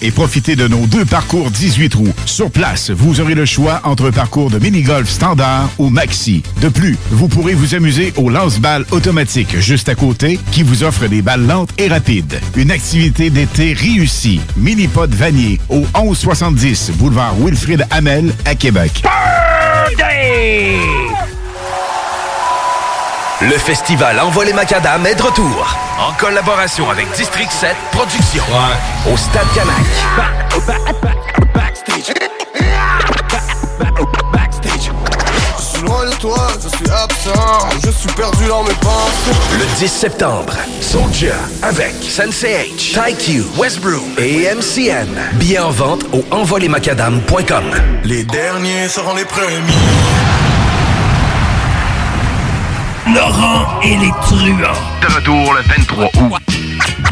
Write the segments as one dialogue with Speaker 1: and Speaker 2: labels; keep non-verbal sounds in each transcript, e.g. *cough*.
Speaker 1: et profitez de nos deux parcours 18 trous. Sur place, vous aurez le choix entre un parcours de mini-golf standard ou maxi. De plus, vous pourrez vous amuser au lance-balles automatique juste à côté qui vous offre des balles lentes et rapides. Une activité d'été réussie. Mini-pod vanier au 1170 boulevard Wilfrid Hamel à Québec.
Speaker 2: Le festival Envoie les Macadam est de retour en collaboration avec District 7 Productions au Stade Canac.
Speaker 3: suis loin de toi, je suis absent, je suis perdu dans mes pensées.
Speaker 2: Le 10 septembre, Soldier avec Sensei H, TyQ, Westbroom et MCN. Billets en vente au envolemacadam.com. Les derniers seront les premiers.
Speaker 4: Laurent et les truands.
Speaker 5: De retour le 23 août.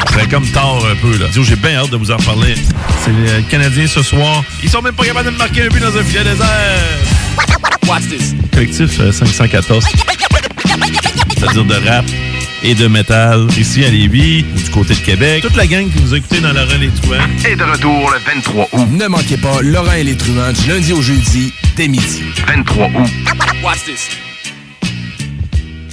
Speaker 5: C'est Ben, comme tard un peu, là. Dis-moi, J'ai bien hâte de vous en parler. C'est les Canadiens ce soir. Ils sont même pas capables de me marquer un but dans un filet désert. Watch this. Collectif euh, 514. C'est-à-dire de rap et de métal. Ici à Lévis, ou du côté de Québec. Toute la gang qui nous écoutez dans Laurent et les truands.
Speaker 6: Et de retour le 23 août.
Speaker 7: Ne manquez pas Laurent et les Truands du lundi au jeudi dès midi.
Speaker 6: 23 août.
Speaker 4: Watch this.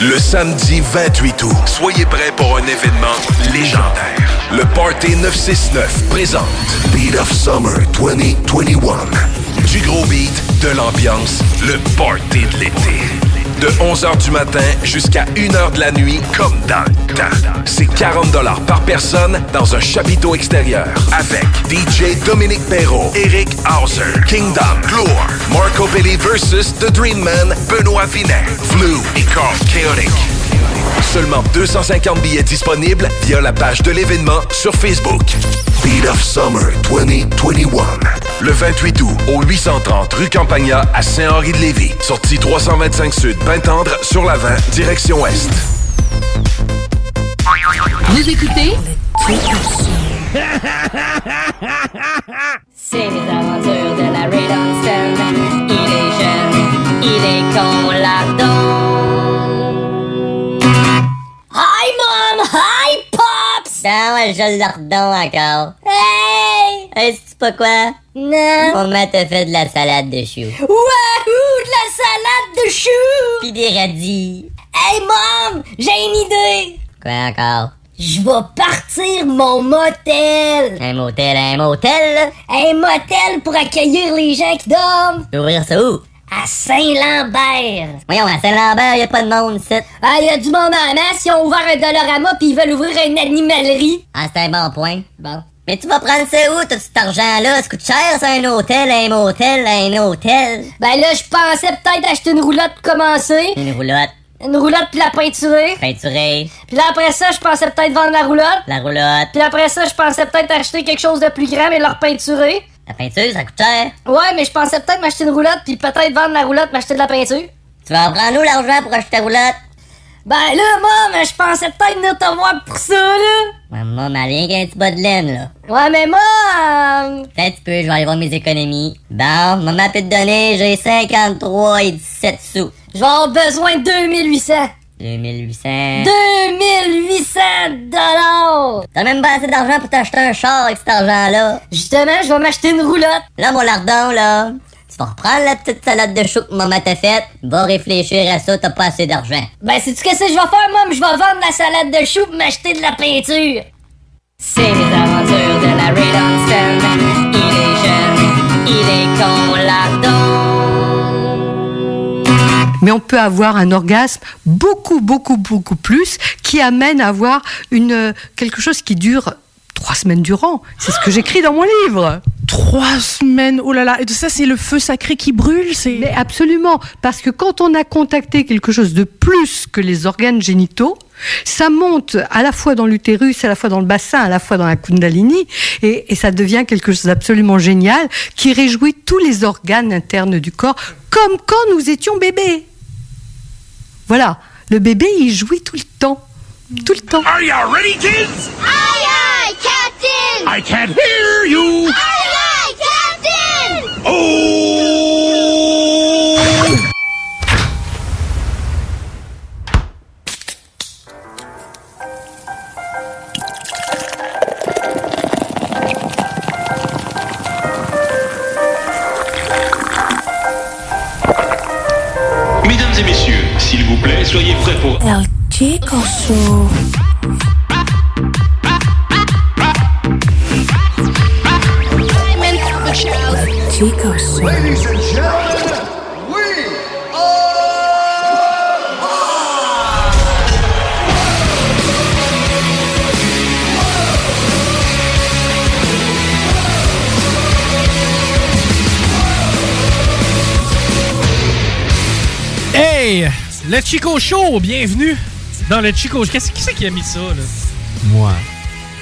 Speaker 2: Le samedi 28 août, soyez prêts pour un événement légendaire. Le Party 969 présente Beat of Summer 2021. Du gros beat, de l'ambiance, le Party de l'été. De 11h du matin jusqu'à 1h de la nuit, comme dans le temps. C'est 40 par personne dans un chapiteau extérieur. Avec DJ Dominique Perrault, Eric Hauser, Kingdom, Gloire, Marco Belli versus The Dream Man, Benoît Vinet, Flu et Carl Chaotic. Seulement 250 billets disponibles via la page de l'événement sur Facebook. Beat of Summer 2021. Le 28 août, au 830 rue Campagna à Saint-Henri-de-Lévis. Sortie 325 Sud, Pintendre, sur la 20, direction Ouest.
Speaker 8: Vous écoutez
Speaker 9: *laughs* C'est les aventures de la Red Stern. Il est jeune, il est con lardon. Hi mom, hi pops! Ah ouais, je l'ardon encore. Hey! Hey, c'est pas quoi? Non. Maman t'a fait de la salade de choux. Wouhou, de la salade de choux! Pis des radis. Hey mom, j'ai une idée! Quoi encore? Je vais partir mon motel! Un motel, un motel? Un motel pour accueillir les gens qui dorment! Ouvrir ça où? À Saint-Lambert! Voyons, à Saint-Lambert, y a pas de monde, c'est. Ah, y a du monde en masse, ils ont ouvert un Dolorama pis ils veulent ouvrir une animalerie! Ah, c'est un bon point. Bon. Mais tu vas prendre ça où, tout cet argent-là? Ça coûte cher, ça, un hôtel, un motel, un hôtel? Ben là, je pensais peut-être acheter une roulotte pour commencer. Une roulotte?
Speaker 8: Une roulotte puis la peinturer.
Speaker 9: Peinturé.
Speaker 8: Puis là, après ça, je pensais peut-être vendre la roulotte.
Speaker 9: La roulotte.
Speaker 8: Puis après ça, je pensais peut-être acheter quelque chose de plus grand mais leur peinturer.
Speaker 9: La peinture, ça coûte cher.
Speaker 8: Ouais, mais je pensais peut-être m'acheter une roulotte puis peut-être vendre la roulotte, m'acheter de la peinture.
Speaker 9: Tu vas en prendre où l'argent pour acheter ta roulotte?
Speaker 8: Ben là, moi, mais je pensais peut-être venir te voir pour ça, là.
Speaker 9: Maman, m'a rien qu'un petit bas de laine, là.
Speaker 8: Ouais, mais moi, euh,
Speaker 9: Fais un petit peu, je vais aller voir mes économies. Bon, maman peut te donner, j'ai 53 et 17 sous.
Speaker 8: je vais avoir besoin de 2800.
Speaker 9: 2800.
Speaker 8: 2800 dollars!
Speaker 9: T'as même pas assez d'argent pour t'acheter un char avec cet argent-là.
Speaker 8: Justement, je vais m'acheter une roulotte.
Speaker 9: Là, mon lardon, là, tu vas reprendre la petite salade de chou que maman t'a faite. Va réfléchir à ça, t'as pas assez d'argent.
Speaker 8: Ben, sais-tu qu'est-ce que je vais faire, Mom? Je vais vendre la salade de choux pour m'acheter de la peinture. C'est les aventures de la Red Stan. Il est jeune, il est con,
Speaker 10: mais on peut avoir un orgasme beaucoup, beaucoup, beaucoup plus qui amène à avoir une, euh, quelque chose qui dure trois semaines durant. C'est ce que j'écris dans mon livre.
Speaker 11: Trois semaines, oh là là. Et ça, c'est le feu sacré qui brûle, c'est.
Speaker 10: Mais absolument, parce que quand on a contacté quelque chose de plus que les organes génitaux, ça monte à la fois dans l'utérus, à la fois dans le bassin, à la fois dans la kundalini, et, et ça devient quelque chose d'absolument génial qui réjouit tous les organes internes du corps, comme quand nous étions bébés. Voilà, le bébé, il jouit tout le temps. Tout le temps.
Speaker 1: Are you ready, kids?
Speaker 12: Aye, aye, Captain!
Speaker 1: I can't hear you!
Speaker 12: Aye, aye, Captain!
Speaker 1: Oh!
Speaker 13: Mesdames et messieurs, s'il vous plaît, soyez prêts pour...
Speaker 14: El Chico Show. Chico Show.
Speaker 1: Ladies and gentlemen,
Speaker 15: Hey! Le Chico Show, bienvenue dans le Chico Show. Qu'est-ce qui c'est qui a mis ça, là?
Speaker 16: Moi.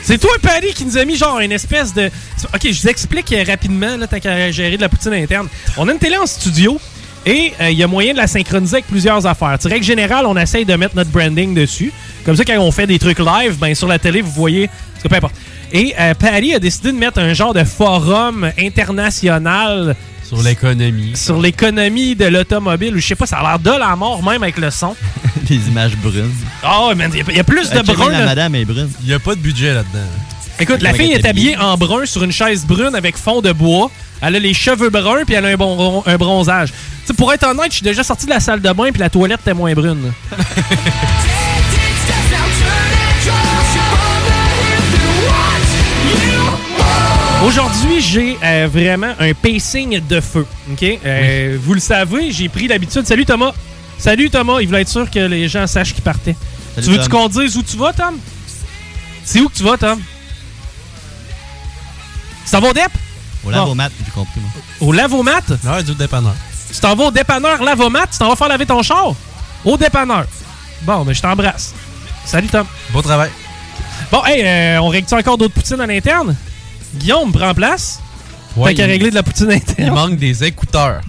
Speaker 15: C'est toi, Paris, qui nous a mis genre une espèce de. Ok, je vous explique euh, rapidement, là, tant qu'à gérer de la poutine interne. On a une télé en studio et euh, il y a moyen de la synchroniser avec plusieurs affaires. Tu règle générale, on essaye de mettre notre branding dessus. Comme ça, quand on fait des trucs live, ben sur la télé, vous voyez. En tout cas, peu importe. Et euh, Paris a décidé de mettre un genre de forum international
Speaker 16: Sur l'économie.
Speaker 15: sur l'économie de l'automobile, ou je sais pas, ça a l'air de la mort même avec le son.
Speaker 16: *laughs* Les images brunes.
Speaker 15: Oh, man, il y a- il y, a plus de
Speaker 16: Ok,
Speaker 15: brun.
Speaker 16: mais Euh, la
Speaker 15: là-
Speaker 16: madame est brune. Il n'y a pas de budget là-dedans.
Speaker 15: Écoute, la fille est habillée en brun sur une chaise brune avec fond de bois. Elle a les cheveux bruns puis elle a un, bon, ron- un bronzage. Tu sais, pour être honnête, je suis déjà sorti de la salle de bain puis la toilette était moins
Speaker 16: *laughs*
Speaker 15: brune. Aujourd'hui, j'ai euh, vraiment un pacing de feu. OK? Euh, Vous le savez, j'ai pris l'habitude. Salut Thomas. Salut Thomas. Il voulait être sûr que les gens sachent qu'il partait.
Speaker 16: Salut,
Speaker 15: tu veux-tu
Speaker 16: Tom.
Speaker 15: qu'on dise où tu vas, Tom? C'est où que tu vas, Tom? Ça va au DEP?
Speaker 16: Au lavomat, j'ai compris, moi.
Speaker 15: Au lavomat?
Speaker 16: Non, Ah, du dépanneur.
Speaker 15: Tu t'en vas au dépanneur lavomat? Tu t'en vas faire laver ton char? Au dépanneur. Bon, mais je t'embrasse. Salut, Tom.
Speaker 16: Beau travail.
Speaker 15: Bon, hey, euh, on règle-tu encore d'autres poutines à l'interne? Guillaume, prends place.
Speaker 16: Ouais,
Speaker 15: T'as qu'à
Speaker 16: il-
Speaker 15: régler de la poutine interne.
Speaker 16: Il manque des écouteurs.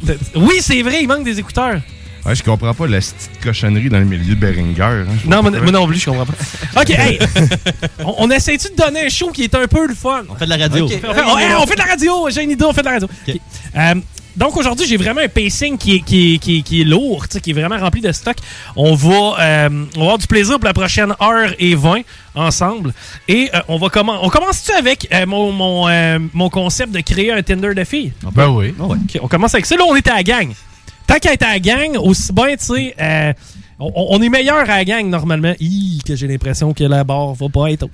Speaker 15: *laughs* Oui, c'est vrai, il manque des écouteurs.
Speaker 17: Ouais, je comprends pas la petite cochonnerie dans le milieu de Beringer. hein. Je
Speaker 15: Non,
Speaker 17: vois
Speaker 15: moi,
Speaker 17: pas.
Speaker 15: moi non plus, je comprends pas. OK, hey! *laughs* on, on essaie-tu de donner un show qui est un peu le fun? On fait de la
Speaker 16: radio.
Speaker 15: on, fait, on- hey, on fait de la radio! J'ai une idée, on fait de la radio. OK. Euh, donc aujourd'hui, j'ai vraiment un pacing qui est, qui est- qui est- qui est lourd, tu sais, qui est vraiment rempli de stock. On va, euh, on va avoir du plaisir pour la prochaine heure et 20 ensemble. Et euh, on va comment on commence-tu avec euh, mon, mon, euh, mon concept de créer un Tinder de filles?
Speaker 16: Ben oui.
Speaker 15: Ah OK, on commence avec ça. Là, on était à la gang. Tant qu'à être à la gang, aussi bien, tu sais, euh, on, on est meilleur à la gang normalement. Hi, que j'ai l'impression que la barre va pas être. haute.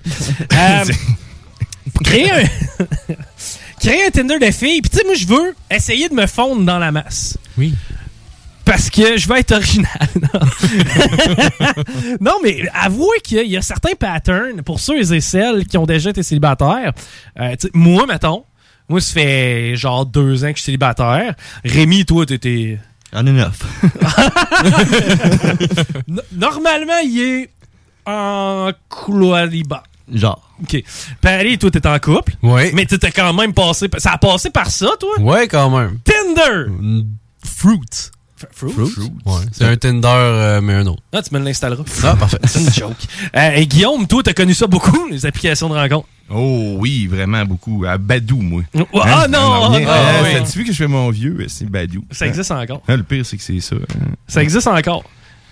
Speaker 15: Euh, créer un. *laughs* créer un Tinder de filles. Puis, tu sais, moi, je veux essayer de me fondre dans la masse.
Speaker 16: Oui.
Speaker 15: Parce que je veux être original. *laughs*
Speaker 16: *laughs*
Speaker 15: Non, Non, mais avouez qu'il y a certains patterns pour ceux et celles qui ont déjà été célibataires. Euh, tu sais, moi, mettons, moi, ça fait genre deux ans que je suis célibataire. Rémi, toi, t'étais.
Speaker 16: J'en ai neuf.
Speaker 15: *laughs* No- Normalement, il est en cloaliba.
Speaker 16: Genre.
Speaker 15: OK. Paris, toi, t'es en couple.
Speaker 16: Oui.
Speaker 15: Mais t'étais quand même passé. par- Ça a passé par ça, toi?
Speaker 16: Ouais, quand même.
Speaker 15: Tinder!
Speaker 16: Fruit.
Speaker 15: Fruit?
Speaker 16: Ouais. C'est un Tinder, euh, mais un autre.
Speaker 15: Ah, tu me
Speaker 17: *laughs*
Speaker 15: l'installeras.
Speaker 16: Ah, parfait.
Speaker 15: C'est une joke. Euh, et Guillaume, toi, t'as connu ça beaucoup, les applications de rencontre.
Speaker 17: Oh oui, vraiment *laughs* beaucoup. À Badou, moi. Hein?
Speaker 15: ah, non,
Speaker 17: j'en reviens.
Speaker 15: ah,
Speaker 17: Euh,
Speaker 15: oui.
Speaker 17: T'as-tu vu que je fais mon vieux? euh, C'est Badou.
Speaker 15: Ça existe encore.
Speaker 17: Ah, le pire, c'est que c'est ça. hein.
Speaker 15: Ça existe encore.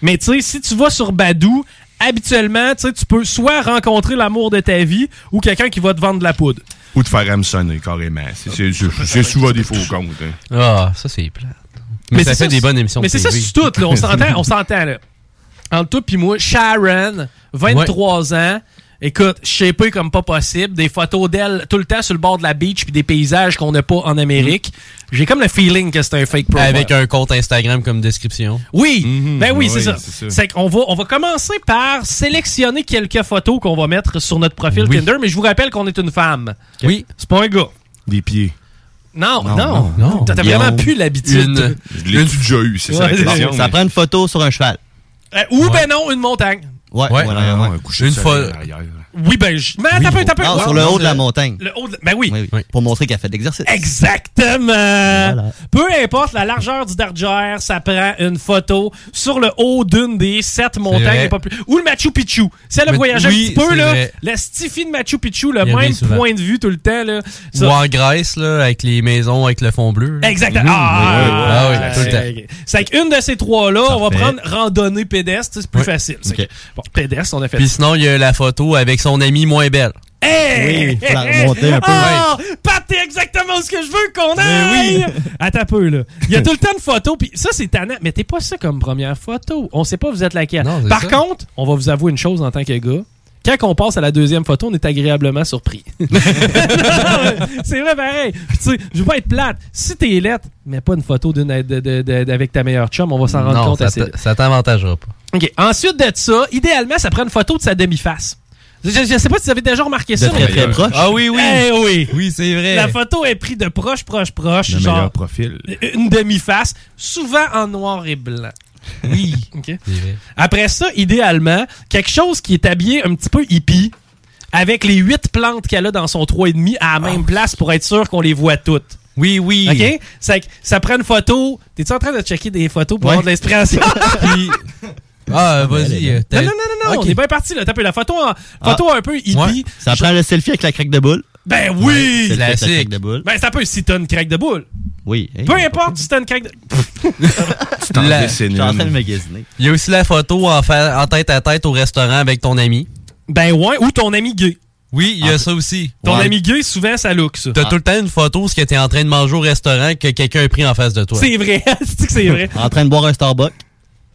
Speaker 15: Mais tu sais, si tu vas sur Badou, habituellement, tu sais, tu peux soit rencontrer l'amour de ta vie ou quelqu'un qui va te vendre de la poudre.
Speaker 17: Ou de faire hameçonner, carrément. C'est- c'est- C'est c'est souvent des faux comptes. hein.
Speaker 16: Ah, ça, c'est plate. Mais, ça
Speaker 15: c'est
Speaker 16: fait des
Speaker 15: c'est-
Speaker 16: bonnes émissions.
Speaker 15: Mais c'est ça, c'est tout, là. On s'entend,
Speaker 17: *laughs*
Speaker 15: on s'entend, là. Entre toi puis moi, Sharon, 23 ans. Écoute, shapée comme pas possible. Des photos d'elle tout le temps sur le bord de la beach puis des paysages qu'on n'a pas en Amérique.
Speaker 17: Mm.
Speaker 15: J'ai comme le feeling que c'est un fake profile.
Speaker 16: Avec un compte Instagram comme description.
Speaker 15: Oui, ben oui, c'est
Speaker 16: Mhm. oui,
Speaker 15: ça.
Speaker 16: c'est ça.
Speaker 15: C'est qu'on va, on va commencer par sélectionner quelques photos qu'on va mettre sur notre profil
Speaker 16: Oui.
Speaker 15: Tinder, mais je vous rappelle qu'on est une femme.
Speaker 16: Oui.
Speaker 15: C'est pas un gars.
Speaker 17: Des pieds.
Speaker 15: Non,
Speaker 16: Non,
Speaker 15: non.
Speaker 16: non, non.
Speaker 15: T'as t'as vraiment
Speaker 16: Guillaume.
Speaker 15: plus l'habitude.
Speaker 16: Une-
Speaker 17: Je l'ai déjà eu, c'est ça la
Speaker 15: Ouais,
Speaker 17: question.
Speaker 15: c'est
Speaker 16: ça.
Speaker 17: mais-
Speaker 16: Prends une photo sur un cheval.
Speaker 15: Euh, ou ben non, une montagne.
Speaker 16: Ouais,
Speaker 17: Ouais,
Speaker 16: voilà,
Speaker 17: non,
Speaker 16: ouais.
Speaker 17: un coucher
Speaker 16: Une
Speaker 17: de
Speaker 16: fois-
Speaker 17: soleil en arrière.
Speaker 15: Oui, ben, je... mais
Speaker 16: Oui,
Speaker 15: t'as peu,
Speaker 16: au-
Speaker 15: t'as peu.
Speaker 16: non,
Speaker 15: Ouais.
Speaker 16: sur le haut de la montagne.
Speaker 15: Le haut de... Ben oui.
Speaker 16: Pour montrer qu'elle fait de l'exercice.
Speaker 15: Exactement. Peu importe la largeur du Darger, ça prend une photo sur le haut d'une des sept montagnes.
Speaker 16: vrai.
Speaker 15: les populaires. Ou le Machu Picchu. Si elle a
Speaker 16: Mais-
Speaker 15: voyagé
Speaker 16: oui,
Speaker 15: un petit peu,
Speaker 16: c'est
Speaker 15: là,
Speaker 16: vrai.
Speaker 15: la stiffie de Machu Picchu, le
Speaker 16: Il revient
Speaker 15: même
Speaker 16: souvent.
Speaker 15: point de vue tout le temps. Là.
Speaker 16: Ou
Speaker 15: Ça-
Speaker 16: en Grèce, là, avec les maisons, avec le fond bleu. là.
Speaker 15: Exactement.
Speaker 16: Mhm.
Speaker 15: Ah,
Speaker 16: Ah oui,
Speaker 15: ah,
Speaker 16: tout le
Speaker 15: c'est-
Speaker 16: temps.
Speaker 15: C'est qu'une de ces trois-là, on va
Speaker 16: Parfait.
Speaker 15: prendre randonnée pédestre. C'est plus facile. C'est que- Bon, pédestre, on a fait
Speaker 16: Puis sinon, il y a la photo avec son ami moins belle.
Speaker 15: Hey!
Speaker 16: Oui, faut la remonter un peu.
Speaker 15: Ah! Pat, t'es exactement ce que je veux qu'on aille! Attends un peu, là. Il y a tout le temps de photos, puis ça, c'est tannant. Mais t'es pas ça comme première photo. On sait pas vous êtes laquelle.
Speaker 16: c'est
Speaker 15: Par
Speaker 16: ça.
Speaker 15: contre, on va vous avouer une chose en tant que gars. Quand on passe à la deuxième photo, on est agréablement surpris. *laughs* c'est vrai pareil. Puis, tu sais, je veux pas être plate. Si t'es lettre, mets pas une photo d'une de- de- de- avec ta meilleure chum, on va s'en rendre
Speaker 16: non,
Speaker 15: compte
Speaker 16: ça
Speaker 15: assez
Speaker 16: t'a- ça t'avantagera pas.
Speaker 15: OK. Ensuite de ça, idéalement, ça prend une photo de sa demi-face. Je, je sais pas si vous avez déjà remarqué
Speaker 16: De
Speaker 15: ça.
Speaker 16: très,
Speaker 15: mais-
Speaker 16: très proche.
Speaker 15: Ah oui, oui. Eh oui.
Speaker 16: Oui, c'est vrai.
Speaker 15: La photo est prise de proche, proche, proche.
Speaker 17: Le
Speaker 15: genre
Speaker 17: meilleur profil.
Speaker 15: une demi-face, souvent en noir et blanc.
Speaker 16: *laughs*
Speaker 15: Oui. OK. Après ça, idéalement, quelque chose qui est habillé un petit peu hippie, avec les huit plantes qu'elle a dans son 3,5 à la même place pour être sûr qu'on les voit toutes.
Speaker 16: Ah. Oui, oui.
Speaker 15: OK? Ça, ça prend une photo. T'es-tu en train de checker des photos pour
Speaker 16: Ouais.
Speaker 15: avoir de l'inspiration?
Speaker 16: *laughs*
Speaker 15: *laughs*
Speaker 16: Puis- Ah, vas-y. euh,
Speaker 15: Non,
Speaker 16: t'as-
Speaker 15: non, non, non, non,
Speaker 16: Ok. Ah.
Speaker 15: on est bien parti là. T'as peu la photo, en- photo un peu hippie.
Speaker 16: Ouais.
Speaker 18: Ça prend le selfie avec la craque de boule.
Speaker 15: Ben oui!
Speaker 18: Ouais, c'est le fait que la craque de
Speaker 15: Ben c'est un peu si t'as une craque de boule.
Speaker 18: Oui.
Speaker 15: peu importe si t'as une craque de.
Speaker 16: t'en
Speaker 18: La-
Speaker 16: dessines
Speaker 18: J'étais en train de
Speaker 16: une.
Speaker 18: magasiner.
Speaker 16: Il y a aussi la photo en, fa- en tête à tête au restaurant avec ton ami.
Speaker 15: Ben ouais, ou ton ami gay.
Speaker 16: Oui, il y a ça aussi.
Speaker 15: Ton
Speaker 16: Ah, Ouais.
Speaker 15: ami gay, souvent ça look ça.
Speaker 16: T'as tout le temps une photo ce que t'es en train de manger au restaurant que quelqu'un a pris en face de toi.
Speaker 15: C'est vrai, *laughs* c'est que c'est vrai.
Speaker 16: En train de boire un Starbucks.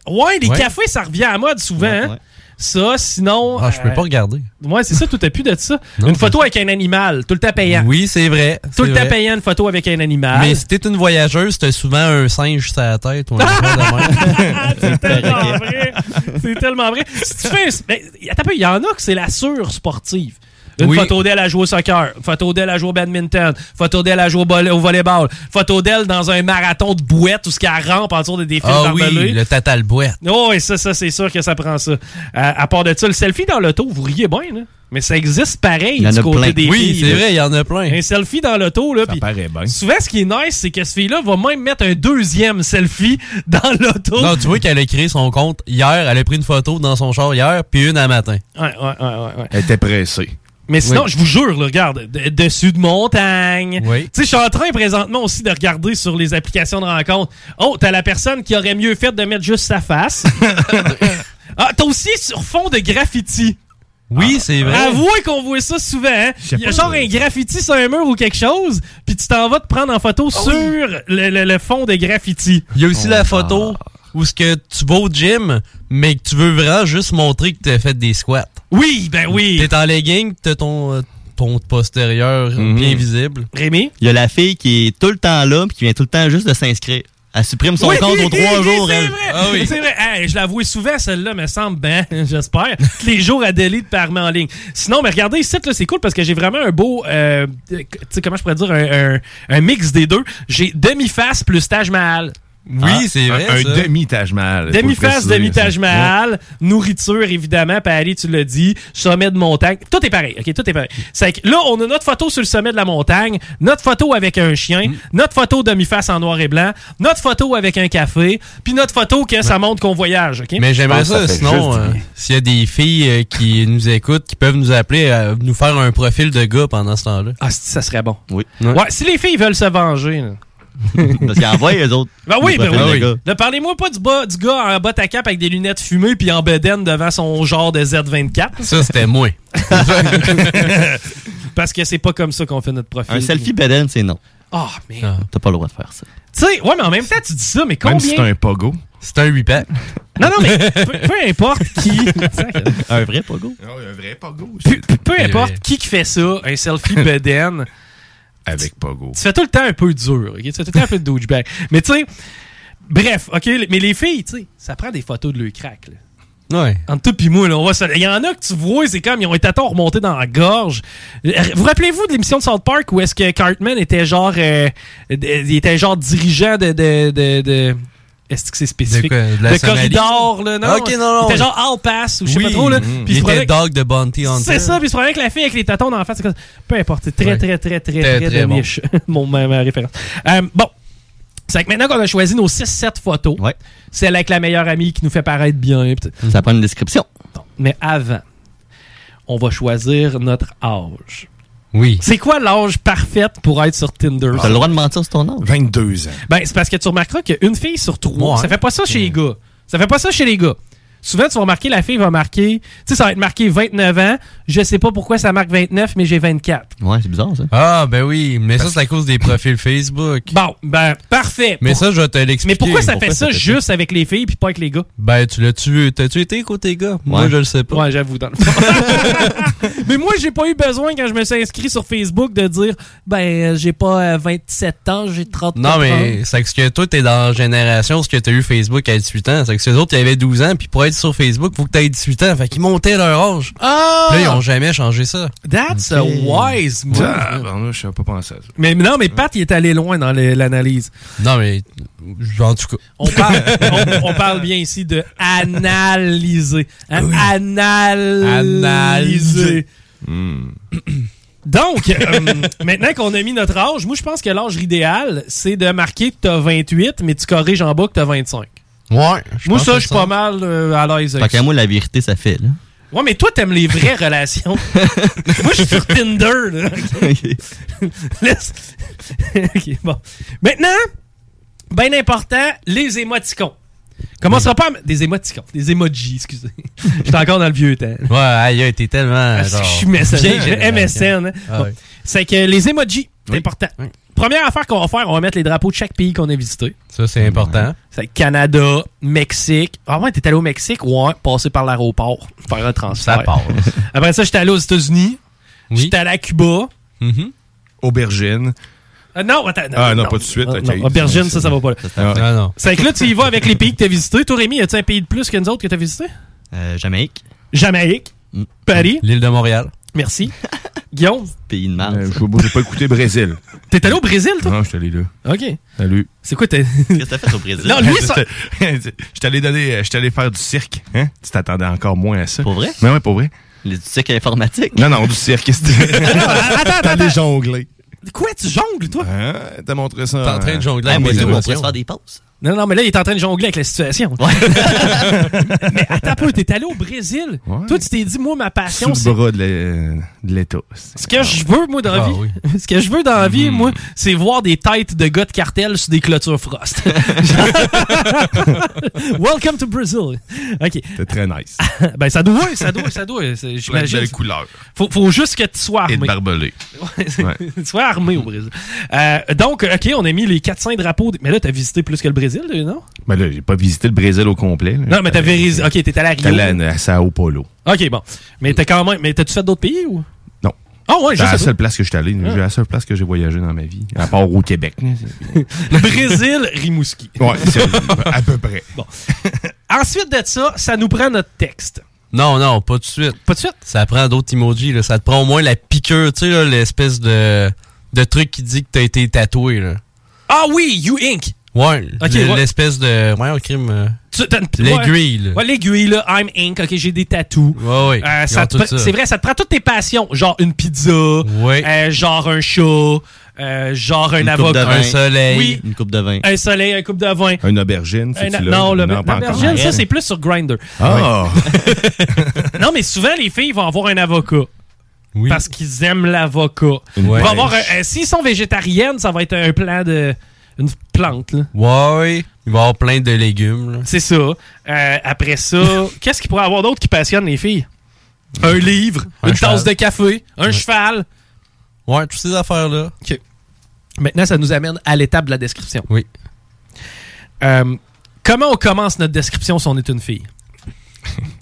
Speaker 15: Ouais, les
Speaker 16: Ouais.
Speaker 15: cafés, ça revient à mode souvent. hein. Ça, sinon.
Speaker 16: Ah, je peux
Speaker 15: euh,
Speaker 16: pas regarder.
Speaker 15: Ouais, c'est ça, tout à plus de
Speaker 16: *laughs*
Speaker 15: ça. une photo avec un animal, tout le temps payant.
Speaker 16: Oui, c'est vrai.
Speaker 15: Tout
Speaker 16: c'est
Speaker 15: le temps
Speaker 16: vrai.
Speaker 15: payant une photo avec un animal.
Speaker 16: Mais si t'es une voyageuse, t'as souvent un singe sur la tête
Speaker 15: *laughs*
Speaker 16: ou un affaire de même.
Speaker 15: tellement vrai. *laughs* C'est tellement vrai. Si tu fais un- ben, attends un peu, il y en a que c'est la sûre sportive. Une
Speaker 16: Oui.
Speaker 15: photo d'elle à jouer au soccer, une photo d'elle à jouer au badminton, une photo d'elle à jouer au, volley- au volleyball, une photo d'elle dans un marathon de bouette où ce qu'elle rampe en dessous des défis
Speaker 16: Ah oui, le tatal boîte.
Speaker 15: Oh, et ça, ça c'est sûr que ça prend ça. Euh, À, à part de ça, le selfie dans l'auto, vous riez bien, là. Mais ça existe pareil
Speaker 16: Il y en
Speaker 15: du
Speaker 16: a
Speaker 15: côté
Speaker 16: plein.
Speaker 15: des
Speaker 16: Oui,
Speaker 15: filles,
Speaker 16: c'est
Speaker 15: là.
Speaker 16: vrai, il y en a plein.
Speaker 15: Un selfie dans l'auto, là. puis Souvent, ce qui est nice, c'est que ce fille-là va même mettre un deuxième selfie dans l'auto.
Speaker 16: Non, tu vois qu'elle a créé son compte hier, elle a pris une photo dans son char hier, puis une à matin.
Speaker 15: Ouais, ouais, ouais, ouais, ouais.
Speaker 16: Elle était pressée.
Speaker 15: Mais sinon,
Speaker 16: Oui.
Speaker 15: je vous jure, là, regarde, de- dessus de montagne. Tu sais, je suis en train présentement aussi de regarder sur les applications de rencontre. Oh, t'as la personne qui aurait mieux fait de mettre juste
Speaker 16: *laughs*
Speaker 15: sa face. ah, t'as aussi sur fond de graffiti.
Speaker 16: Oui, c'est vrai.
Speaker 15: Avouez qu'on voit ça souvent. hein.
Speaker 16: sais
Speaker 15: Il y a
Speaker 16: pas,
Speaker 15: genre un graffiti sur un mur ou quelque chose, puis tu t'en vas te prendre en photo sur le, le- le fond de graffiti.
Speaker 16: Oh Il y a aussi la photo où ce que tu vas au gym, mais que tu veux vraiment juste montrer que tu as fait des squats.
Speaker 15: Oui, ben oui.
Speaker 16: T'es en legging, t'as ton, euh, ton postérieur bien visible.
Speaker 15: Rémi?
Speaker 18: Il y a la fille qui est tout le temps là puis qui vient tout le temps juste de s'inscrire. Elle supprime son
Speaker 15: Oui,
Speaker 18: compte aux
Speaker 15: oui,
Speaker 18: trois
Speaker 15: oui,
Speaker 18: jours.
Speaker 15: C'est
Speaker 18: elle. Ah
Speaker 15: vrai,
Speaker 16: Ah
Speaker 15: c'est vrai. Hey, je l'avoue souvent, celle-là me semble, ben, *laughs* j'espère, tous les jours à délite par en ligne. Sinon, mais regardez ici, là, c'est cool parce que j'ai vraiment un beau, euh, tu sais, comment je pourrais dire, un, un- un mix des deux. J'ai demi-face plus Taj Mahal.
Speaker 16: Oui,
Speaker 17: Ah,
Speaker 16: c'est
Speaker 17: un-
Speaker 16: vrai.
Speaker 17: Un,
Speaker 16: ça.
Speaker 17: demi-Taj
Speaker 16: Ah,
Speaker 17: Mahal. faut le
Speaker 15: Demi-face,
Speaker 17: préciser,
Speaker 15: demi-Taj
Speaker 17: ça.
Speaker 15: Mahal, nourriture, évidemment, Paris, tu l'as dit, sommet de montagne. Tout est pareil, OK? Tout est pareil. C'est que là, on a notre photo sur le sommet de la montagne, notre photo avec un chien,
Speaker 16: Mm.
Speaker 15: notre photo demi-face en noir et blanc, notre photo avec un café, puis notre photo que ça montre qu'on voyage, OK?
Speaker 16: Mais j'aimerais ça, sinon, euh, s'il y a des filles euh, qui nous écoutent, qui peuvent nous appeler, à nous faire un profil de gars pendant ce temps-là.
Speaker 15: Ah, ça serait bon.
Speaker 16: Oui.
Speaker 15: Ouais, *laughs* si les filles veulent se venger, là.
Speaker 16: Parce qu'il envoie les autres.
Speaker 15: Ben oui,
Speaker 16: Des
Speaker 15: ben
Speaker 16: profils
Speaker 15: oui.
Speaker 16: de gars.
Speaker 15: Ne parlez-moi pas du, bas, du gars en botte à cap avec des lunettes fumées puis en bedaine devant son genre de Z24.
Speaker 16: Ça, c'était moi.
Speaker 15: *laughs* Parce que c'est pas comme ça qu'on fait notre profil.
Speaker 18: Un selfie beden, c'est non.
Speaker 15: Ah, mais.
Speaker 18: T'as pas le droit de faire ça.
Speaker 15: Tu sais, ouais, mais en même temps, tu dis ça, mais combien.
Speaker 16: pogo. C'est un 8-pack.
Speaker 15: Non, non, mais *laughs* peu, peu importe qui.
Speaker 16: Un vrai pogo.
Speaker 17: Un vrai pogo.
Speaker 15: Peu,
Speaker 16: Eh
Speaker 15: peu importe qui qui fait ça, un
Speaker 16: *laughs*
Speaker 15: selfie bedaine.
Speaker 17: Avec pogo.
Speaker 15: Tu fais tout le temps un peu dur, ok? Tu fais tout le temps un peu de douchebag. Mais tu sais, bref, ok? Mais les filles, tu sais, ça prend des photos de leur crack, là.
Speaker 16: Ouais.
Speaker 15: Entre toi pis moi, là, on va se- Il y en a que tu vois, c'est comme ils ont été à temps remontés dans la gorge. Euh, Vous rappelez-vous de l'émission de South Park où est-ce que Cartman était genre euh, d- il était genre dirigeant de, de, de, de- est-ce que c'est spécifique?
Speaker 16: De quoi? De la Somalie?
Speaker 15: corridor, là, non?
Speaker 16: Ok, non, non.
Speaker 15: Il était genre ah, All Pass ou je sais
Speaker 16: Oui.
Speaker 15: pas trop, là. Puis
Speaker 16: Mm.
Speaker 15: il
Speaker 16: Il
Speaker 15: se prenait-
Speaker 16: était dog de Bounty Hunter.
Speaker 15: C'est ça, puis il se prenait avec la fille avec les tatons dans la face. c'est comme- Peu importe, c'est très,
Speaker 16: Ouais.
Speaker 15: très, très, très, très,
Speaker 16: Très, très
Speaker 15: de
Speaker 16: bon.
Speaker 15: niche. *laughs* Mon, ma, ma référence. Euh, bon. C'est que maintenant qu'on a choisi nos 6-7 photos, celle avec la meilleure amie qui nous fait paraître bien. pis t-
Speaker 18: Ça prend une description.
Speaker 15: mais avant, on va choisir notre âge.
Speaker 16: Oui.
Speaker 15: C'est quoi l'âge parfait pour être sur Tinder?
Speaker 18: T'as le droit de mentir sur ton âge.
Speaker 17: 22 ans.
Speaker 15: Ben, c'est parce que tu remarqueras qu'une fille sur trois,
Speaker 18: Ouais.
Speaker 15: ça fait pas ça chez les gars. Ça fait pas ça chez les gars. Souvent, tu vas remarquer, la fille va marquer, tu sais, ça va être marqué 29 ans. Je sais pas pourquoi ça marque 29, mais j'ai 24.
Speaker 16: Ouais, c'est bizarre, ça. Ah, ben oui. Mais ça, c'est à cause des profils Facebook.
Speaker 15: Bon, ben, parfait.
Speaker 16: Mais ça, je vais te l'expliquer.
Speaker 15: Mais pourquoi ça fait ça, juste avec les filles puis pas avec les gars?
Speaker 16: Ben, tu l'as-tu T'as-tu été côté gars? Moi,
Speaker 15: Ouais.
Speaker 16: je le sais pas.
Speaker 15: Ouais, j'avoue. Dans le fond. Mais moi, j'ai pas eu besoin quand je me suis inscrit sur Facebook de dire, ben, euh, j'ai pas euh, 27 ans, j'ai 30 ans.
Speaker 16: Non, mais c'est que ce que toi, t'es dans la génération, ce que t'as eu Facebook à 18 ans. C'est que les autres, ils avaient 12 ans, puis pour être sur Facebook, faut que t'aies 18 ans. Fait qu'ils montaient leur âge.
Speaker 15: Ah!
Speaker 16: Puis là, ils ont jamais changé ça.
Speaker 15: That's a wise move.
Speaker 17: Tabarnouche, Ah, Je savais pas pensé à ça.
Speaker 15: Mais non, mais Pat, il est allé loin dans le- l'analyse.
Speaker 16: Non, mais. En tout cas.
Speaker 15: On parle, on, on parle bien ici de analyser. Hein? Analyser. Hmm.
Speaker 16: Analyser.
Speaker 15: *clears throat* Donc, euh, maintenant qu'on a mis notre âge, moi, je pense que l'âge idéal, c'est de marquer que t'as 28, mais tu corriges en bas que t'as 25.
Speaker 16: Ouais.
Speaker 15: moi,
Speaker 18: pense
Speaker 15: ça,
Speaker 18: que
Speaker 15: je suis pas mal euh, à l'aise
Speaker 18: Fait
Speaker 15: avec
Speaker 18: qu'à
Speaker 15: ça.
Speaker 18: moi, la vérité, ça fait, là.
Speaker 15: Ouais, mais toi, t'aimes
Speaker 16: *laughs*
Speaker 15: les vraies relations. Moi, je suis sur Tinder, là. ok? Laisse- *laughs* OK, bon. Maintenant, bien important, les émoticons. Commencera pas à m- Des émoticons. Des emojis, excusez. *laughs* J'étais encore dans le vieux temps.
Speaker 16: Ouais, aïe, aïe, t'es tellement.
Speaker 15: Parce Ah, que
Speaker 16: genre,
Speaker 15: je suis messenger,
Speaker 16: vieille génération.
Speaker 15: MSN. hein.
Speaker 16: Ah
Speaker 15: Bon.
Speaker 16: ouais.
Speaker 15: C'est que les emojis, c'est important. Première affaire qu'on va faire, on va mettre les drapeaux de chaque pays qu'on a visité.
Speaker 16: Ça, c'est important.
Speaker 15: C'est Canada, Mexique. Ah ouais, t'es allé au Mexique? Ouais, passé par l'aéroport, faire un transfert.
Speaker 16: Ça passe.
Speaker 15: *laughs* Après ça, j'étais allé aux États-Unis. J'étais allé à Cuba.
Speaker 17: Mm-hmm. Aubergine.
Speaker 15: Euh, non, attends. non,
Speaker 17: Ah non,
Speaker 15: non.
Speaker 17: pas tout de suite.
Speaker 15: Ah,
Speaker 17: ok.
Speaker 15: non, aubergine, ça, ça va pas là.
Speaker 17: Ah
Speaker 16: non.
Speaker 15: C'est que là, tu y vas avec les pays que t'as visités. Toi, Rémi, as-tu un pays de plus que nous autres que t'as visité?
Speaker 18: Euh, Jamaïque.
Speaker 15: Jamaïque,
Speaker 17: Mm. *laughs*
Speaker 15: Paris.
Speaker 16: L'île de Montréal.
Speaker 15: Merci. Guillaume,
Speaker 18: Pays de mal.
Speaker 17: Euh, Je n'ai pas écouté Brésil.
Speaker 15: t'es allé au Brésil, toi?
Speaker 17: Non, je suis allé là.
Speaker 15: OK.
Speaker 17: Salut.
Speaker 15: C'est quoi, t'es.
Speaker 18: Qu'est-ce que t'as fait au Brésil?
Speaker 15: Non,
Speaker 17: *laughs*
Speaker 15: lui, ça-
Speaker 17: J'étais allé donner. J'étais allé faire du cirque. Hein? Tu t'attendais encore moins à ça. Pour
Speaker 18: vrai?
Speaker 17: Mais ouais, pour vrai.
Speaker 18: Du cirque informatique?
Speaker 17: Non, non, du cirque. *laughs*
Speaker 15: Attends,
Speaker 17: allé jongler.
Speaker 15: Quoi, tu jongles, toi?
Speaker 17: Hein? T'as montré ça.
Speaker 16: T'es en train de jongler
Speaker 17: Ah,
Speaker 16: avec
Speaker 17: moi,
Speaker 16: mes
Speaker 17: je vois
Speaker 16: émotions.
Speaker 17: ça.
Speaker 18: des pauses.
Speaker 15: Non, non, mais là, il est en train de jongler avec la situation. *laughs* mais attends un peu, t'es allé au Brésil. Toi, tu t'es dit, moi, ma
Speaker 17: Sous
Speaker 15: passion, c'est
Speaker 17: le bras de l'é- de l'État.
Speaker 15: Ce que je veux, moi, dans la
Speaker 17: Ah Hmm.
Speaker 15: vie, *laughs* ce que je veux dans la vie, moi, c'est voir des têtes de gars de cartel sur des clôtures frost. *laughs* *laughs* Welcome to Brazil. OK.
Speaker 17: C'est très nice.
Speaker 15: *laughs* ben, ça doit, ça doit, ça doit. c'est-
Speaker 17: Plein de
Speaker 15: J'imagine.
Speaker 17: belles couleurs.
Speaker 15: Faut, faut juste que tu sois armé.
Speaker 17: Et de barbelés.
Speaker 15: Ouais, c'est- tu *laughs* sois armé au Brésil. Euh, donc, OK, on a mis les 400 drapeaux. de- Mais là, t'as visité plus que le Brésil, non?
Speaker 17: Mais Ben là, j'ai pas visité le Brésil au complet. là.
Speaker 15: Non, mais t'as vérisé. OK, t'es allé à Rio.
Speaker 17: J'étais allé à, à Sao Paulo.
Speaker 15: OK, bon. Mais t'as quand même. Mais t'as-tu fait d'autres pays ou?
Speaker 17: Non. Bah,
Speaker 15: Ah, ouais, juste.
Speaker 17: C'est la
Speaker 15: ça. Ah.
Speaker 17: seule place que je suis allé. C'est La seule place que j'ai voyagé dans ma vie. À part au Québec. là.
Speaker 15: Brésil, Rimouski.
Speaker 17: Ouais,
Speaker 15: *laughs*
Speaker 17: c'est- à peu près.
Speaker 15: Bon. Ensuite de ça, ça nous prend notre texte.
Speaker 16: Non, non, pas tout de suite.
Speaker 15: Pas de suite?
Speaker 16: Ça prend d'autres emojis. Là. Ça te prend au moins la piqûre, tu sais, là, l'espèce de, de truc qui dit que t'as été tatoué. Là.
Speaker 15: Ah oui, You Inc.
Speaker 16: Ouais,
Speaker 15: Ok,
Speaker 16: l-
Speaker 15: ouais.
Speaker 16: l'espèce de. Ouais, au crime. euh,
Speaker 15: Tu- t'as une-
Speaker 16: L'aiguille, là.
Speaker 15: Ouais, ouais, l'aiguille, là. I'm Inc. OK, j'ai des tatous.
Speaker 16: Ouais, ouais.
Speaker 15: Euh,
Speaker 16: Ils
Speaker 15: ça
Speaker 16: ont
Speaker 15: te
Speaker 16: tout
Speaker 15: pre-
Speaker 16: ça.
Speaker 15: C'est vrai, ça te prend toutes tes passions. Genre une pizza, euh, genre un chat, euh, genre un
Speaker 18: Une coupe de
Speaker 15: avocat.
Speaker 18: vin.
Speaker 15: Oui,
Speaker 18: Une coupe de vin.
Speaker 15: un soleil, un coupe de vin.
Speaker 17: Une aubergine, si
Speaker 15: Un-
Speaker 17: tu
Speaker 15: Euh,
Speaker 17: l'as.
Speaker 15: non, le-
Speaker 17: pas
Speaker 15: l'aubergine,
Speaker 17: encore.
Speaker 15: ça, c'est plus sur Grindr.
Speaker 17: Ah! *laughs*
Speaker 15: non, mais souvent, les filles vont avoir un avocat. Parce qu'ils aiment l'avocat. Ils
Speaker 16: Ouais.
Speaker 15: vont avoir un- euh, S'ils sont végétariennes, ça va être un plan de. Une plante, là.
Speaker 16: Ouais, il va y avoir plein de légumes. là.
Speaker 15: C'est ça. Euh, après ça,
Speaker 16: *laughs*
Speaker 15: qu'est-ce qu'il pourrait y avoir d'autre qui passionne les filles? Un livre,
Speaker 16: Un
Speaker 15: une
Speaker 16: cheval.
Speaker 15: tasse de café, un cheval.
Speaker 16: Ouais, toutes ces affaires-là.
Speaker 15: OK. Maintenant, ça nous amène à l'étape de la description. Euh,
Speaker 16: Oui.
Speaker 15: comment on commence notre description si on est une fille?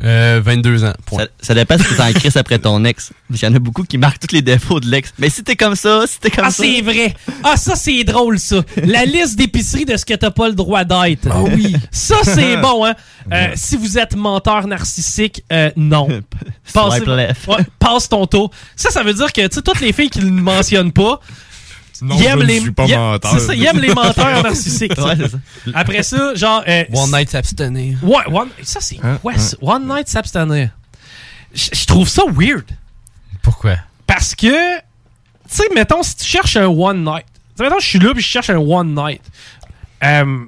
Speaker 16: Euh, 22 ans. point.
Speaker 18: Ça, ça dépend si t'es en crise après ton ex. Parce qu'il y en a beaucoup qui marquent tous les défauts de l'ex. Mais si t'es comme ça, si t'es comme
Speaker 15: Ah,
Speaker 18: ça.
Speaker 15: c'est vrai. Ah, ça, c'est drôle, ça. La liste d'épicerie de ce que t'as pas le droit d'être. Ah oui. Ça, c'est bon, hein. Euh, Si vous êtes menteur narcissique, euh, non.
Speaker 18: Swipe left.
Speaker 15: Ouais, passe ton tour. Ça, ça veut dire que, tu sais, toutes les filles qui ne le mentionnent pas,
Speaker 17: Non,
Speaker 15: ils
Speaker 17: je
Speaker 15: aiment
Speaker 17: ne
Speaker 15: les,
Speaker 17: suis pas
Speaker 15: ils aiment-
Speaker 17: menteur.
Speaker 15: c'est ça, ils aiment les menteurs narcissiques.
Speaker 16: Ouais, c'est ça.
Speaker 15: Après ça, genre... euh,
Speaker 16: One night s'abstenir.
Speaker 15: Ouais, one, ça c'est
Speaker 16: Hein,
Speaker 15: quoi
Speaker 16: hein.
Speaker 15: ça? One night s'abstenir. Je je trouve ça weird.
Speaker 16: Pourquoi?
Speaker 15: Parce que, tu sais, mettons, si tu cherches un one night, tu sais, mettons, je suis là puis je cherche un one night, euh,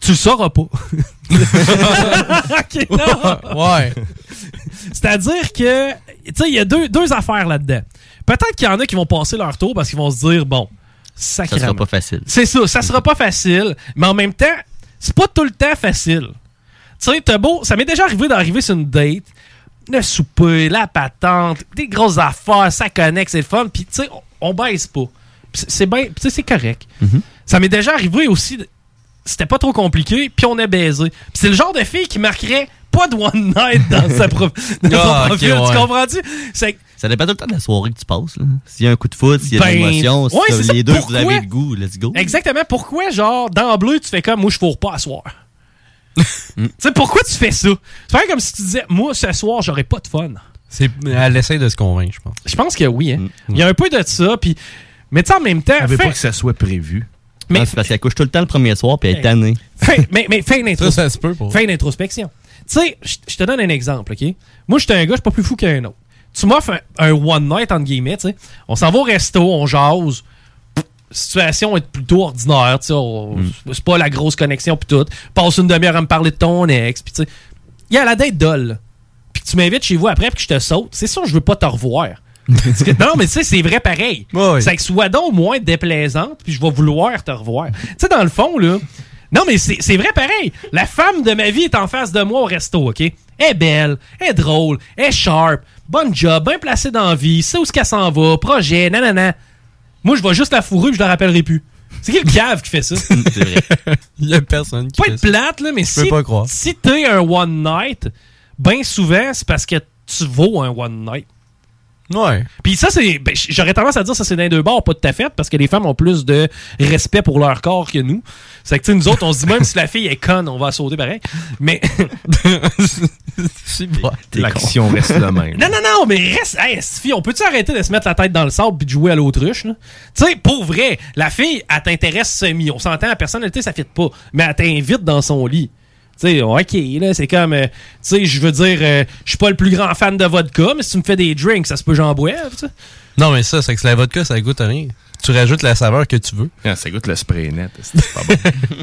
Speaker 15: tu le sauras pas. Ok, non.
Speaker 16: Ouais.
Speaker 15: C'est-à-dire que, tu sais, il y a deux, deux affaires là-dedans. Peut-être qu'il y en a qui vont passer leur tour parce qu'ils vont se dire, bon,
Speaker 18: Ça
Speaker 15: sacrément.
Speaker 18: sera pas facile.
Speaker 15: C'est ça, ça sera pas facile, mais en même temps, c'est pas tout le temps facile. Tu sais, t'as beau, ça m'est déjà arrivé d'arriver sur une date, le souper, la patente, des grosses affaires, ça connecte, c'est le fun, puis tu sais, on, on baisse pas. Pis c'est- C'est bien, tu sais, c'est correct.
Speaker 18: Mm-hmm.
Speaker 15: Ça m'est déjà arrivé aussi, de- c'était pas trop compliqué, puis on a baisé. Puis c'est le genre de fille qui marquerait pas de one night dans
Speaker 18: *laughs*
Speaker 15: sa pro- dans son
Speaker 18: Ah, ok,
Speaker 15: profil,
Speaker 18: ouais.
Speaker 15: tu comprends-tu? C'est que
Speaker 18: Ça dépend tout le temps de la soirée que tu passes. là. S'il y a un coup de foot, s'il y a de
Speaker 15: Ben,
Speaker 18: l'émotion, si
Speaker 15: ouais,
Speaker 18: t'as
Speaker 15: c'est ça.
Speaker 18: les deux, vous
Speaker 15: Pourquoi?
Speaker 18: avez le goût, let's go.
Speaker 15: Exactement. Pourquoi, genre, d'emblée, tu fais comme moi, je fourre pas
Speaker 16: *laughs*
Speaker 15: à soir? tu sais, pourquoi tu fais ça? C'est pareil comme si tu disais, moi, ce soir, j'aurais pas de fun.
Speaker 16: C'est, elle essaie de se convaincre, je pense. Mm.
Speaker 15: Je pense que oui. hein. Il y a un peu de ça. Puis... Mais tu sais, en même temps.
Speaker 16: Elle veut pas que
Speaker 17: ça soit prévu.
Speaker 18: Mais c'est parce qu'elle couche tout le temps le premier soir puis elle est
Speaker 15: Hey.
Speaker 18: tannée.
Speaker 15: Fais- mais, mais fais une introspection.
Speaker 16: Ça, ça se peut, pour
Speaker 15: Fais une introspection. Tu sais, je je te donne un exemple, OK? Moi, j'étais un gars, je suis pas plus fou qu'un autre. Tu m'offres un, un one night, entre guillemets, tu sais. On s'en va au resto, on jase. Pff, Situation est plutôt ordinaire, tu sais. on-
Speaker 18: Mm.
Speaker 15: C'est pas la grosse connexion, puis tout. Passe une demi-heure à me parler de ton ex, puis tu sais. Il y a la date dolle. Puis que tu m'invites chez vous après, puis que je te saute. C'est sûr, je veux pas te revoir. Parce que- non, mais tu sais, c'est vrai pareil. C'est que sois donc moins déplaisante, puis je vais vouloir te revoir. tu sais, dans le fond, là. Non, mais c'est c'est vrai pareil. La femme de ma vie est en face de moi au resto, OK? Elle est belle, elle est drôle, elle est sharp, bonne job, bien placée dans la vie, sait où ce qu'elle s'en va, projet, nanana. Moi, je vais juste la fourrer, puis je la rappellerai plus. C'est qui le cave qui fait ça?
Speaker 16: *laughs* C'est vrai. Il y a personne qui
Speaker 15: pas
Speaker 16: fait
Speaker 15: être
Speaker 16: ça.
Speaker 15: plate, là, mais
Speaker 16: Je peux
Speaker 15: si,
Speaker 16: pas croire.
Speaker 15: si t'es un one night, ben souvent, c'est parce que tu vaux un one night.
Speaker 16: Ouais.
Speaker 15: Puis ça, c'est. ben, j- J'aurais tendance à dire ça, c'est d'un deux bords, pas tout à fait, parce que les femmes ont plus de respect pour leur corps que nous. C'est que, tu sais, nous autres, on se dit même si la fille est conne, on va la sauter pareil. Mais. *laughs*
Speaker 16: *laughs* c'est bon.
Speaker 17: *laughs* L'action reste la même.
Speaker 15: Non, non, non, mais reste. Hey, cette fille, on peut-tu arrêter de se mettre la tête dans le sable puis de jouer à l'autruche, là? Tu sais, pour vrai, la fille, elle t'intéresse semi. On s'entend, la personnalité, ça fit pas. Mais elle t'invite dans son lit. Tu sais, ok, là, c'est comme. euh, tu sais, je veux dire, euh, je suis pas le plus grand fan de vodka, mais si tu me fais des drinks, ça se peut, j'en boive, tu sais.
Speaker 16: Non, mais ça, c'est que la vodka, ça goûte à rien. Tu rajoutes la saveur que tu veux.
Speaker 17: Ah, ça goûte le spray net. C'est pas bon.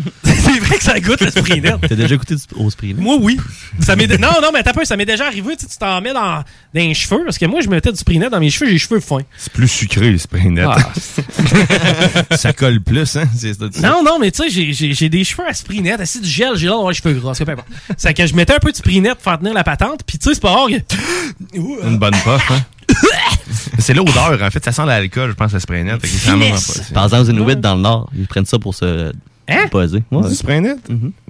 Speaker 15: *laughs* c'est vrai que ça goûte le spray net.
Speaker 18: T'as déjà goûté du- au spray
Speaker 15: Moi, oui. Ça m'est dé- non, non, mais attends un peu, ça m'est déjà arrivé, tu sais, tu t'en mets dans, dans les cheveux, parce que moi, je mettais du spray net dans mes cheveux, j'ai les cheveux fins.
Speaker 17: C'est plus sucré, le spray net.
Speaker 15: Ah.
Speaker 17: *laughs* ça colle plus, hein? C'est ça.
Speaker 15: Non, non, mais tu sais, j'ai- j'ai- j'ai des cheveux à spray net. Si du gel, j'ai l'air d'avoir les cheveux gras. C'est pas important. C'est que je mettais un peu de spray net pour faire tenir la patente. Puis tu sais, c'est pas rare. que- Ouh,
Speaker 17: Une bonne
Speaker 15: *laughs*
Speaker 17: puff, hein? C'est l'odeur, en fait. Ça sent l'alcool, je pense, le spray net. Fait que c'est vraiment pas-
Speaker 15: Finesse.
Speaker 17: c'est-
Speaker 18: Par exemple, une huit dans le Nord, ils prennent ça pour se
Speaker 15: Hein?
Speaker 18: poser.
Speaker 17: Du spray net?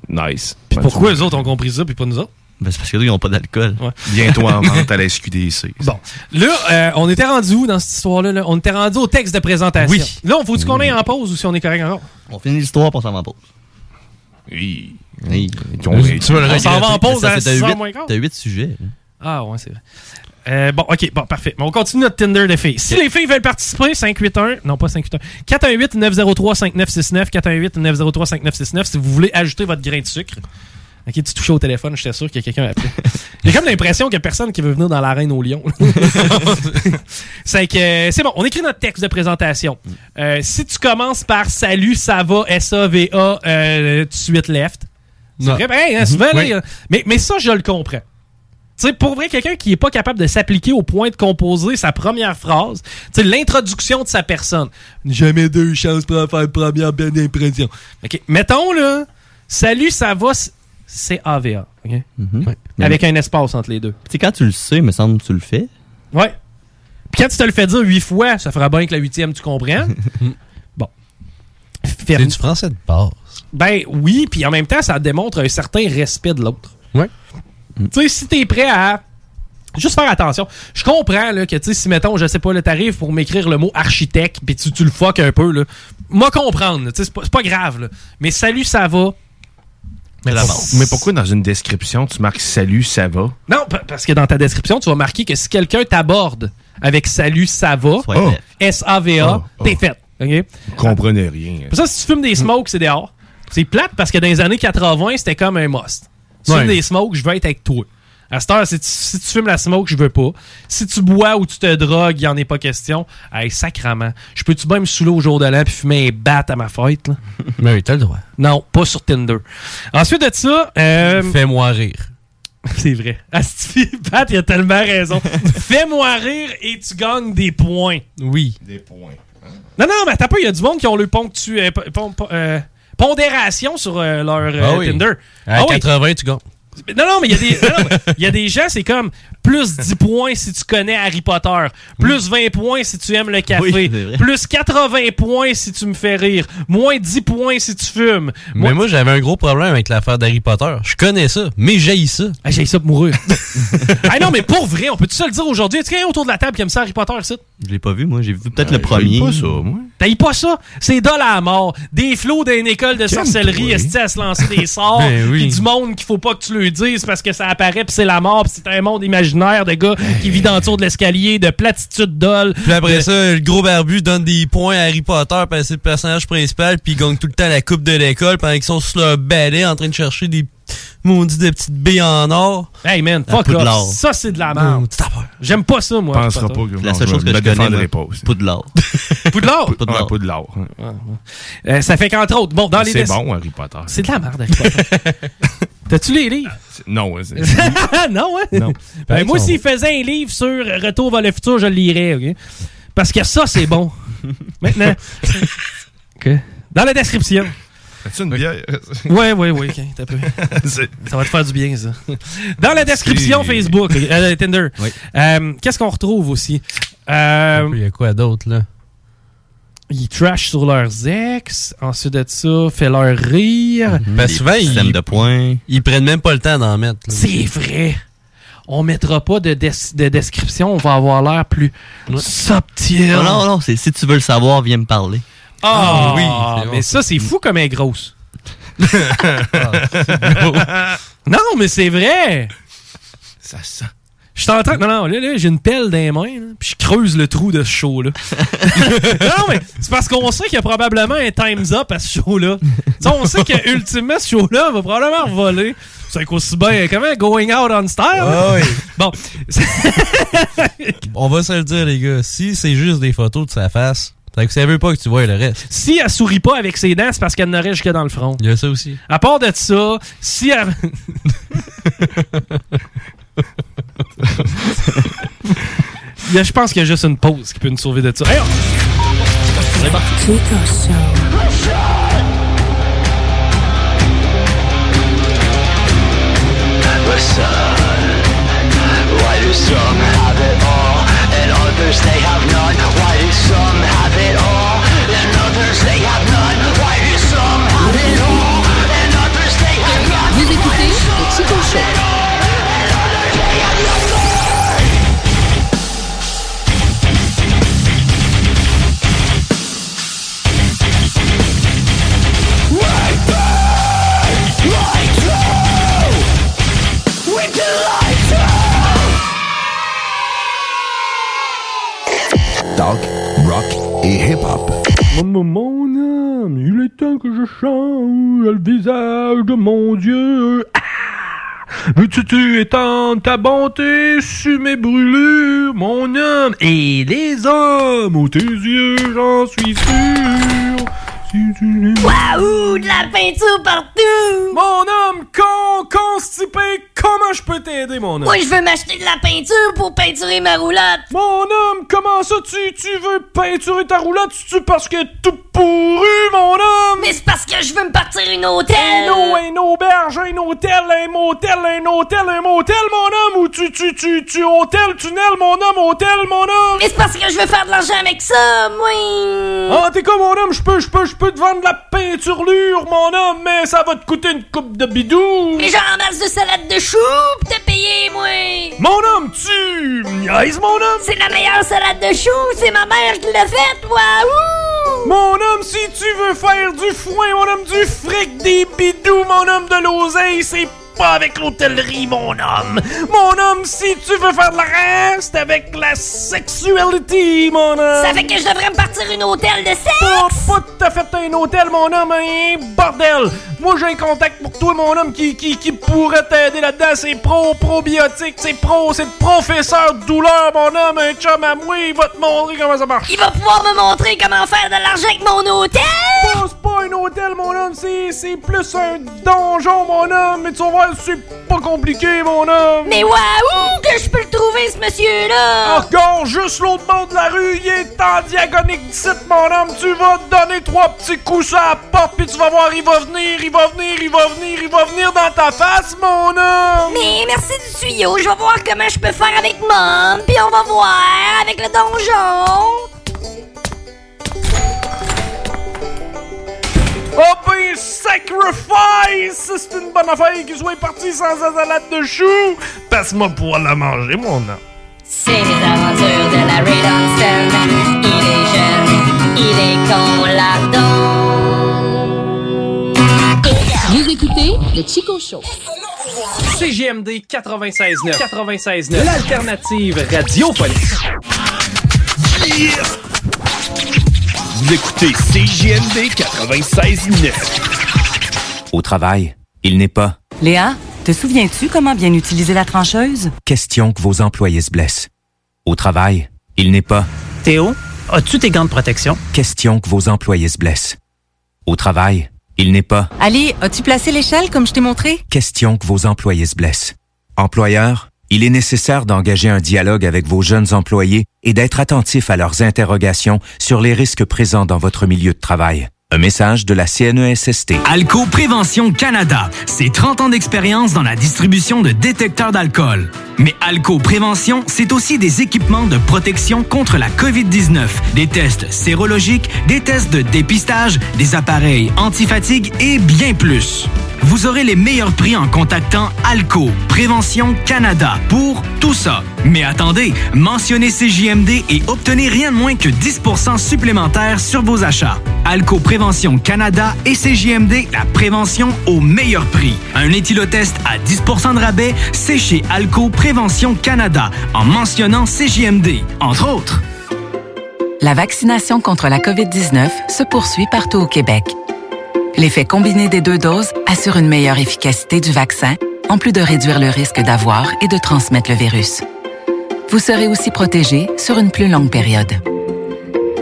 Speaker 17: Nice. Puis
Speaker 15: Pourquoi les autres ont compris ça, puis pas nous autres?
Speaker 18: Ben, c'est parce que eux, ils n'ont pas d'alcool.
Speaker 17: Bientôt en vente à la SQDC.
Speaker 15: Bon. Là, euh, on était rendu où dans cette histoire-là? là? On était rendu au texte de présentation.
Speaker 18: Oui.
Speaker 15: Là, on faut-tu qu'on aille en pause ou si on est correct encore?
Speaker 18: On finit l'histoire pour s'en va en pause.
Speaker 17: Oui.
Speaker 18: Oui.
Speaker 17: ont- Tu vas le
Speaker 15: On s'en va en
Speaker 18: regretter.
Speaker 15: pause
Speaker 18: Ça,
Speaker 15: à
Speaker 18: c'est t'as
Speaker 15: 600
Speaker 18: huit-
Speaker 15: moins quart.
Speaker 18: T'as huit sujets.
Speaker 15: Ah, ouais, c'est vrai. Euh, bon, ok, bon, parfait. Bon, on continue notre Tinder des filles. Si les filles veulent participer, 581, non pas 581, 418-903-5969, 418-903-5969, si vous voulez ajouter votre grain de sucre. Ok, tu touches au téléphone, j'étais sûr qu'il y a quelqu'un après. J'ai comme l'impression qu'il y a personne qui veut venir dans l'arène au lion.
Speaker 5: *laughs*
Speaker 15: c'est que, c'est bon, on écrit notre texte de présentation. Euh, si tu commences par salut, ça va, S-A-V-A, euh, tout de suite left. C'est
Speaker 5: Non.
Speaker 15: vrai, ben, hey, hein, souvent,
Speaker 5: Mhm.
Speaker 15: là,
Speaker 5: Oui.
Speaker 15: y a- mais, mais ça, je le comprends. Tu sais, pour vrai, quelqu'un qui est pas capable de s'appliquer au point de composer sa première phrase, tu sais, l'introduction de sa personne. Jamais deux chances pour faire une première belle impression. OK. Mettons, là, salut, ça va, c- c'est AVA. OK?
Speaker 18: Mais-
Speaker 15: Avec un espace entre les deux.
Speaker 18: Mhm. Tu sais, quand tu le sais, me semble, tu le fais.
Speaker 15: Ouais. Puis quand tu te le fais dire huit fois, ça fera bien que la huitième, tu *laughs* comprends. Mm. bon. C'est du français de base. Ben oui, puis en même temps, ça démontre un certain respect de l'autre. Ouais. Tu sais, si t'es prêt à. Juste faire attention. Je comprends là, que, tu sais, si mettons, je sais pas, le tarif pour m'écrire le mot architecte, puis tu, tu le fuck un peu, là. Moi comprendre, là, tu sais, c'est pas, c'est pas grave, là. Mais salut, ça va.
Speaker 17: Mais,
Speaker 15: la-
Speaker 17: mais pourquoi dans une description, tu marques salut, ça va?
Speaker 15: Non, pa- parce que dans ta description, tu vas marquer que si quelqu'un t'aborde avec salut, ça va,
Speaker 17: Oh. fait.
Speaker 16: Ah,
Speaker 15: S-A-V-A, t'es fait. OK?
Speaker 17: Vous comprenez rien.
Speaker 15: Pour ça, si tu fumes des smokes, c'est dehors. C'est plate parce que dans les années 80, c'était comme un must. Tu
Speaker 5: Ouais.
Speaker 15: fumes des smokes, je veux être avec toi. À cette heure, si tu, si tu fumes la smoke, je veux pas. Si tu bois ou tu te drogues, il en est pas question. Hey, sacrament. Je peux-tu bien me saouler au jour de l'an puis fumer un bat à ma fête, là?
Speaker 16: *laughs* Mais oui, t'as le droit.
Speaker 15: Non, pas sur Tinder. Ensuite de ça. euh,
Speaker 16: Fais-moi rire.
Speaker 15: *laughs* C'est vrai. Astifi, Pat, il a tellement raison. Fais-moi rire et tu gagnes des points. Oui.
Speaker 17: Des points.
Speaker 15: Non, non, mais t'as pas, il y a du monde qui ont le ponctu, euh, pon- pon- euh, pondération sur euh, leur euh,
Speaker 16: Ah oui.
Speaker 15: Tinder.
Speaker 16: À
Speaker 15: Ah oui.
Speaker 16: 80, tu gagnes.
Speaker 15: Mais Non, non, mais il y a des- non, non, mais il y a des gens, c'est comme plus 10 points si tu connais Harry Potter, plus 20 points si tu aimes le café,
Speaker 16: Oui, c'est vrai.
Speaker 15: plus 80 points si tu me fais rire, moins 10 points si tu fumes.
Speaker 16: Mais moi, j'avais un gros problème avec l'affaire d'Harry Potter. Je connais ça, mais j'ai ça.
Speaker 15: j'ai ça pour mourir. *laughs* ah non, mais pour vrai, on peut-tu se le dire aujourd'hui? Est-ce qu'il y a quelqu'un autour de la table qui aime ça Harry Potter, ici?
Speaker 18: Je l'ai pas vu, moi. J'ai vu peut-être
Speaker 15: Ah,
Speaker 18: le
Speaker 17: j'aime
Speaker 18: premier.
Speaker 17: pas ça, moi.
Speaker 15: T'haïs pas ça? C'est dol à la mort. Des flots d'une école de
Speaker 17: Calme-toi.
Speaker 15: sorcellerie, est à se lancer des sorts?
Speaker 16: Ben oui.
Speaker 15: Puis du monde qu'il faut pas que tu le dises parce que ça apparaît puis c'est la mort puis c'est un monde imaginaire de gars qui vit dans le tour de l'escalier, de platitude dol.
Speaker 16: Puis après ça, le gros barbu donne des points à Harry Potter parce que c'est le personnage principal, puis il gagne tout le temps la coupe de l'école pendant qu'ils sont sur leur balai en train de chercher des maudits de petites billes en or.
Speaker 15: Hey man,
Speaker 16: À
Speaker 15: fuck
Speaker 16: Poudlard.
Speaker 15: off. Ça, c'est de la merde. J'aime pas ça, moi.
Speaker 17: Pensera
Speaker 15: Harry Potter.
Speaker 17: pas que- La seule chose que je connais, moi,
Speaker 18: Poudlard.
Speaker 15: Poudlard?
Speaker 17: Ouais, pas de l'or.
Speaker 15: Euh, ça fait qu'entre autres, bon, dans les
Speaker 17: C'est
Speaker 15: dess-
Speaker 17: bon, Harry Potter.
Speaker 15: C'est de la merde, Harry Potter. T'as-tu les livres?
Speaker 17: Non,
Speaker 15: *laughs*
Speaker 17: ouais, c'est-
Speaker 15: non, hein?
Speaker 17: Non.
Speaker 15: Ben, moi, s'il faisait un livre sur Retour vers le futur, je le lirais, OK? Parce que ça, c'est
Speaker 17: *laughs*
Speaker 15: bon. Maintenant, dans la description.
Speaker 17: As-tu une bière?
Speaker 15: Ouais, ouais, ouais, ok, t'as peu.
Speaker 17: *laughs* C'est-
Speaker 15: Ça va te faire du bien, ça. Dans la description
Speaker 17: Si.
Speaker 15: Facebook, euh, Tinder. Euh, Qu'est-ce qu'on retrouve aussi? Euh,
Speaker 16: Il y a quoi d'autre, là?
Speaker 15: ils trashent sur leurs ex. Ensuite de ça, fait leur rire.
Speaker 17: Mhm.
Speaker 16: Ben, souvent, ils,
Speaker 18: de points.
Speaker 16: ils prennent même pas le temps d'en mettre. là.
Speaker 15: C'est vrai. On mettra pas de, des- de description. On va avoir l'air plus subtil.
Speaker 18: Oh non, non, c'est si tu veux le savoir, viens me
Speaker 15: *laughs*
Speaker 18: parler.
Speaker 15: Ah,
Speaker 18: Ah oui,
Speaker 15: oui.
Speaker 18: c'est
Speaker 15: Mais
Speaker 18: bon,
Speaker 15: ça, c'est fou comme elle est grosse. non, mais c'est vrai.
Speaker 17: Ça sent.
Speaker 15: Je suis en train. Non, non, là, là, j'ai une pelle dans les mains, là, puis je creuse le trou de ce show-là. non, mais c'est parce qu'on sait qu'il y a probablement un time's up à ce show-là. Tu sais, on sait que ultimement ce show-là va probablement voler. C'est qu'aussi bien, comment, going out on style?
Speaker 16: Ah oui.
Speaker 15: Bon.
Speaker 16: On va se le dire, les gars. Si c'est juste des photos de sa face, ça que ça veut pas que tu vois le reste.
Speaker 15: Si elle sourit pas avec ses dents, c'est parce qu'elle n'aurait jusque dans le front.
Speaker 16: Il y a ça aussi.
Speaker 15: À part de ça, si elle... *laughs* Il y a- Je pense qu'il y a juste une pause qui peut nous sauver de ça. Hey, on-
Speaker 14: Chico
Speaker 1: The sun. Why do some have it all and others they have none? Why do some have it all and others they have none? Why do some have it all and others they have none? Vous écoutez le Psycho
Speaker 2: talk, rock et hip-hop.
Speaker 12: Maman, mon âme, il est temps que je change le visage de mon Dieu.
Speaker 15: Ah!
Speaker 12: tu tu étends ta bonté sur mes brûlures, mon homme et les hommes. Aux tes yeux, j'en suis sûr.
Speaker 19: Waouh, de la peinture partout!
Speaker 20: Mon homme con, constipé, comment je peux t'aider, mon homme?
Speaker 19: Moi, je veux m'acheter de la peinture pour peinturer ma roulotte.
Speaker 20: Mon homme, comment ça tu, tu veux peinturer ta roulotte? C'est-tu parce que tout pourri, mon homme?
Speaker 19: Mais c'est parce que je veux me partir une hôtel.
Speaker 20: Un une auberge, un hôtel, un motel, un hôtel, un motel, mon homme! Ou tu, tu, tu, tu, hôtel, tunnel, mon homme, hôtel, mon homme!
Speaker 19: Mais c'est parce que je veux faire de l'argent avec ça, moi!
Speaker 20: Ah, t'es quoi, mon homme? Je peux, je peux, je peux te vendre de la peinture lure, mon homme, mais ça va te coûter une coupe de bidou!
Speaker 19: Mais j'ai en masse de salade de choux pour te payer, moi!
Speaker 20: Mon homme, tu
Speaker 19: Hmm,
Speaker 20: me niaises, mon homme?
Speaker 19: C'est la meilleure salade de choux, c'est ma mère qui l'a faite, waouh!
Speaker 20: Mon homme, si tu veux faire du foin, mon homme, du fric, des bidous, mon homme de l'oseille, c'est pas avec l'hôtellerie, mon homme. Mon homme, si tu veux faire de la reste avec la sexualité, mon homme.
Speaker 19: Ça fait que je devrais me partir une hôtel de sexe.
Speaker 20: Pas, pas tout à fait un hôtel, mon homme, un bordel. Moi, j'ai un contact pour toi, mon homme, qui, qui, qui pourrait t'aider là-dedans. C'est pro, probiotique, c'est pro, c'est le professeur douleur, mon homme. Un chum à moi, il va te montrer comment ça marche.
Speaker 19: Il va pouvoir me montrer comment faire de l'argent avec mon hôtel.
Speaker 20: Bon, c'est pas un hôtel, mon homme, c'est, c'est plus un donjon, mon homme. Mais tu vas voir, c'est pas compliqué, mon homme!
Speaker 19: Mais waouh! Que je peux le trouver, ce monsieur-là!
Speaker 20: Encore juste l'autre bord de la rue, il est en diagonique d'ici, mon homme! Tu vas donner trois petits coups sur la porte, puis tu vas voir, il va venir, il va venir, il va venir, il va venir dans ta face, mon homme!
Speaker 19: Mais merci du tuyau, je vais voir comment je peux faire avec Mom, puis on va voir avec le donjon!
Speaker 20: Oh ben, sacrifice! C'est une bonne affaire qu'il soit parti sans salade de choux! Passe-moi pour la manger, mon homme.
Speaker 19: C'est les aventures de la Red Stone. Il est jeune, il est con, lardon.
Speaker 8: Vous écoutez le Chico Show.
Speaker 20: CGMD 96.9. 96.9. L'alternative radiophonique.
Speaker 2: Vous écoutez CJMD 96.9.
Speaker 21: Au travail, il n'est pas.
Speaker 22: Léa, te souviens-tu comment bien utiliser la trancheuse?
Speaker 21: Question que vos employés se blessent. Au travail, il n'est pas.
Speaker 23: Théo, as-tu tes gants de protection?
Speaker 21: Question que vos employés se blessent. Au travail, il n'est pas.
Speaker 22: Ali, as-tu placé l'échelle comme je t'ai montré?
Speaker 21: Question que vos employés se blessent. Employeur, il est nécessaire d'engager un dialogue avec vos jeunes employés et d'être attentif à leurs interrogations sur les risques présents dans votre milieu de travail. Un message de la E CNESST.
Speaker 24: Alco Prévention Canada, c'est 30 ans d'expérience dans la distribution de détecteurs d'alcool. Mais Alco Prévention, c'est aussi des équipements de protection contre la COVID-19, des tests sérologiques, des tests de dépistage, des appareils antifatigue et bien plus. Vous aurez les meilleurs prix en contactant Alco Prévention Canada pour tout ça. Mais attendez, mentionnez CJMD et obtenez rien de moins que 10 supplémentaires sur vos achats. Alco Prévention Canada et CJMD, la prévention au meilleur prix. Un éthylotest à 10 de rabais, c'est chez Alco Prévention Canada en mentionnant CJMD, entre autres.
Speaker 25: La vaccination contre la COVID-19 se poursuit partout au Québec. L'effet combiné des deux doses assure une meilleure efficacité du vaccin, en plus de réduire le risque d'avoir et de transmettre le virus. Vous serez aussi protégé sur une plus longue période.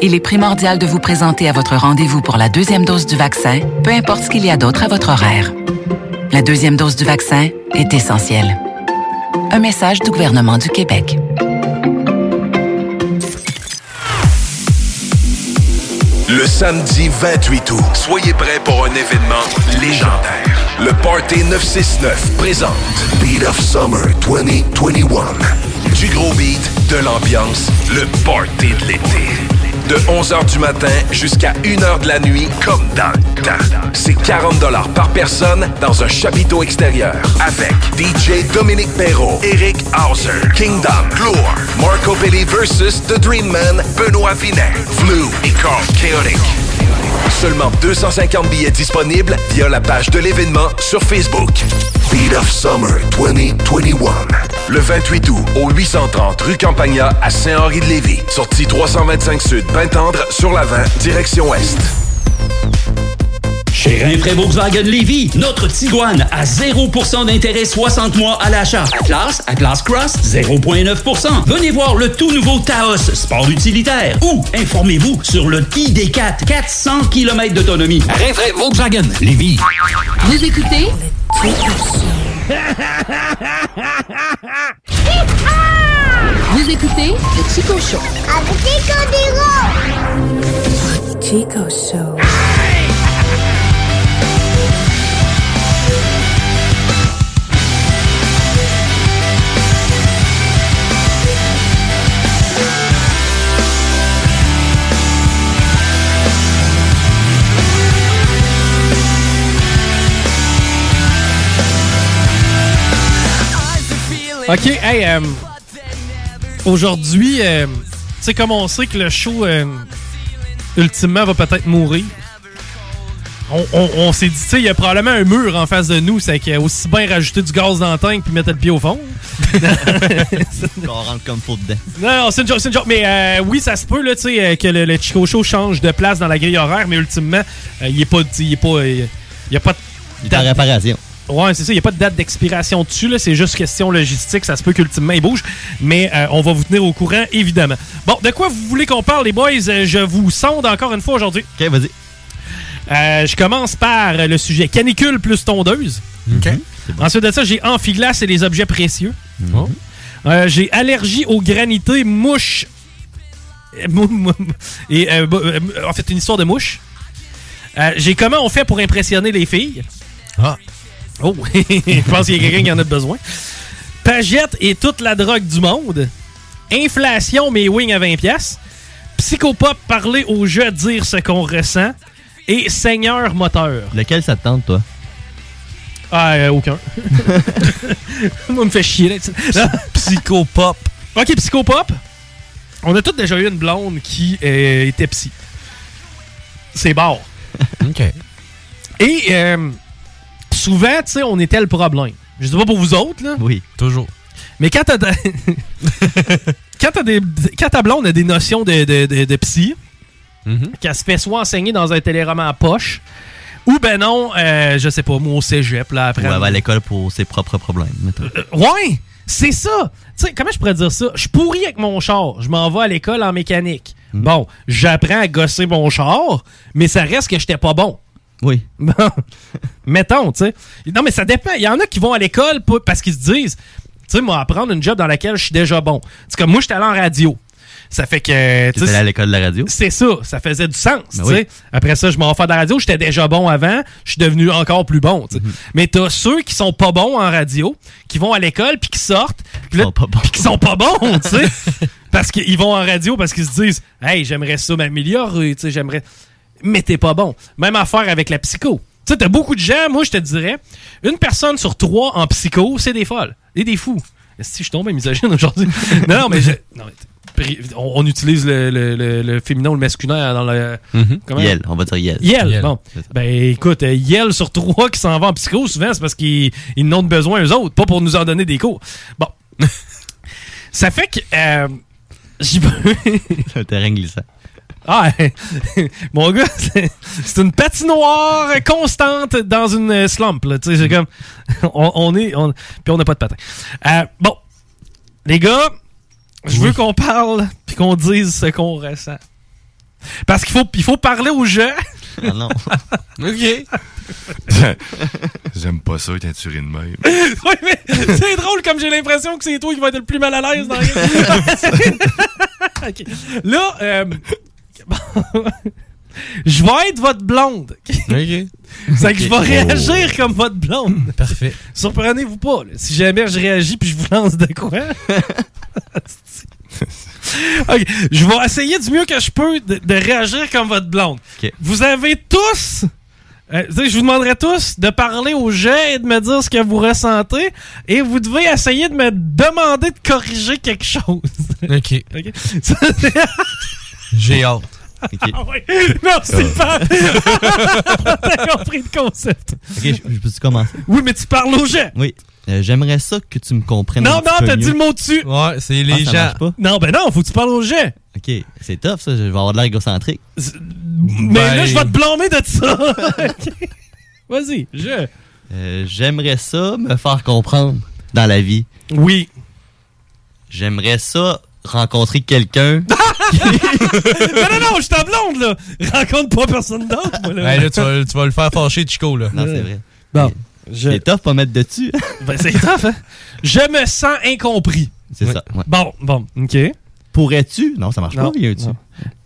Speaker 25: Il est primordial de vous présenter à votre rendez-vous pour la deuxième dose du vaccin, peu importe ce qu'il y a d'autre à votre horaire. La deuxième dose du vaccin est essentielle. Un message du gouvernement du Québec.
Speaker 2: Le samedi 28 août, soyez prêts pour un événement légendaire. Le Party 969 présente Beat of Summer 2021. Du gros beat, de l'ambiance, le Party de l'été. De 11h du matin jusqu'à 1h de la nuit, comme dans le temps. C'est 40 par personne dans un chapiteau extérieur. Avec DJ Dominique Perrault, Eric Hauser, Kingdom, Gloire, Marco Belli versus The Dream Man, Benoît Vinet, Flu et Carl Chaotic. Seulement 250 billets disponibles via la page de l'événement sur Facebook. Beat of Summer 2021. Le 28 août au 830 rue Campagna à Saint-Henri-de-Lévis. Sortie 325 Sud, Pintendre, sur la 20, direction Ouest.
Speaker 26: Chez Rinfraie Volkswagen Lévy, notre Tiguan à 0% d'intérêt 60 mois à l'achat. Atlas, Atlas Cross, 0,9%. Venez voir le tout nouveau Taos, sport utilitaire. Ou informez-vous sur le ID4, 400 km d'autonomie. Rinfraie Volkswagen Lévy.
Speaker 3: Vous écoutez Vous écoutez le Chico Show.
Speaker 12: Avec Chico Duro.
Speaker 14: Chico Show.
Speaker 15: OK, hey, euh, aujourd'hui, euh, tu sais, comme on sait que le show, euh, ultimement, va peut-être mourir, on, on- on s'est dit, tu sais, il y a probablement un mur en face de nous, c'est qu'il aussi bien rajouter du gaz dans le tank puis mettre le pied au fond.
Speaker 18: On rentre comme faux dedans.
Speaker 15: Non, non, c'est une joke, c'est une joke. Mais euh, oui, ça se peut là, tu sais, euh, que le, le Chico Show change de place dans la grille horaire, mais ultimement, euh, il est pas, il est pas, euh, il y a pas de
Speaker 18: est en réparation.
Speaker 15: Ouais, c'est ça. Il n'y a pas de date d'expiration dessus. là. C'est juste question logistique. Ça se peut qu'ultimement, il bouge. Mais euh, on va vous tenir au courant, évidemment. Bon, de quoi vous voulez qu'on parle, les boys? Euh, Je vous sonde encore une fois aujourd'hui.
Speaker 18: OK, vas-y.
Speaker 15: je commence par euh, le sujet canicule plus tondeuse. Ensuite de ça, j'ai amphiglace et les objets précieux. Euh, j'ai allergie aux granités, mouches. euh, mou- mou- Et, euh, bo- euh, en fait, une histoire de mouches. Euh, j'ai comment on fait pour impressionner les filles. Ah. Oh, *laughs* je pense qu'il y a quelqu'un qui en a besoin. Pagette et toute la drogue du monde. Inflation, mes wings à 20$. piastres. Psychopop, parler au jeu, dire ce qu'on ressent. Et Seigneur moteur.
Speaker 18: Lequel ça te tente, toi?
Speaker 15: Ah, euh, aucun. *laughs* Moi, me fait chier. là.
Speaker 16: Psychopop.
Speaker 15: Ok, psychopop. On a tous déjà eu une blonde qui euh, était psy. C'est barre.
Speaker 16: OK.
Speaker 15: Et euh, souvent, tu sais, on était le problème. Je dis pas pour vous autres, là.
Speaker 18: Oui,
Speaker 16: toujours.
Speaker 15: Mais quand t'as... ta- *laughs* quand, t'as des... quand ta blonde a des notions de, de- de- de psy, qu'elle se fait soit enseigner dans un téléroman à poche, ou ben non, euh, je sais pas, moi, au cégep, là, après... Euh,
Speaker 18: Ou elle va à l'école pour ses propres problèmes, mettons.
Speaker 15: Ouais, c'est ça. Tu sais, comment je pourrais dire ça? Je pourris avec mon char. Je m'en vais à l'école en mécanique.
Speaker 18: Hmm.
Speaker 15: Bon, j'apprends à gosser mon char, mais ça reste que j'étais pas bon.
Speaker 18: Oui.
Speaker 15: *laughs* Bon, mettons, tu sais. Non, mais ça dépend. Il y en a qui vont à l'école pour- parce qu'ils se disent, tu sais, moi, apprendre une job dans laquelle je suis déjà bon. C'est comme moi, j'étais allé en radio. Ça fait que. tu
Speaker 18: T'es allé à
Speaker 15: sais,
Speaker 18: l'école de la radio?
Speaker 15: c'est ça, ça faisait du sens.
Speaker 18: Ben
Speaker 15: tu sais.
Speaker 18: oui.
Speaker 15: Après ça, je m'en fais de la radio, j'étais déjà bon avant, je suis devenu encore plus bon. tu sais. Mais t'as ceux qui sont pas bons en radio, qui vont à l'école puis qui sortent, puis là- puis qui sont pas bons, tu sais. *laughs* parce qu'ils vont en radio parce qu'ils se disent Hey, j'aimerais ça m'améliorer, tu sais, j'aimerais. Mais t'es pas bon. Même affaire avec la psycho. Tu sais, t'as beaucoup de gens, moi je te dirais, une personne sur trois en psycho, c'est des folles et des fous. Si je tombe à misogyne aujourd'hui. non, non, mais je- non, mais pri- on, on utilise le, le- le- le féminin ou le masculin dans le. euh, comment-
Speaker 18: Mhm. Yel, on va dire Yel.
Speaker 15: Yel, bon. Ben écoute, euh, Yel sur trois qui s'en va en psycho, souvent, c'est parce qu'ils ils n'ont de besoin eux autres, pas pour nous en donner des cours. Bon. Ça fait que. euh, J'y vais.
Speaker 18: Un terrain glissant.
Speaker 15: Ah, *laughs* mon gars, c'est c'est une patinoire constante dans une euh, slump. Là. Tu sais, c'est
Speaker 18: Mm.
Speaker 15: comme, *laughs* on, on est, on- puis on n'a pas de patin. Euh, bon, les gars, je veux qu'on parle puis qu'on dise ce qu'on ressent. Parce qu'il faut, il faut parler aux gens.
Speaker 18: Ah
Speaker 5: *laughs*
Speaker 18: non.
Speaker 15: *laughs*
Speaker 18: *laughs*
Speaker 15: OK.
Speaker 17: *laughs* J'aime pas ça quand tu ris de même.
Speaker 15: *laughs* oui, mais c'est drôle comme j'ai l'impression que c'est toi qui vas être le plus mal à l'aise dans la game. *laughs* Ok. Là, euh, je vais être votre blonde. *laughs* C'est que je vais
Speaker 16: Ok.
Speaker 15: réagir comme votre blonde.
Speaker 16: Parfait.
Speaker 15: *laughs* Surprenez-vous pas. là. Si jamais je réagis puis je vous lance de quoi. Ok, Je vais essayer du mieux que je peux de, de réagir comme votre blonde.
Speaker 18: Ok.
Speaker 15: Vous avez tous. euh, tu sais, je vous demanderai tous de parler au jet et de me dire ce que vous ressentez. Et vous devez essayer de me demander *laughs* de corriger quelque chose.
Speaker 16: OK.
Speaker 15: Ok? Ça, c'est-
Speaker 16: J'ai hâte.
Speaker 15: Ah ouais. Merci,
Speaker 16: Euh.
Speaker 15: *laughs* Pat. T'as compris le concept.
Speaker 18: Ok, je, je peux-tu commencer?
Speaker 15: Oui, mais tu parles aux gens.
Speaker 18: Oui. Euh, J'aimerais ça que tu me comprennes.
Speaker 15: Non,
Speaker 18: un petit
Speaker 15: non,
Speaker 18: peu
Speaker 15: t'as
Speaker 18: mieux. Ah,
Speaker 15: dit le mot dessus.
Speaker 18: Ouais, c'est
Speaker 15: les gens. Non, ben non, faut que tu parles aux gens.
Speaker 18: Ok, c'est tough ça, je vais avoir de l'air égocentrique.
Speaker 15: Mais
Speaker 18: Ben-
Speaker 15: là, je vais te blâmer de ça.
Speaker 18: *laughs*
Speaker 15: Ok. Vas-y, je.
Speaker 18: Euh, J'aimerais ça me faire comprendre dans la vie.
Speaker 15: Oui.
Speaker 18: J'aimerais ça rencontrer quelqu'un.
Speaker 15: non, non, non, je suis ta blonde, là. Rencontre pas personne
Speaker 18: Ah.
Speaker 15: d'autre, moi, là.
Speaker 16: Hey, là, tu vas, tu vas le faire fâcher, Chico, là.
Speaker 18: Non, c'est vrai.
Speaker 15: Bon.
Speaker 18: C'est tough pas mettre de dessus.
Speaker 15: Ben,
Speaker 18: *laughs*
Speaker 15: c'est tough, hein? Je me sens incompris.
Speaker 18: C'est ça. ouais.
Speaker 15: Bon, bon, OK.
Speaker 18: Pourrais-tu? Non, ça marche pas,
Speaker 15: Non,
Speaker 18: il y a un dessus.
Speaker 15: non.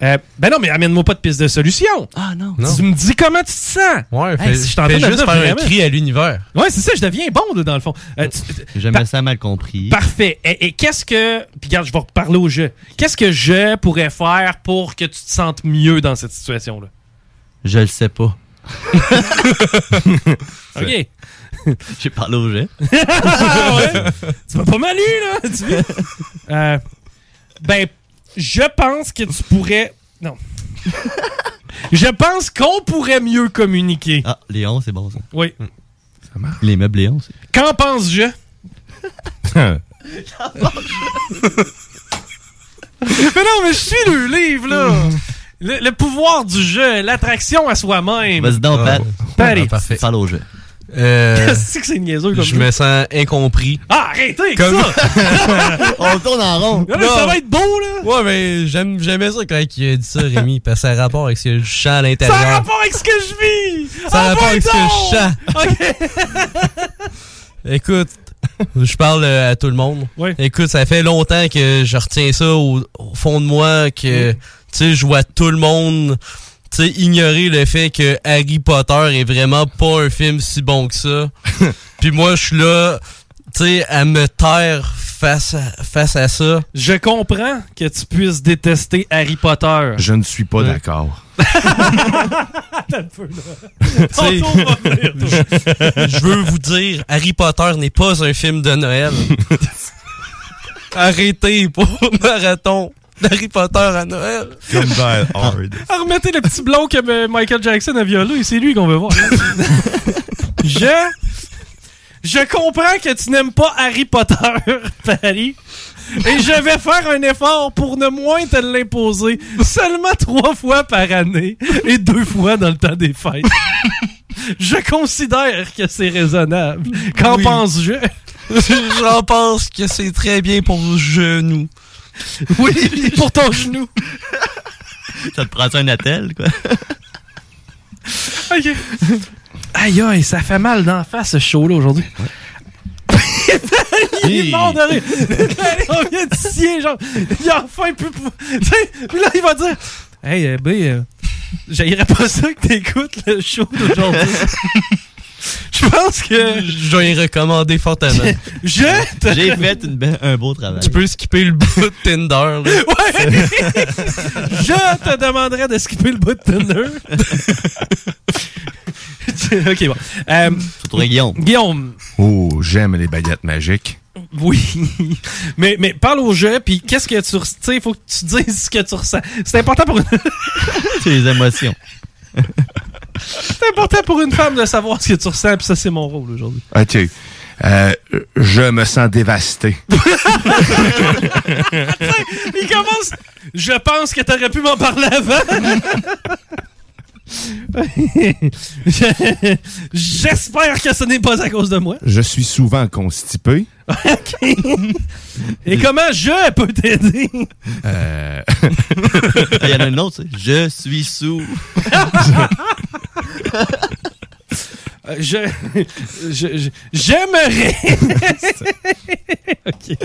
Speaker 15: Euh, ben non, mais amène-moi pas de piste de solution.
Speaker 18: Ah non.
Speaker 15: Tu me dis comment tu te sens. Ouais,
Speaker 16: fais- fais juste faire un cri
Speaker 15: à l'univers. Ouais, c'est ça, je deviens bon, là, dans le fond. Euh, tu-
Speaker 18: J'aimerais ça mal compris.
Speaker 15: Parfait. Et, et qu'est-ce que. Puis regarde, je vais reparler au jeu. Qu'est-ce que je pourrais faire pour que tu te sentes mieux dans cette situation-là?
Speaker 18: Je le sais
Speaker 15: *laughs*
Speaker 18: pas.
Speaker 15: OK.
Speaker 18: J'ai parlé au
Speaker 15: *laughs*
Speaker 18: jet.
Speaker 15: Ah *laughs* ouais? Tu m'as pas mal eu, là! Tu vis- Euh, ben, je pense que tu pourrais.
Speaker 18: *laughs*
Speaker 15: Non. je pense qu'on pourrait mieux communiquer.
Speaker 18: Ah, Léon, Hmm. c'est bon ça.
Speaker 15: Oui.
Speaker 18: Les meubles Léon, c'est. *laughs*
Speaker 15: Qu'en pense-je? *laughs* mais non, mais je suis le livre, là!
Speaker 18: Hmm.
Speaker 15: Le, le pouvoir du jeu, l'attraction à soi-même.
Speaker 18: Vas-y donc, Pat.
Speaker 15: Pat.
Speaker 16: Ah, parfait.
Speaker 18: Parle au jeu.
Speaker 16: Euh,
Speaker 15: Qu'est-ce que *laughs* c'est niaiseux comme
Speaker 16: je
Speaker 15: ça?
Speaker 16: me sens incompris.
Speaker 15: Ah, arrêtez avec
Speaker 16: Comme- *laughs*
Speaker 15: ça!
Speaker 18: *laughs* On tourne en rond.
Speaker 15: Non, mais ça
Speaker 18: *laughs*
Speaker 15: va être beau, là!
Speaker 16: Ouais, mais j'aime, j'aimais ça quand il a dit ça, Rémi, parce que ça a rapport avec ce que je sens à
Speaker 15: Ça a
Speaker 16: l'intérieur.
Speaker 15: rapport avec ce que je vis!
Speaker 16: Ça a
Speaker 15: Ah,
Speaker 16: rapport
Speaker 15: ben
Speaker 16: avec ce que je
Speaker 15: donc!
Speaker 16: sens. Écoute, *laughs* je parle euh, à tout le monde. Écoute, ça fait longtemps que je retiens ça au, au fond de moi, que
Speaker 15: Mm.
Speaker 16: tu sais, je vois tout le monde tu sais, ignorer le fait que Harry Potter est vraiment pas un film si bon que
Speaker 15: *laughs*
Speaker 16: ça. Puis moi, je suis là, tu sais, à me taire face à, face à ça.
Speaker 15: Je comprends que tu puisses détester Harry Potter.
Speaker 16: *laughs*
Speaker 17: Je ne suis pas
Speaker 16: Ouais.
Speaker 17: d'accord.
Speaker 15: Attends un peu, *laughs* là.
Speaker 16: Tu sais,
Speaker 15: On tourne, on va venir,
Speaker 16: je je veux vous dire, Harry Potter n'est pas un film de Noël. Arrêtez pour marathon d'Harry Potter à Noël.
Speaker 17: Comme Die Hard.
Speaker 15: Ah, remettez le petit blond que euh, Michael Jackson a violé, c'est lui qu'on
Speaker 16: *laughs*
Speaker 15: veut voir. je. Je comprends que tu n'aimes pas Harry Potter, Paris. Et je vais faire un effort pour ne moins te l'imposer seulement trois fois par année et deux fois dans le temps des fêtes. je considère que c'est raisonnable. Qu'en
Speaker 16: Oui.
Speaker 15: pense-je?
Speaker 16: J'en pense que c'est très bien pour genou.
Speaker 15: Oui, pour ton genou.
Speaker 18: Ça te prend-tu un attel,
Speaker 15: *laughs*
Speaker 18: quoi?
Speaker 15: Ok. Aïe, aïe, ça fait mal d'en face ce show-là aujourd'hui. il est mort de rire. Allez, on vient de scier, genre. Il a enfin pu. pou- Tu sais, Puis là, il va dire Hey, euh, B, euh, j'haïrais pas ça que t'écoutes le show d'aujourd'hui. Je pense que.
Speaker 16: Je vais y recommander fortement.
Speaker 15: Je te-
Speaker 18: J'ai fait une be- un beau travail.
Speaker 16: Tu peux skipper le bout de Tinder. là.
Speaker 15: Ouais!
Speaker 16: *laughs*
Speaker 15: Je te demanderais de skipper le bout de Tinder. *laughs* ok, bon. Euh,
Speaker 18: Guillaume.
Speaker 15: Guillaume,
Speaker 17: Oh, j'aime les baguettes magiques.
Speaker 15: Oui. Mais, mais parle au jeu, puis qu'est-ce que tu ressens? Il faut que tu dises ce que tu ressens. C'est important, pour une... *laughs*
Speaker 18: C'est les émotions.
Speaker 15: c'est important pour une femme de savoir ce que tu ressens, puis ça, c'est mon rôle aujourd'hui.
Speaker 17: OK. Euh, je me sens dévasté.
Speaker 15: Il commence. Je pense que t'aurais pu m'en parler avant. *laughs* Je- J'espère que ce n'est pas à cause de moi.
Speaker 17: Je suis souvent constipé.
Speaker 15: Ok. Et comment je peux t'aider?
Speaker 17: Euh, *laughs*
Speaker 18: *laughs* Il y en a un autre, tu sais. Je suis sous.
Speaker 15: Euh, Je. je- je- J'aimerais. Ok.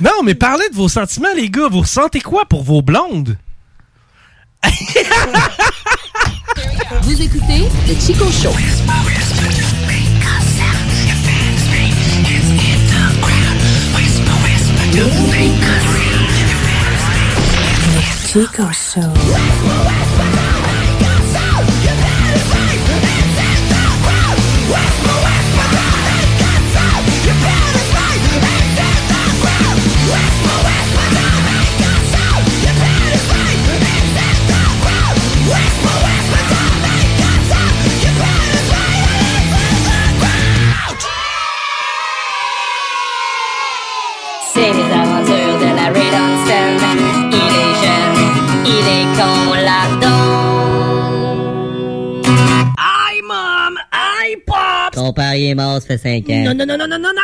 Speaker 15: Non, mais parlez de vos sentiments, les gars. Vous ressentez quoi pour vos blondes?
Speaker 3: Vous écoutez le Chico Show.
Speaker 14: Chico Show.
Speaker 27: Mon père, il est mort, ça fait 5 ans.
Speaker 19: Non, non, non, non, non, non, non,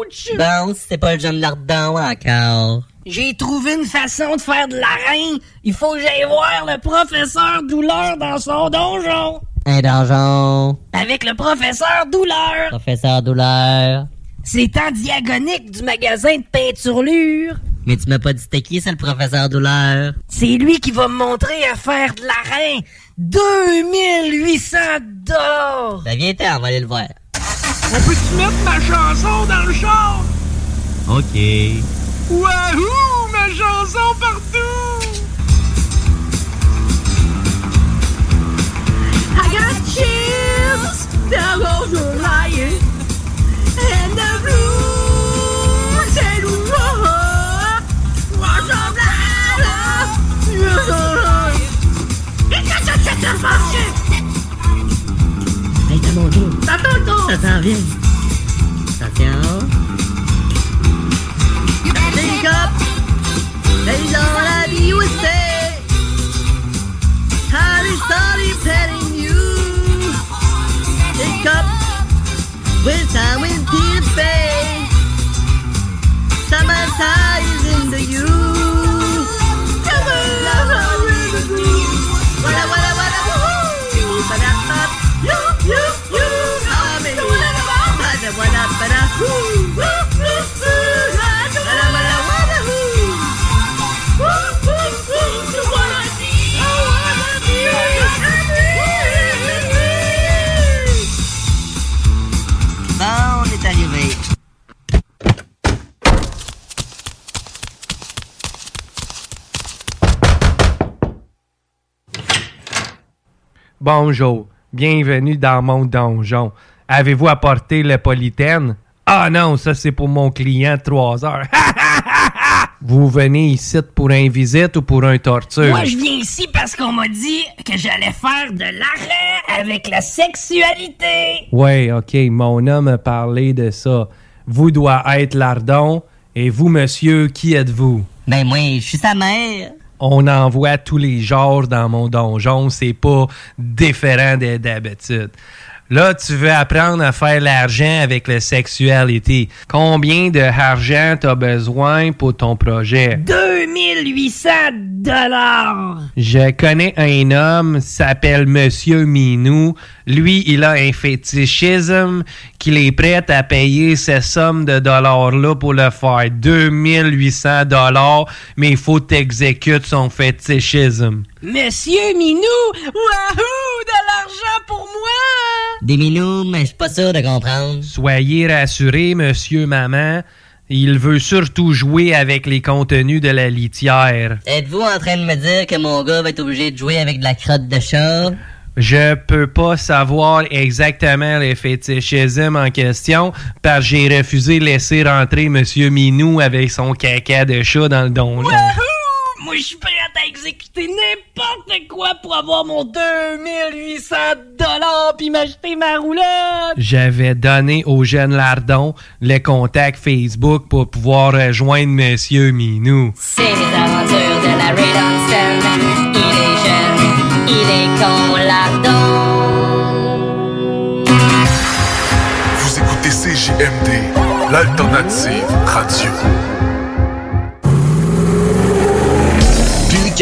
Speaker 19: ouch!
Speaker 27: Bon, si c'est pas le John Lardon encore.
Speaker 19: J'ai trouvé une façon de faire de l'arin. Il faut que j'aille voir le professeur Douleur dans son donjon.
Speaker 27: Un donjon.
Speaker 19: Avec le professeur Douleur.
Speaker 27: Professeur Douleur.
Speaker 19: C'est en diagonique du magasin de peinturlure.
Speaker 27: Mais tu m'as pas dit c'était qui, c'est le professeur Douleur?
Speaker 19: C'est lui qui va me montrer à faire de l'arin. 2800 dollars.
Speaker 27: Ben viens t'en, on va aller le voir.
Speaker 19: On peut-tu mettre ma chanson dans le char?
Speaker 27: Ok.
Speaker 19: *laughs* Wahoo! Ma chanson partout! I got chills down over my head and the blues and whoa, what's up now? Et que ça s'est fâché!
Speaker 27: Hey, t'as mon dos.
Speaker 19: T'as ton dos!
Speaker 27: Ça s'en vient. Attention.
Speaker 19: Think up, days all I do is say, Harry started telling you, think up, with time with deep faith, Samantha is in the you. Come on, love, I'm in the groove. Wada, wada, wada, woohoo. Bada, bada, you, you, you, I'm in. Bada, wada, bada,
Speaker 27: Bah,
Speaker 19: woo, woo, woo, woo. Bada, bada, wada, woo. Woo, woo, woo, you wanna be, I wanna be, I'm in.
Speaker 27: Bon, on est arrivé.
Speaker 15: Bonjour, bienvenue dans mon donjon. Avez-vous apporté le polythène? Ah non, ça c'est pour mon client de 3 heures. *laughs* Vous venez ici pour une visite ou pour un torture?
Speaker 19: Moi, je viens ici parce qu'on m'a dit que j'allais faire de l'arrêt avec la sexualité.
Speaker 15: Ouais, ok, mon homme a parlé de ça. Vous doit être Lardon. Et vous, monsieur, qui êtes-vous?
Speaker 27: Ben moi, je suis sa mère.
Speaker 15: On envoie tous les genres dans mon donjon. C'est pas différent de- d'habitude. Là, tu veux apprendre à faire l'argent avec la sexualité. Combien d'argent t'as besoin pour ton projet?
Speaker 19: 2800 dollars.
Speaker 15: Je connais un homme, s'appelle Monsieur Minou. Lui, il a un fétichisme qu'il est prêt à payer ces sommes de dollars-là pour le faire. 2800 dollars, mais il faut t'exécutes son fétichisme.
Speaker 19: Monsieur Minou, wahoo, de l'argent pour moi.
Speaker 27: Des minous, mais je suis pas sûr de comprendre.
Speaker 15: Soyez rassurés, Monsieur Maman. Il veut surtout jouer avec les contenus de la litière.
Speaker 27: Êtes-vous en train de me dire que mon gars va être obligé de jouer avec de la crotte de chat?
Speaker 15: Je peux pas savoir exactement les fétichismes en question parce que j'ai refusé de laisser rentrer Monsieur Minou avec son caca de chat dans le donjon.
Speaker 19: Wahoo, moi je suis prêt à exécuter n'importe quoi pour avoir mon 2800 dollars puis m'acheter ma roulotte.
Speaker 15: J'avais donné au jeune Lardon le contact Facebook pour pouvoir rejoindre Monsieur Minou.
Speaker 8: C'est les aventures de la Red Stem. Il est jeune, il est con, lardon.
Speaker 2: Vous écoutez CJMD, l'alternative radio.
Speaker 28: Plus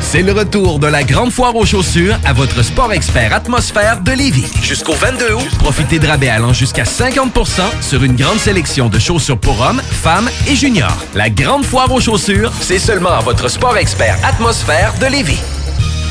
Speaker 29: C'est le retour de la grande foire aux chaussures à votre sport expert atmosphère de Lévis. Jusqu'au 22 août, profitez de rabais allant jusqu'à 50% sur une grande sélection de chaussures pour hommes, femmes et juniors. La grande foire aux chaussures, c'est seulement à votre sport expert atmosphère de Lévis.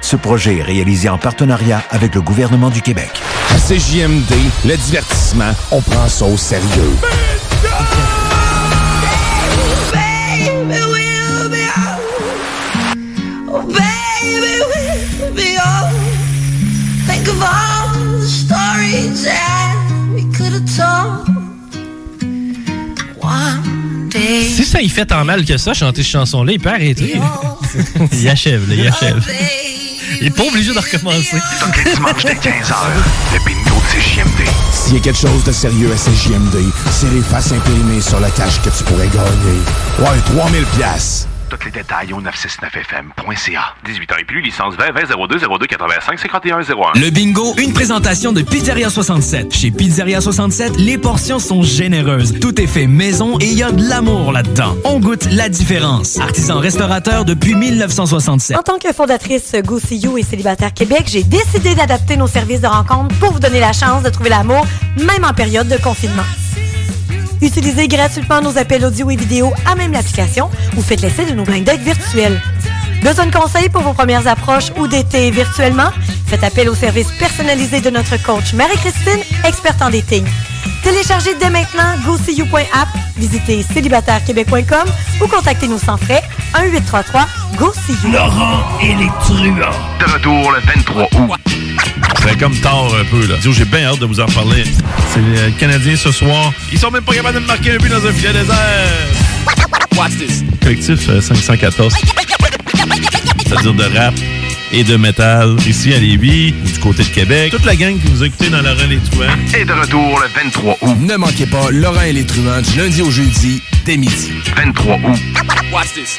Speaker 30: Ce projet est réalisé en partenariat avec le gouvernement du Québec.
Speaker 2: À CJMD, le divertissement, on prend ça au sérieux.
Speaker 3: Baby, we'll be out. Oh, baby, we'll be out. oh. Think of all the stories that we could have told. One day,
Speaker 15: Si ça y fait tant mal que ça, chanter cette chanson-là, il peut arrêter. *laughs* il achève, là, il achève. Il est pas obligé de recommencer.
Speaker 7: Tous les dimanches dès 15h, le bingo de CJMD.
Speaker 2: S'il y a quelque chose de sérieux à CJMD, c'est les faces imprimées sur la cash que tu pourrais gagner. Ouais, 3000 pièces.
Speaker 7: Tous les détails au 969fm.ca.
Speaker 17: 18 ans et plus, licence 20 20 02 02 85 51 01.
Speaker 24: Le bingo, une présentation de Pizzeria 67. Chez Pizzeria 67, les portions sont généreuses. Tout est fait maison et il y a de l'amour là-dedans. On goûte la différence. Artisan restaurateur depuis 1967.
Speaker 13: En tant que fondatrice Go See You et Célibataire Québec, j'ai décidé d'adapter nos services de rencontre pour vous donner la chance de trouver l'amour, même en période de confinement. Utilisez gratuitement nos appels audio et vidéo à même l'application ou faites l'essai de nos blind dates virtuels. Besoin de conseils pour vos premières approches ou d'été virtuellement? Faites appel au service personnalisé de notre coach Marie-Christine, experte en dating. Téléchargez dès maintenant GoSeeYou.app, visitez célibatairequebec.com ou contactez-nous sans frais 1-833-GoSeeYou.
Speaker 7: et les truands. De retour le 23 août.
Speaker 5: C'est comme tard un peu, là. Dis-moi, J'ai bien hâte de vous en parler. C'est les Canadiens ce soir. Ils sont même pas capables de marquer un but dans un filet désert. Collectif euh, 514. C'est-à-dire de rap et de métal. Ici à Lévis, ou du côté de Québec. Toute la gang qui nous a écoutés dans Laurent Les Truands.
Speaker 7: Et de retour le 23 août.
Speaker 2: Ne manquez pas Laurent et les truands du lundi au jeudi, dès midi.
Speaker 7: 23 août.
Speaker 2: Watch this.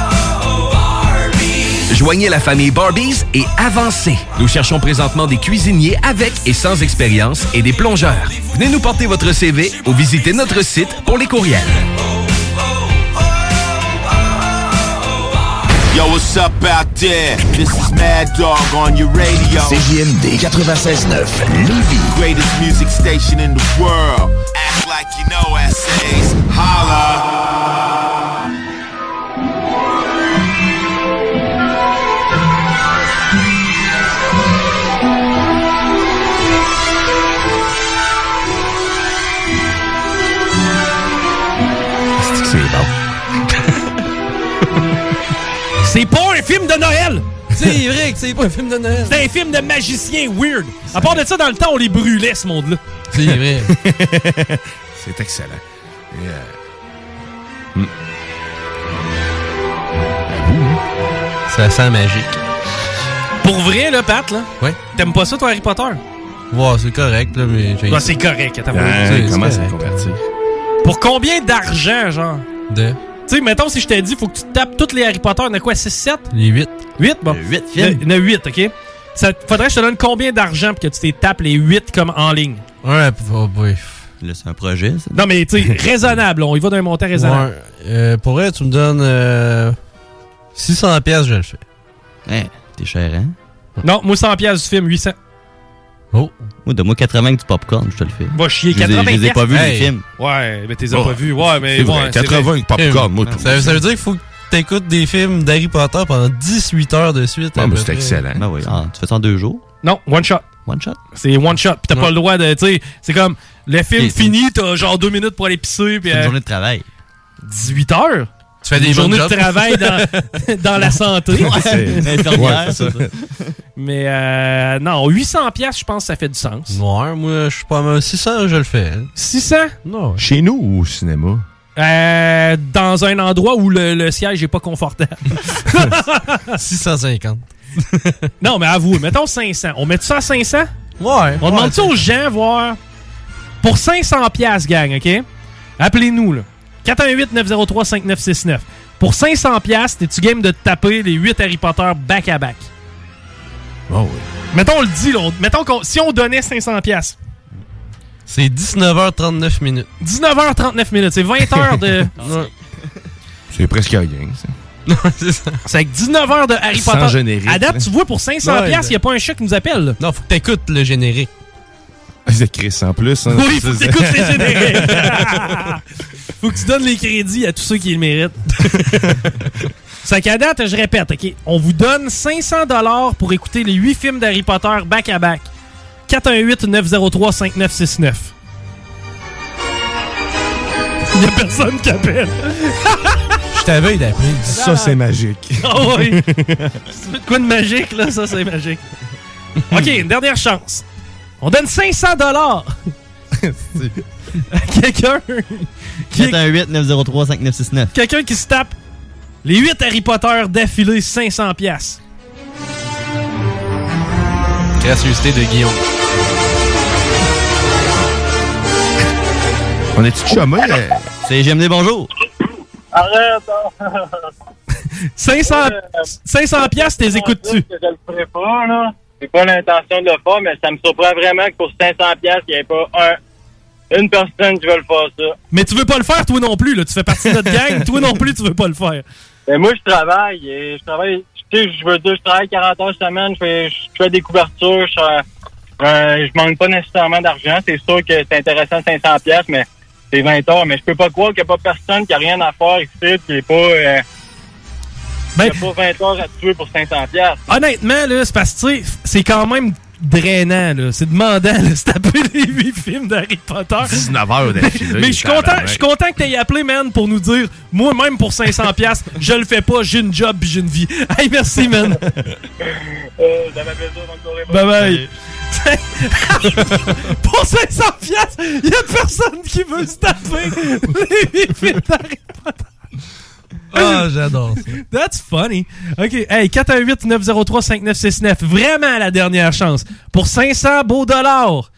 Speaker 28: Joignez la famille Barbies et avancez. Nous cherchons présentement des cuisiniers avec et sans expérience et des plongeurs. Venez nous porter votre CV ou visitez notre site pour les courriels.
Speaker 31: Yo, what's up out there? This is Mad Dog on your radio.
Speaker 2: CJMD 96.9, Lévis.
Speaker 31: Greatest music station in the world. Act like you know essays. Holla.
Speaker 15: C'est pas un film de Noël!
Speaker 16: C'est vrai que c'est pas un film de Noël.
Speaker 15: C'est un film de magicien weird. À part de ça, dans le temps, on les brûlait, ce monde-là.
Speaker 16: C'est vrai.
Speaker 5: C'est excellent. Et, euh,
Speaker 16: Ça sent magique.
Speaker 15: *laughs* Pour vrai, là, Pat, là.
Speaker 16: Ouais.
Speaker 15: T'aimes pas ça, toi, Harry Potter?
Speaker 16: Ouais, c'est correct, là, mais j'ai-
Speaker 15: Bah, c'est correct. attends.
Speaker 16: Ouais,
Speaker 15: C'est
Speaker 16: comment ça
Speaker 15: correct.
Speaker 5: converti?
Speaker 15: Pour combien d'argent, genre?
Speaker 16: De?
Speaker 15: Tu sais, mettons, si je t'ai dit, faut que tu tapes tous les Harry Potter, il y en a quoi, 6, 7?
Speaker 16: Les 8.
Speaker 15: 8, bon. 8
Speaker 16: films.
Speaker 15: Il y en a 8, OK? Ça, faudrait que je te donne combien d'argent pour que tu t'es tapes les 8 comme en ligne?
Speaker 16: Ouais, p- oh boy.
Speaker 18: Là, c'est un projet, ça.
Speaker 15: Non,
Speaker 16: *laughs*
Speaker 15: mais tu sais, raisonnable. On y va d'un montant raisonnable.
Speaker 16: Ouais. Euh, pour vrai, tu me donnes euh, 600 pièces, je le fais.
Speaker 18: Hein, t'es cher, hein?
Speaker 15: Non, moi, 100 piastres du film, 800.
Speaker 16: Oh.
Speaker 18: Moi, donne-moi 80 avec du popcorn, je te le fais.
Speaker 15: Va chier,
Speaker 18: Je les ai-
Speaker 15: 80
Speaker 18: Je les ai pas vus,
Speaker 15: piastres. Ah,
Speaker 18: les films.
Speaker 15: Ouais, mais t'es les as
Speaker 18: Oh.
Speaker 15: pas vus. Ouais, mais
Speaker 18: C'est
Speaker 15: bon,
Speaker 18: vrai,
Speaker 15: c'est
Speaker 18: 80
Speaker 15: vrai.
Speaker 18: avec popcorn, moi,
Speaker 16: ça, ça veut dire qu'il faut que t'écoutes des films d'Harry Potter pendant 18 heures de suite. à peu près.
Speaker 18: Ben oui, ah, tu fais ça en deux
Speaker 15: *laughs*
Speaker 18: jours?
Speaker 15: Non, one shot.
Speaker 18: One shot?
Speaker 15: C'est one shot. Puis t'as
Speaker 18: Ouais.
Speaker 15: pas le droit de. Tu sais, c'est comme le film
Speaker 18: Et c'est-
Speaker 15: fini, t'as genre deux minutes pour aller pisser. Puis,
Speaker 18: C'est une
Speaker 15: euh,
Speaker 18: journée de travail.
Speaker 15: 18 heures?
Speaker 16: Tu fais des
Speaker 15: Une
Speaker 16: bons
Speaker 15: journées de
Speaker 16: jobs.
Speaker 15: travail dans,
Speaker 19: *laughs*
Speaker 16: *laughs*
Speaker 15: dans la santé.
Speaker 16: Ouais, c'est-
Speaker 15: Infirmière,
Speaker 16: ouais, c'est ça.
Speaker 15: Mais euh, non, 800 pièces, je pense que ça fait du sens.
Speaker 16: Ouais, moi, je suis pas mal. 600, je le fais. hein.
Speaker 15: 600? Non.
Speaker 17: Chez nous ou au cinéma?
Speaker 15: Euh, dans un endroit où le, le siège est
Speaker 16: *laughs*
Speaker 15: pas confortable.
Speaker 16: 650.
Speaker 15: *laughs* non, mais avouez, mettons 500. On met ça à 500?
Speaker 16: Ouais.
Speaker 15: On demande ça aux gens, voir. Pour 500 pièces, gang, OK? Appelez-nous, là. 418-903-5969. Pour 500 pièces, t'es-tu game de te taper les 8 Harry Potter back-à-back?
Speaker 16: Oh,
Speaker 15: Mettons, on le dit, là. on- Mettons qu'on... Si on donnait 500 pièces,
Speaker 16: C'est 19h39 minutes.
Speaker 15: 19h39 minutes, c'est 20 heures
Speaker 16: *laughs*
Speaker 15: de...
Speaker 17: C'est presque rien, ça.
Speaker 15: C'est avec 19 heures de Harry
Speaker 16: Sans
Speaker 15: Potter.
Speaker 16: générique,
Speaker 15: À date,
Speaker 16: là.
Speaker 15: tu vois, pour 500$,
Speaker 16: Ouais,
Speaker 15: il n'y a pas un chat qui nous appelle. là.
Speaker 16: Non, faut que t'écoutes le générique.
Speaker 17: Ah, C'est Chris en plus. Hein,
Speaker 15: *laughs* Oui, faut que t'écoutes
Speaker 16: *laughs*
Speaker 17: *laughs*
Speaker 15: les génériques. *laughs* faut que tu donnes les crédits à tous ceux qui le méritent. *laughs* C'est qu'à date, je répète, OK, on vous donne 500$ pour écouter les 8 films d'Harry Potter back-à-back. 418-903-5969. Il n'y a personne
Speaker 16: *laughs*
Speaker 15: qui appelle.
Speaker 16: Je t'avais d'appeler.
Speaker 17: hein. Ça, c'est magique.
Speaker 15: *laughs* Ah oui. Si tu veux de quoi de magique, là, ça, c'est magique. OK, une dernière chance. On donne 500 dollars à quelqu'un qui,
Speaker 18: 418-903-5969.
Speaker 15: quelqu'un qui se tape les 8 Harry Potter d'affilée 500 pièces.
Speaker 16: Gracieuseté de Guillaume.
Speaker 17: On est-tu euh? chômé?
Speaker 18: C'est J'aime les bonjours.
Speaker 32: Arrête! hein. *laughs*
Speaker 15: 500 500 pièces, t'es écoutes-tu?
Speaker 32: Je le ferai pas, là. J'ai pas l'intention de le faire, mais ça me surprend vraiment que pour 500 pièces, il n'y ait pas un, une personne qui veut le faire, ça.
Speaker 15: Mais tu veux pas le faire toi non plus là, tu fais partie de notre gang, toi non plus tu veux pas le faire.
Speaker 32: Mais moi, je travaille. Et je travaille, tu sais, je veux dire, je travaille 40 heures semaine, je fais, je fais des couvertures, je, fais- euh, je manque pas nécessairement d'argent. C'est sûr que c'est intéressant 500 pièces, mais c'est 20 heures. Mais je peux pas croire qu'il n'y a pas personne qui a rien à faire ici, qui est pas, euh, qui a pas 20 heures à tuer pour 500 pièces.
Speaker 15: Honnêtement là, c'est parce que tu sais, c'est quand même drainant là, c'est demandant là, de se taper *laughs* les 8 films d'Harry Potter.
Speaker 17: 19 heures d'affilée.
Speaker 15: Mais je suis content, je suis content que t'aies appelé, man, pour nous dire, moi-même pour 500$, piastres, je le fais pas, j'ai une job pis j'ai une vie. *laughs* Hey, merci,
Speaker 16: *laughs*
Speaker 15: man.
Speaker 32: Euh, ça m'a fait plaisir, bonne soirée.
Speaker 15: Bye bye. *laughs* pour 500$, piastres, y a personne qui veut se taper les huit films d'Harry Potter.
Speaker 16: Ah, j'adore ça.
Speaker 15: *laughs* That's funny. OK. Hey, 418-903-5969. Vraiment la dernière chance. Pour 500 beaux dollars.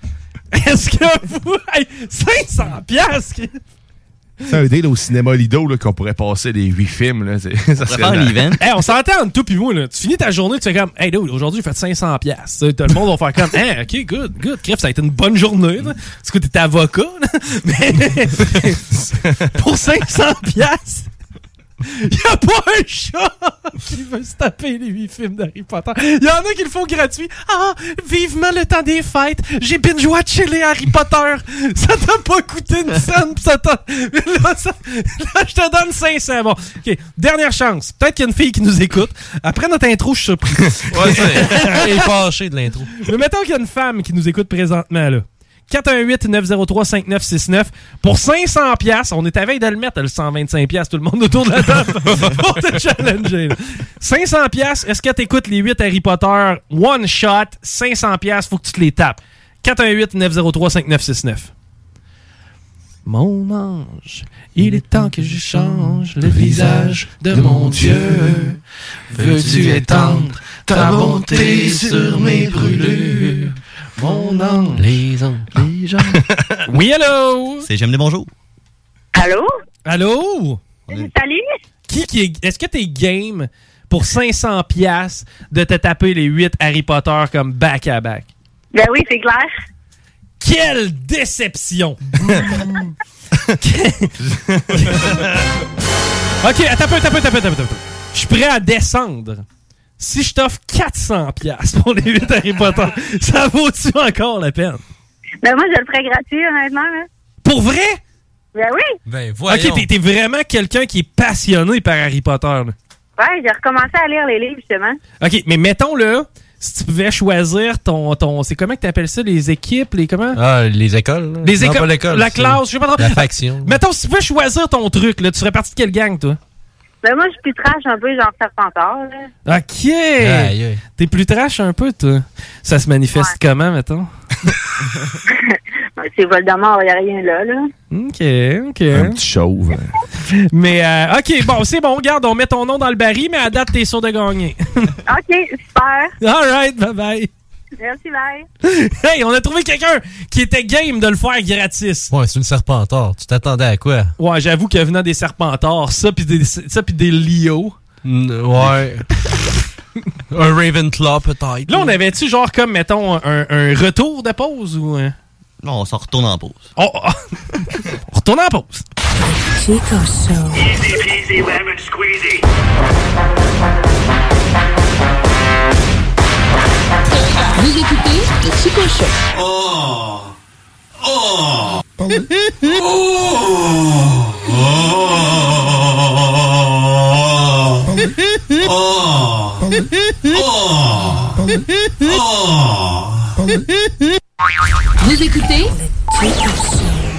Speaker 15: Est-ce que vous... Hey, 500 piastres!
Speaker 17: C'est un deal au cinéma Lido là, qu'on pourrait passer les huit films. Là. c'est- *laughs* Ça serait dans-
Speaker 15: Hey, on s'entend tout puis moi là. Tu finis ta journée, tu fais comme hey dude, aujourd'hui j'ai fait 500 pièces. Tout le monde va faire comme hey, OK, good, good. Crif, ça a été une bonne journée. là. Parce que t'es avocat. là. Mais pour 500 pièces, il y a pas un chat qui veut se taper les 8 films d'Harry Potter. Il y en a qui le font gratuit. Ah, vivement le temps des fêtes. J'ai binge watché les Harry Potter. Ça t'a pas coûté une scène. pis Ça t'a- *laughs* là, ça- là, je te donne 500. Bon, OK. Dernière chance. Peut-être qu'il y a une fille qui nous écoute. Après notre intro, je suis surpris.
Speaker 16: Ouais,
Speaker 15: *laughs*
Speaker 16: c'est. *laughs* Il est fâché de l'intro.
Speaker 15: Mais mettons qu'il y a une femme qui nous écoute présentement, là. 418-903-5969. Pour 500$, piastres, on est à veille de le mettre, le 125$, piastres, tout le monde autour de la table, pour te challenger. là. 500$, piastres, est-ce que t'écoutes les 8 Harry Potter one shot? 500$, piastres, faut que tu te les tapes. 418-903-5969. Mon ange, il est temps que je change le visage de mon Dieu.
Speaker 20: Veux-tu étendre ta bonté sur mes
Speaker 15: brûlures? Mon ange.
Speaker 18: Les anges.
Speaker 15: Les gens. *laughs* oui, allô?
Speaker 18: C'est J'aime les bonjours.
Speaker 15: Allô? Allô? Salut? Qui, qui est... Est-ce que t'es game pour 500$ piastres de te taper les 8 Harry Potter comme back-à-back?
Speaker 3: Ben oui, c'est clair.
Speaker 15: Quelle
Speaker 20: *laughs*
Speaker 15: déception! OK, attends un peu, attends un peu, attends un peu, attends un peu, attends un peu. Je suis prêt à descendre. Si je t'offre 400 pièces pour les 8 Harry Potter, ça vaut-tu encore la peine?
Speaker 3: Ben moi, je le ferais gratuit, honnêtement. hein.
Speaker 15: Pour vrai?
Speaker 3: Ben oui.
Speaker 16: Ben
Speaker 15: OK, t'es- t'es vraiment quelqu'un qui est passionné par Harry Potter. là.
Speaker 3: Ouais, j'ai recommencé à lire les livres, justement.
Speaker 15: OK, mais mettons là, si tu pouvais choisir ton... ton c'est comment que t'appelles ça? Les équipes? Les comment?
Speaker 16: Ah, les écoles. là.
Speaker 15: Les
Speaker 16: Non,
Speaker 15: écoles,
Speaker 16: pas l'école,
Speaker 15: la
Speaker 16: c'est
Speaker 15: classe, je sais pas trop. *laughs*
Speaker 16: La faction.
Speaker 15: Mettons, si tu pouvais choisir ton truc, là, tu serais parti de quelle gang, toi?
Speaker 32: Ben, moi, je suis plus trash un peu, genre Serpentard, là.
Speaker 15: OK! T'es plus trash un peu, toi. Ça se manifeste comment, mettons?
Speaker 32: Ben, C'est Voldemort, il n'y a rien là, là.
Speaker 15: OK, OK. Un petit chauve. *laughs* Mais, euh, OK, bon, c'est bon. Regarde, on met ton nom dans le baril, mais à date, t'es sûr de gagner. *laughs*
Speaker 32: OK, super.
Speaker 15: All right, bye-bye.
Speaker 32: Merci, bye.
Speaker 15: *laughs* Hey, on a trouvé quelqu'un qui était game de le faire gratis.
Speaker 17: Ouais, c'est une serpentor. Tu t'attendais à quoi?
Speaker 15: Ouais, j'avoue que venant des Serpentards, ça puis des, ça puis des Leo.
Speaker 17: ouais. *laughs* un Ravenclaw, peut-être.
Speaker 15: Là, on avait-tu genre comme, mettons, un, un retour de pause ou... euh?
Speaker 18: Non, on s'en retourne en pause.
Speaker 15: Oh, oh. *laughs* on retourne en pause.
Speaker 12: Chico Show.
Speaker 3: Easy peasy lemon squeezy.
Speaker 12: Vous écoutez le Chico Show.
Speaker 3: Oh. Oh.
Speaker 12: Vous écoutez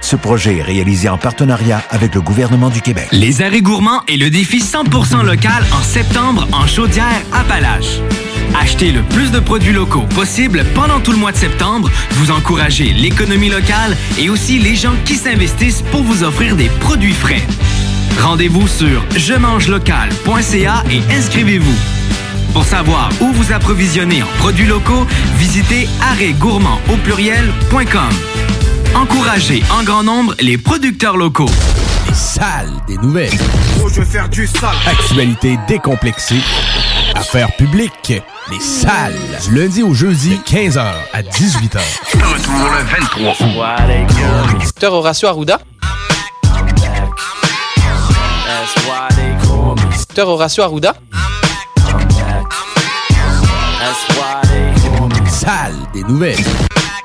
Speaker 30: Ce projet est réalisé en partenariat avec le gouvernement du Québec.
Speaker 33: Les arrêts gourmands et le défi 100% local en septembre en chaudière Appalaches. Achetez le plus de produits locaux possible pendant tout le mois de septembre. Vous encouragez l'économie locale et aussi les gens qui s'investissent pour vous offrir des produits frais. Rendez-vous sur je-mange-local.ca et inscrivez-vous. Pour savoir où vous approvisionner en produits locaux, visitez arrêtgourmand au pluriel.com. Encouragez en grand nombre les producteurs locaux.
Speaker 7: Les salles des nouvelles.
Speaker 3: je vais faire du sale.
Speaker 7: Actualité décomplexée. Affaires publiques. Les salles. Du lundi au jeudi, 15h à 18h.
Speaker 3: Retour le 23 août.
Speaker 34: Docteur Horacio Arruda. Docteur Horacio Arruda.
Speaker 7: Les salles des nouvelles.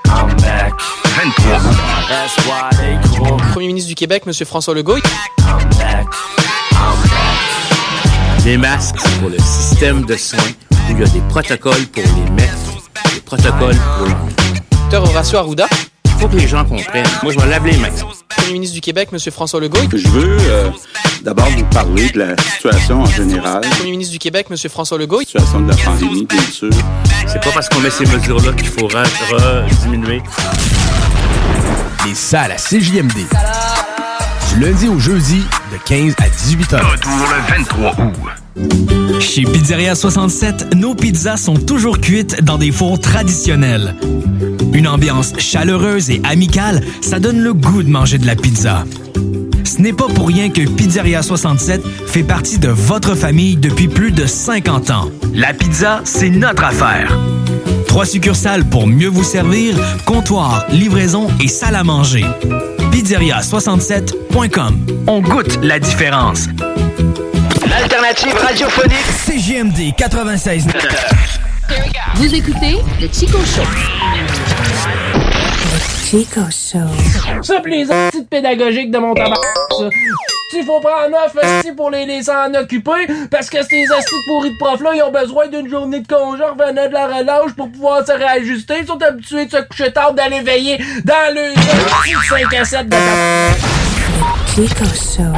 Speaker 3: 23
Speaker 34: Premier ministre du Québec, M. François Legault.
Speaker 14: Des masques pour le système de soins. Il y a des protocoles pour les mettre, des protocoles pour les
Speaker 34: Docteur Horacio Arruda.
Speaker 14: Il faut que les gens comprennent. Moi, je me lave les mains.
Speaker 34: Premier ministre du Québec, M. François Legault.
Speaker 14: Je veux euh, d'abord vous parler de la Euh, situation en général.
Speaker 34: Premier ministre du Québec, M. François Legault.
Speaker 14: situation de la pandémie, bien sûr. C'est pas parce qu'on met ces mesures-là qu'il faut re- re- diminuer.
Speaker 7: Les salles à CJMD. Du lundi au jeudi, de 15 à 18h.
Speaker 3: Retour le 23 août.
Speaker 24: Chez Pizzeria 67, nos pizzas sont toujours cuites dans des fours traditionnels. Une ambiance chaleureuse et amicale, ça donne le goût de manger de la pizza. Ce n'est pas pour rien que Pizzeria 67 fait partie de votre famille depuis plus de 50 ans. La pizza, c'est notre affaire. Trois succursales pour mieux vous servir, comptoir, livraison et salle à manger. Pizzeria67.com. On goûte la différence.
Speaker 3: L'alternative radiophonique.
Speaker 24: CGMD 96.
Speaker 12: Vous écoutez le Chico Show.
Speaker 3: Chico Show.
Speaker 20: Ça, pis les petites pédagogiques de mon tabac, ça. S'il faut prendre off aussi pour les laisser en occuper, parce que ces astuces pourris de profs-là, ils ont besoin d'une journée de congé en revenant de la relâche pour pouvoir se réajuster. Ils sont habitués de se coucher tard, d'aller veiller dans le 5 à 7 de
Speaker 3: Chico Show.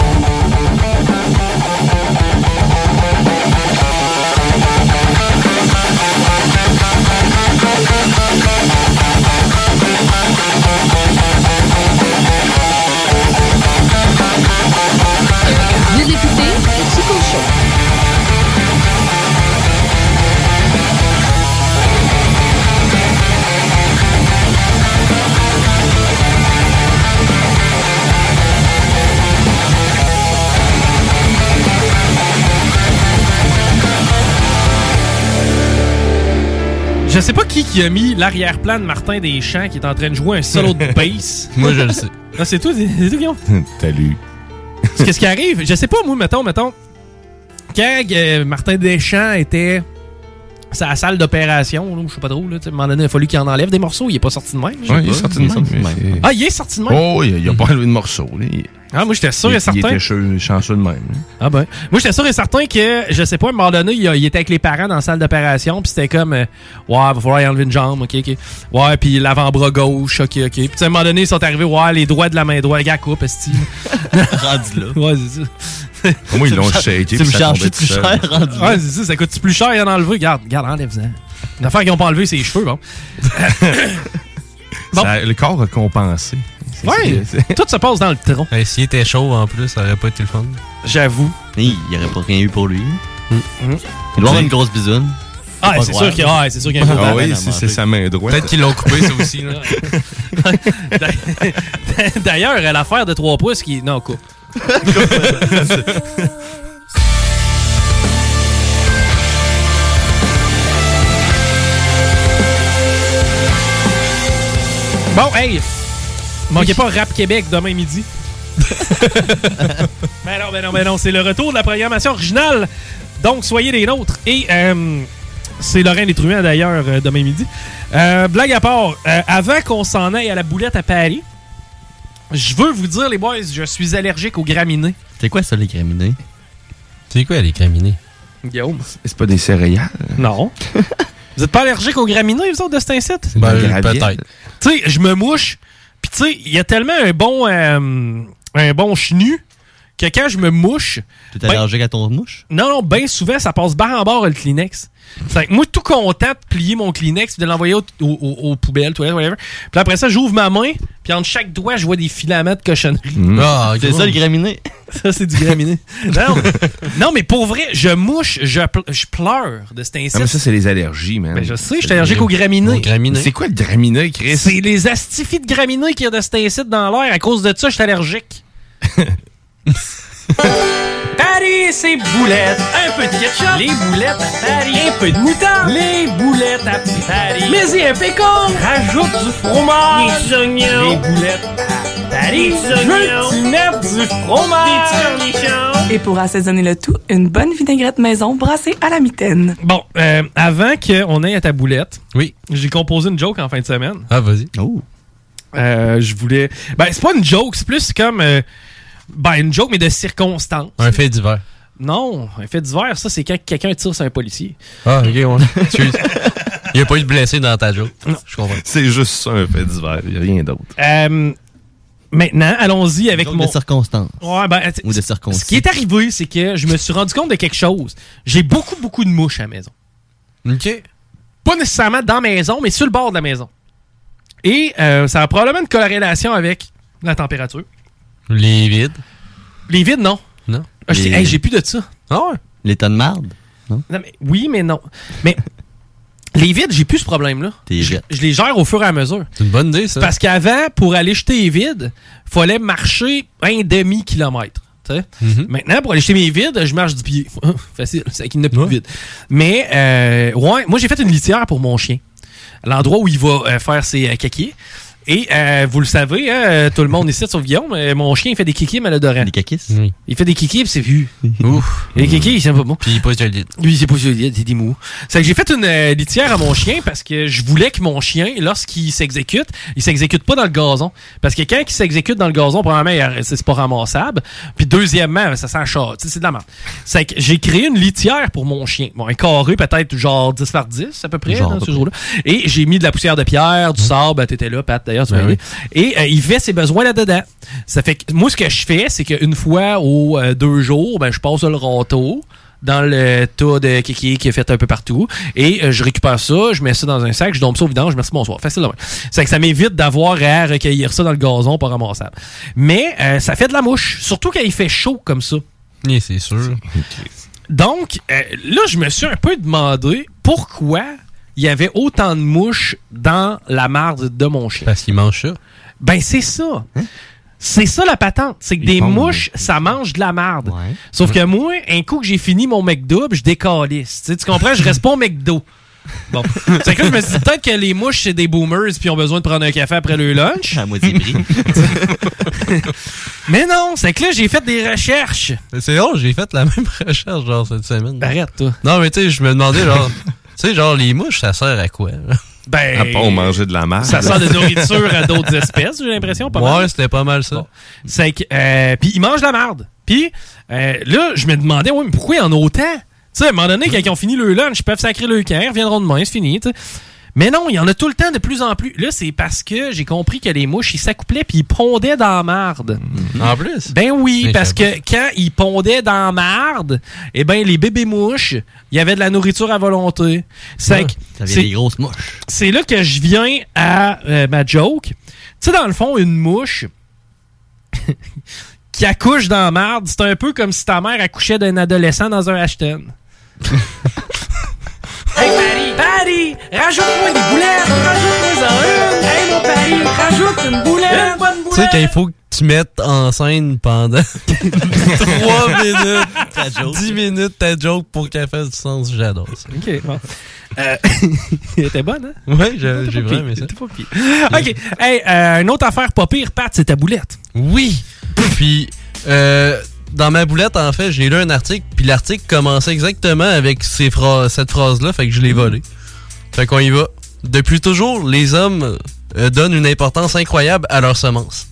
Speaker 12: Vous écoutez le Chico Show.
Speaker 15: Je sais pas qui qui a mis l'arrière-plan de Martin Deschamps qui est en train de jouer un solo
Speaker 17: *laughs*
Speaker 15: de bass.
Speaker 17: Moi, je le sais.
Speaker 15: Non, c'est tout, c'est tout, Guillaume.
Speaker 35: T'as lu.
Speaker 15: Qu'est-ce qui arrive? Je sais pas, moi, mettons, mettons. quand euh, Martin Deschamps était sa salle d'opération, là, ou je sais pas trop, là, tu sais, à un moment donné, il a fallu qu'il en enlève des morceaux. Il est pas sorti de même. je sais
Speaker 17: Ouais, il est
Speaker 15: pas.
Speaker 17: sorti de même. mais c'est-
Speaker 15: Ah, il est sorti de même.
Speaker 17: Oh, il a, il a pas enlevé de morceau. là. Il-
Speaker 15: Ah, moi, j'étais sûr
Speaker 17: il,
Speaker 15: et certain.
Speaker 17: Il était cheu- chanceux de même. là.
Speaker 15: Ah ben. Moi, j'étais sûr et certain que, je sais pas, à un moment donné, il, a- il était avec les parents dans la salle d'opération, puis c'était comme, euh, ouais, va falloir y enlever une jambe, ok, ok. Ouais, puis l'avant-bras gauche, ok, ok. Puis tu sais, à un moment donné, ils sont arrivés, ouais, les doigts de la main droite, gars, coupe, esti. rendu là. Ouais, c'est ça.
Speaker 17: Au moins, ils l'ont shaké, puis ça tombait tout seul.
Speaker 15: Ouais, c'est ça, ça coûte plus cher à en enlever. Regarde, regarde, enlève-en. Une affaire qu'ils ont pas enlevé, c'est les cheveux, bon.
Speaker 17: Ça- le corps a compensé. C'est-
Speaker 15: Ouais,
Speaker 17: c'est-
Speaker 15: tout se passe dans le tronc.
Speaker 16: S'il était chaud en plus, ça aurait pas été le fun.
Speaker 15: J'avoue. Mm.
Speaker 18: Il n'y aurait pas rien eu pour lui. Il doit avoir une grosse bisoune.
Speaker 15: Ah,
Speaker 18: Faut pas
Speaker 15: c'est
Speaker 18: croire.
Speaker 15: sûr qu'il y a- ouais, c'est sûr qu'il y a une grosse
Speaker 17: Ah
Speaker 15: banane
Speaker 17: oui,
Speaker 15: à
Speaker 17: c'est-
Speaker 15: manger.
Speaker 17: c'est sa main droite.
Speaker 16: Peut-être qu'ils l'ont coupé, ça aussi. là.
Speaker 15: *laughs* D'ailleurs, l'affaire de 3 pouces qui. Non, coupe. *laughs* bon, hey! Manquez pas Rap Québec demain midi. ben non, ben non, ben non, c'est le retour de la programmation originale. Donc, soyez des nôtres. Et euh, c'est Laurent Létruant, d'ailleurs, euh, demain midi. Euh, blague à part, euh, avant qu'on s'en aille à la boulette à Paris, je veux vous dire, les boys, je suis allergique aux graminées.
Speaker 18: C'est quoi ça, les graminés?
Speaker 16: C'est quoi les graminés?
Speaker 15: Guillaume.
Speaker 17: C'est pas des céréales.
Speaker 15: Non. Vous êtes pas allergique aux graminées, vous autres, de cet incite?
Speaker 17: Ben, des graviers. peut-être.
Speaker 15: Tu sais, je me mouche, puis tu sais, il y a tellement un bon, euh, un bon chenu que quand je me mouche... ben,
Speaker 18: T'es allergique à ton mouche?
Speaker 15: Non, non, bien souvent, ça passe barre en barre le Kleenex. Fait que moi, tout content de plier mon Kleenex, de l'envoyer au- au- au- aux poubelles, toilettes, whatever. Puis après ça, j'ouvre ma main, puis entre chaque doigt, je vois des filaments de cochonnerie.
Speaker 18: Mm. Ah, C'est gros. ça, le
Speaker 15: graminé? *laughs* Ça, c'est du graminé. non, non, mais pour vrai, je mouche, je, ple- je pleure de cet
Speaker 17: Ah,
Speaker 15: insecte.
Speaker 17: mais ça, c'est les allergies, man.
Speaker 15: Ben, je sais, je suis allergique aux graminées.
Speaker 17: C'est quoi le graminé, Chris?
Speaker 15: C'est les astifies de graminées qui y a de cet insecte dans l'air. À cause de ça, je suis *laughs* allergique. Paris, c'est boulettes. Un peu de ketchup. Les boulettes à Paris. Un peu de moutarde. Les boulettes à Paris. Mais y un pécan. Rajoute du fromage. Les oignons. Les boulettes à Paris.
Speaker 19: Les oignons.
Speaker 15: Je veux que tu mettes du fromage.
Speaker 36: Et pour assaisonner le tout, une bonne vinaigrette maison brassée à la mitaine.
Speaker 15: Bon, euh, avant qu'on aille à ta boulette, oui. j'ai composé une joke en fin de semaine.
Speaker 16: Ah, vas-y.
Speaker 18: Oh.
Speaker 15: je voulais. Ben, c'est pas une joke, c'est plus comme. euh, ben, une joke, mais de circonstance.
Speaker 16: Un fait divers.
Speaker 15: Non, un fait divers, ça, c'est quand quelqu'un tire sur un policier.
Speaker 16: Ah, ok, ouais. *laughs* Excuse. Il n'y a pas eu de blessé dans ta joke. Je comprends.
Speaker 17: C'est juste ça, un fait divers. Il n'y a rien d'autre.
Speaker 15: Euh, maintenant, allons-y avec
Speaker 17: Joke
Speaker 15: mon.
Speaker 17: de
Speaker 18: circonstance.
Speaker 15: Ouais, ben,
Speaker 18: Ou de circonstance.
Speaker 15: ce qui est arrivé, c'est que je me suis rendu compte de quelque chose. J'ai beaucoup, beaucoup de mouches à la maison.
Speaker 16: OK.
Speaker 15: Pas nécessairement dans la maison, mais sur le bord de la maison. Et euh, ça a probablement une corrélation avec la température.
Speaker 16: Les vides.
Speaker 15: Les vides, non.
Speaker 16: Non.
Speaker 15: Ah, je t'ai-
Speaker 18: Les-
Speaker 15: hey, j'ai plus de ça.
Speaker 16: Ah ouais?
Speaker 18: L'état de marde? Non?
Speaker 15: Non, mais- oui, mais non. Mais les vides, j'ai plus ce problème-là.
Speaker 18: T'es
Speaker 15: Je,
Speaker 18: vite.
Speaker 15: je les gère au fur et à mesure.
Speaker 16: C'est une bonne idée, ça.
Speaker 15: Parce qu'avant, pour aller jeter les vides, fallait marcher un demi-kilomètre. tu sais.
Speaker 16: Mm-hmm.
Speaker 15: Maintenant, pour aller jeter mes vides, je marche du pied. *laughs* Facile, c'est qu'il n'y en a plus de vide. Mais, euh, ouais, moi, j'ai fait une litière pour mon chien. L'endroit où il va euh, faire ses euh, kékis. Et euh, vous le savez, hein, euh, tout le monde ici, sauf Guillaume, euh, mon chien, il fait des kikis malodorants. Des
Speaker 18: kikis?
Speaker 15: Il fait des kikis, puis c'est vu.
Speaker 16: Ouf.
Speaker 15: Les kikis, ils sont pas bon.
Speaker 16: Puis il pose le lit.
Speaker 15: Lui, c'est pas solide, c'est des mous. C'est que j'ai fait une euh, litière à mon chien parce que je voulais que mon chien, lorsqu'il s'exécute, il s'exécute pas dans le gazon. Parce que quand il s'exécute dans le gazon, premièrement, il- c'est pas ramassable. Puis deuxièmement, ça sent chaud. Tu sais, C'est de la merde. C'est que j'ai créé une litière pour mon chien. Bon, un carré peut-être genre 10 par 10 à peu près,
Speaker 18: Genre,
Speaker 15: dans
Speaker 18: à peu
Speaker 15: ce jour-là. Et j'ai mis de la poussière de pierre, du sable. ben, T'étais là, Pat, d'ailleurs, tu
Speaker 16: Ben
Speaker 15: m'as aidé. Et euh, il fait ses besoins là-dedans. Ça fait que moi, ce que je fais, c'est qu'une fois aux euh, deux jours, ben, je passe le râteau dans le tas de kiki qui est fait un peu partout. Et euh, je récupère ça, je mets ça dans un sac, je dompe ça au vidange, merci, bonsoir. Facile de même. C'est que ça m'évite d'avoir à recueillir ça dans le gazon pas ramassable. Mais euh, ça fait de la mouche, surtout quand il fait chaud comme ça.
Speaker 16: Oui, c'est sûr.
Speaker 15: Donc, euh, là, je me suis un peu demandé pourquoi il y avait autant de mouches dans la marde de mon chien.
Speaker 16: Parce qu'il mange ça. Hein?
Speaker 15: Ben, c'est ça. C'est ça la patente. C'est que des mouches, ça mange de la marde. Sauf que moi, un coup que j'ai fini mon McDo, puis je décalisse. Tu sais, tu comprends? Je reste pas au McDo.
Speaker 16: *laughs*
Speaker 15: Bon. C'est que je me suis dit peut-être que les mouches, c'est des boomers puis ils ont besoin de prendre un café après le lunch. À moitié prix. *laughs* Mais non, c'est que là, j'ai fait des recherches.
Speaker 16: C'est drôle, Oh, j'ai fait la *laughs* même recherche, genre, cette semaine.
Speaker 15: Arrête, toi.
Speaker 16: Non, mais tu sais, je me demandais,
Speaker 15: *laughs*
Speaker 16: genre, tu sais, genre, les mouches, ça sert à quoi? là?
Speaker 15: Ben,
Speaker 17: À part manger de la marde.
Speaker 15: Ça sert de nourriture à d'autres espèces, j'ai l'impression. Pas mal.
Speaker 16: Ouais, c'était pas mal ça.
Speaker 15: C'est que. euh, puis ils mangent la marde. Puis euh, là, je me demandais, ouais, mais pourquoi ils en ont autant? Tu sais, à un moment donné, quand ils ont fini le lunch, ils peuvent sacrer le camp, ils reviendront demain, c'est fini. tu sais. Mais non, il y en a tout le temps de plus en plus. Là, c'est parce que j'ai compris que les mouches, ils s'accouplaient puis ils pondaient dans la marde.
Speaker 16: Mm. En plus?
Speaker 15: Ben oui,
Speaker 16: Mais
Speaker 15: parce
Speaker 16: j'avoue.
Speaker 15: que quand ils pondaient dans la marde, eh ben les bébés mouches, il y avait de la nourriture à volonté.
Speaker 16: Ah,
Speaker 15: C'est que-
Speaker 18: Ça vient
Speaker 15: c'est-
Speaker 18: des grosses mouches.
Speaker 15: c'est là que je viens à euh, ma joke. Tu sais, dans le fond, une mouche *laughs* qui accouche dans la marde, c'est un peu comme si ta mère accouchait d'un adolescent dans un Ashton. hey Paris, Paris, rajoute-moi des boulettes, rajoute-moi en une. Hey mon Paris, rajoute une boulette, une bonne
Speaker 16: Tu sais, quand il faut que tu mettes en scène pendant *laughs* 3 minutes, 10 minutes ta joke pour qu'elle fasse du sens, j'adore ça.
Speaker 15: Ok, bon. Euh, *laughs* Elle était bonne, hein?
Speaker 16: Ouais, j'ai j'ai
Speaker 15: pas
Speaker 16: vraiment aimé
Speaker 15: pire,
Speaker 16: ça.
Speaker 15: t'es pas pire. Ok, hey, euh, une autre affaire pas pire, Pat, c'est ta boulette.
Speaker 16: Oui! Puis, euh, dans ma boulette, en fait, j'ai lu un article, puis l'article commençait exactement avec ces phra- cette phrase-là, fait que je l'ai
Speaker 15: Mm-hmm.
Speaker 16: volée. Fait qu'on y va. Depuis toujours, les hommes euh, donnent une importance incroyable à leurs semences.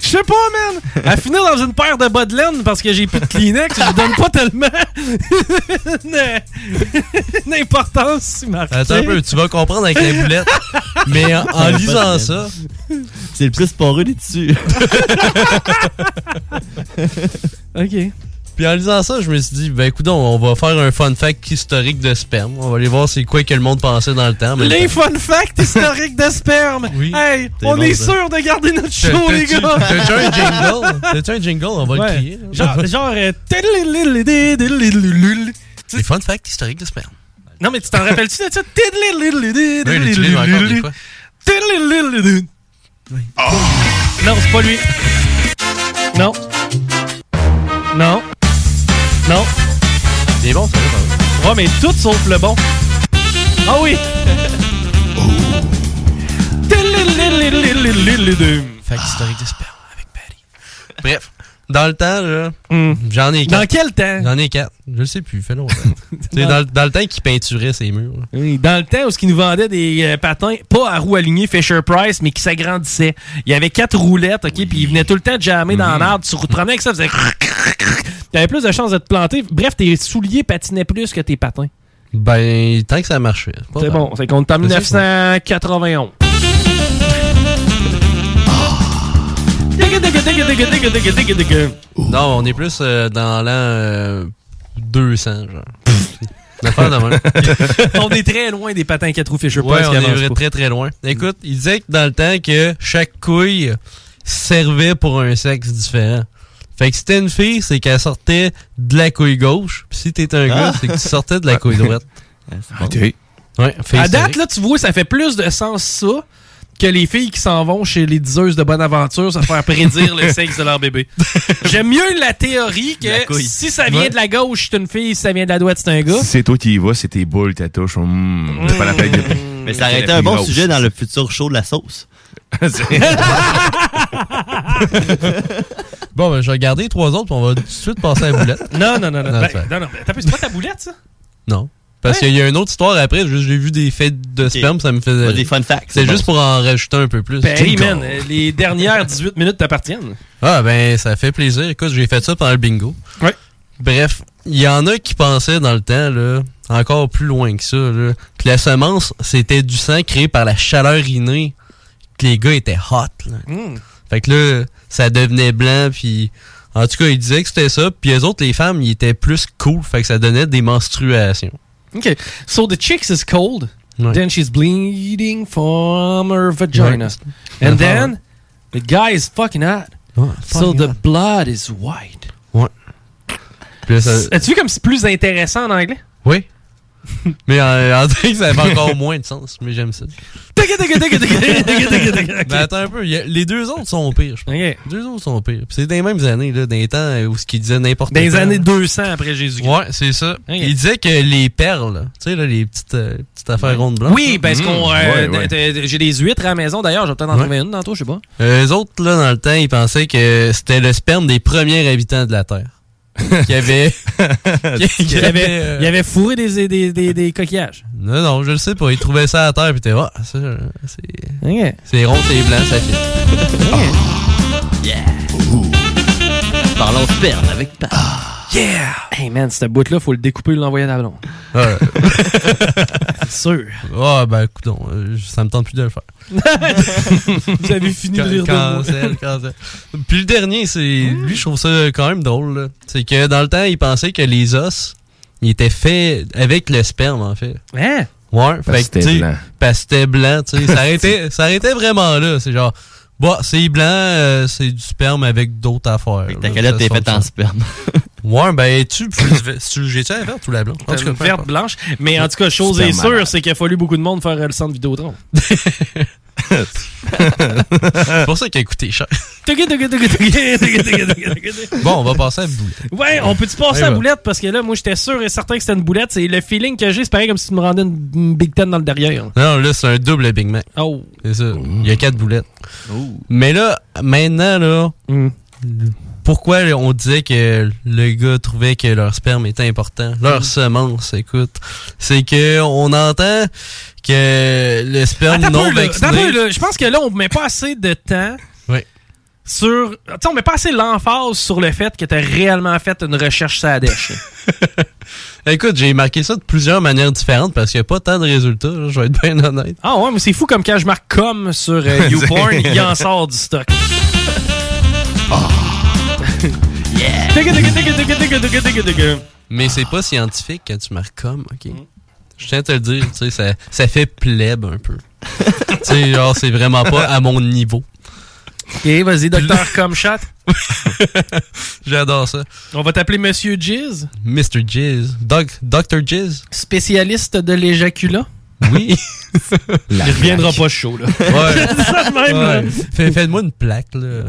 Speaker 15: Je sais pas, man!
Speaker 16: *laughs*
Speaker 15: À finir dans une paire de bas de laine parce que j'ai plus de Kleenex, je donne pas tellement *laughs* une- une importance si marquée.
Speaker 16: Attends un peu, tu vas comprendre avec la
Speaker 18: *laughs*
Speaker 16: boulette. Mais en, en lisant ça,
Speaker 18: C'est le plus poreux des
Speaker 16: *laughs*
Speaker 18: tissus.
Speaker 15: *laughs* OK.
Speaker 16: Puis en lisant ça, je me suis dit, ben écoute, on va faire un fun fact historique de sperme. On va aller voir c'est quoi que le monde pensait dans le temps. mais-
Speaker 15: Les fun facts historiques de sperme! hey,
Speaker 16: C'est
Speaker 15: on
Speaker 16: bon,
Speaker 15: est
Speaker 16: ça.
Speaker 15: sûr de garder notre
Speaker 16: T'as-
Speaker 15: show, les
Speaker 16: t'as-tu-
Speaker 15: gars!
Speaker 16: T'as-tu un jingle? T'as-tu un jingle? On va
Speaker 15: Ouais.
Speaker 16: le crier.
Speaker 15: Genre, genre *laughs* euh, tadalililililililililil.
Speaker 16: Les fun facts historiques de sperme.
Speaker 15: Non, mais tu t'en rappelles-tu de ça?
Speaker 16: Oui, les tuiles, encore des fois. Oh!
Speaker 15: Tadalilililililililililililililililililil. Non, c'est pas lui. Non. Non. Non.
Speaker 16: C'est bon, ça
Speaker 15: Ouais, mais tout sauf le bon. Ah
Speaker 16: *laughs*
Speaker 15: oui! Tadalililililililililililililililililililililililililililililililililililililililililililililililililililil.
Speaker 16: Fact historique de sperme avec Paris. Bref, dans le temps, là, j'en ai quatre.
Speaker 15: Hmm. Dans quel temps?
Speaker 16: J'en ai quatre. Je le sais plus, fait
Speaker 15: *laughs*
Speaker 16: longtemps. C'est dans, le- dans le temps qu'ils peinturaient ces murs. là.
Speaker 15: Oui, Dans le temps où ce qu'ils nous vendaient des euh, patins, pas à roues alignées Fisher Price, mais qui s'agrandissaient. Il y avait quatre roulettes, OK, puis ils venaient tout le temps jammer dans l'arbre. Tu te promenais avec ça, ça faisait... *laughs* T'avais plus de chances de te planter. Bref, tes souliers patinaient plus que tes patins.
Speaker 16: Ben, tant que ça marchait. pas
Speaker 15: C'est
Speaker 16: mal.
Speaker 15: bon, c'est qu'on est en 1991. Dégue, dégue, dégue, dégue, dégue, dégue, dégue, dégue.
Speaker 16: Non, on est plus euh, dans l'an euh, 200, genre. Une affaire de même.
Speaker 15: *laughs* On est très loin des patins à quatre roues Fisher
Speaker 16: Ouais,
Speaker 15: Price.
Speaker 16: on
Speaker 15: qui
Speaker 16: est
Speaker 15: avancent
Speaker 16: vrai-
Speaker 15: pas.
Speaker 16: très très loin. Écoute, il disait que dans le temps que chaque couille servait pour un sexe différent. Fait que si t'es une fille, c'est qu'elle sortait de la couille gauche. Puis si t'es un gars,
Speaker 15: Ah.
Speaker 16: c'est que tu sortais de la couille droite.
Speaker 17: Ok.
Speaker 16: Ouais, fait
Speaker 15: À
Speaker 16: historique.
Speaker 15: date, là, tu vois, ça fait plus de sens ça que les filles qui s'en vont chez les diseuses de bonne aventure se faire *laughs* prédire le
Speaker 17: *laughs*
Speaker 15: sexe de leur bébé. J'aime mieux la théorie
Speaker 17: La
Speaker 15: que
Speaker 17: couille.
Speaker 15: si ça vient
Speaker 17: Ouais.
Speaker 15: de la gauche, c'est une fille, si ça vient de la droite, c'est un gars. Mm.
Speaker 17: Si c'est toi qui y vas, c'est tes boules, ta touche. Hum, c'est pas la peine de.
Speaker 18: Mais ça aurait été un bon sujet dans le futur
Speaker 16: *laughs*
Speaker 18: show de la
Speaker 17: *laughs*
Speaker 18: sauce.
Speaker 16: Bon, ben, je vais garder les trois autres, puis on va tout de suite passer à la boulette.
Speaker 15: Non, non, non, non. Ben,
Speaker 16: c'est vrai.
Speaker 15: non, non, ben, t'as plus- c'est pas ta boulette, ça?
Speaker 16: Non. Parce qu'il y a une autre histoire après, juste j'ai vu des faits de sperme, ça me faisait. Des
Speaker 18: fun facts.
Speaker 16: C'est
Speaker 15: c'est
Speaker 16: juste
Speaker 15: bon.
Speaker 16: pour en rajouter un peu plus.
Speaker 15: Ben, hey, man, euh, les dernières 18 minutes t'appartiennent.
Speaker 16: Ah ben ça fait plaisir. Écoute, j'ai fait ça pendant le bingo.
Speaker 15: Ouais.
Speaker 16: Bref, il y en a qui pensaient dans le temps là, encore plus loin que ça là, que la semence c'était du sang créé par la chaleur innée, que les gars étaient hot. Là.
Speaker 15: Hmm.
Speaker 16: Fait que là, ça devenait blanc puis en tout cas, ils disaient que c'était ça, puis les autres les femmes, ils étaient plus cool, fait que ça donnait des menstruations.
Speaker 15: OK. So the chicks is cold.
Speaker 16: Ouais.
Speaker 15: Then she's bleeding from her vagina.
Speaker 16: Ouais.
Speaker 15: And then the guy is fucking hot.
Speaker 17: Oh,
Speaker 15: so
Speaker 16: fucking
Speaker 15: the blood is white.
Speaker 16: Ouais. Puis là, ça- Euh,
Speaker 15: *laughs* As-tu vu comme c'est plus intéressant en anglais?
Speaker 16: Oui. Mais en, en drink, ça avait encore moins de sens, mais j'aime ça. Mais attends un peu, il y a- les deux autres sont pires, je pense. Les deux autres sont pires. Puis c'est dans les mêmes années, là, dans les temps euh, où ce qu'ils disaient n'importe
Speaker 15: Dans
Speaker 16: quoi.
Speaker 15: les années 200 après Jésus-Christ.
Speaker 16: Ouais, c'est ça. Il disait que les perles, tu sais, là, les petites, euh, petites affaires rondes blanches.
Speaker 15: Oui,
Speaker 16: là.
Speaker 15: parce qu'on. euh,
Speaker 16: Mm-hmm. Ouais, ouais.
Speaker 15: t'as- t'as- J'ai des huîtres à la maison d'ailleurs, je vais peut-être en
Speaker 16: Ouais.
Speaker 15: trouver une tantôt, je
Speaker 16: *laughs*
Speaker 15: sais pas.
Speaker 16: Euh, Eux autres, là, dans le temps, ils pensaient que c'était le sperme des premiers habitants de la
Speaker 15: *laughs*
Speaker 16: Terre. Qui avait. qui-
Speaker 15: Il
Speaker 16: qui
Speaker 15: y avait,
Speaker 16: euh,
Speaker 15: il y avait fourré des, des, des, des coquillages.
Speaker 16: Non, non, je le sais pas. Ils trouvaient ça à la Terre, pis t'es, ah, ça, euh, c'est. C'est rond, c'est blanc, ça fait.
Speaker 18: Yeah. Parlons sperme avec pas.
Speaker 15: Ah. Yeah! Hey man, cette bout-là, faut le découper et l'envoyer dans la blonde. *laughs* Sûr.
Speaker 16: Ah, ben, écoute, ça me tente plus de le faire.
Speaker 15: *laughs* Vous avez fini de rire de moi.
Speaker 16: Cancel, cancel. Puis le dernier, c'est. Lui, je trouve ça quand même drôle, là. C'est que dans le temps, il pensait que les os, ils étaient faits avec le sperme, en fait.
Speaker 15: Hein?
Speaker 16: Ouais, fait que,
Speaker 2: c'était
Speaker 16: tu sais,
Speaker 2: blanc.
Speaker 16: Parce que c'était blanc, tu sais. Ça
Speaker 15: *laughs*
Speaker 16: arrêtait, ça arrêtait vraiment là. C'est genre, bon, c'est blanc, euh, c'est du sperme avec d'autres affaires.
Speaker 18: ta calotte est faite en
Speaker 16: sperme. *laughs* ouais, ben, tu,
Speaker 18: *laughs*
Speaker 16: j'ai-tu la verte ou la blanche? En tout cas,
Speaker 15: Une
Speaker 16: peu
Speaker 15: verte
Speaker 16: importe.
Speaker 15: blanche. Mais en tout cas, chose
Speaker 16: Super
Speaker 15: est
Speaker 16: malade.
Speaker 15: sûre, c'est qu'il a fallu beaucoup de monde faire euh, le
Speaker 16: *laughs*
Speaker 15: centre Vidéotron.
Speaker 16: c'est pour ça qu'il a coûté cher. Bon, on va passer à Boulette.
Speaker 15: *laughs* Ouais, on peut-tu passer
Speaker 16: Ouais,
Speaker 15: à
Speaker 16: va.
Speaker 15: boulette? Parce que là, moi, j'étais sûr et certain que c'était une boulette. C'est le feeling que j'ai, c'est pareil comme si tu me rendais une une Big Ten dans le derrière. là.
Speaker 16: Non, là, c'est un double Big Mac.
Speaker 15: Oh.
Speaker 16: C'est ça. Il y a quatre boulettes. Mais là, maintenant, là,
Speaker 15: Mmh.
Speaker 16: pourquoi on disait que le gars trouvait que leur sperme était important?
Speaker 15: Mmh.
Speaker 16: Leur semence, écoute. C'est que on entend que le sperme
Speaker 15: Attends un
Speaker 16: non ben,
Speaker 15: peu, là. Attends un
Speaker 16: vacciné...
Speaker 15: peu, là. Je pense que là, on met pas assez de temps
Speaker 16: Ouais.
Speaker 15: sur. Tu sais, on met pas assez l'emphase sur le fait que t'as réellement fait une recherche sur la dèche.
Speaker 16: Écoute, j'ai marqué ça de plusieurs manières différentes parce qu'il n'y a pas tant de résultats, là, je vais être bien honnête.
Speaker 15: Ah ouais, mais c'est fou comme quand je marque comme sur euh, YouPorn, il en sort du stock.
Speaker 16: Mais c'est pas scientifique quand tu marques comme, ok? Je tiens à te le dire, tu sais, ça, ça fait plebe un peu. tu sais, genre, c'est vraiment pas à mon niveau.
Speaker 15: Ok, vas-y, *laughs* docteur Comchat.
Speaker 16: J'adore ça.
Speaker 15: On va t'appeler Monsieur Jizz.
Speaker 16: Mr. Jizz. Doc, Dr. Jizz.
Speaker 15: Spécialiste de l'éjaculat.
Speaker 16: Oui.
Speaker 15: Il reviendra pas chaud, là.
Speaker 16: Ouais.
Speaker 15: *laughs* C'est ça de même, là.
Speaker 16: Ouais. Fais- Faites-moi une plaque, là.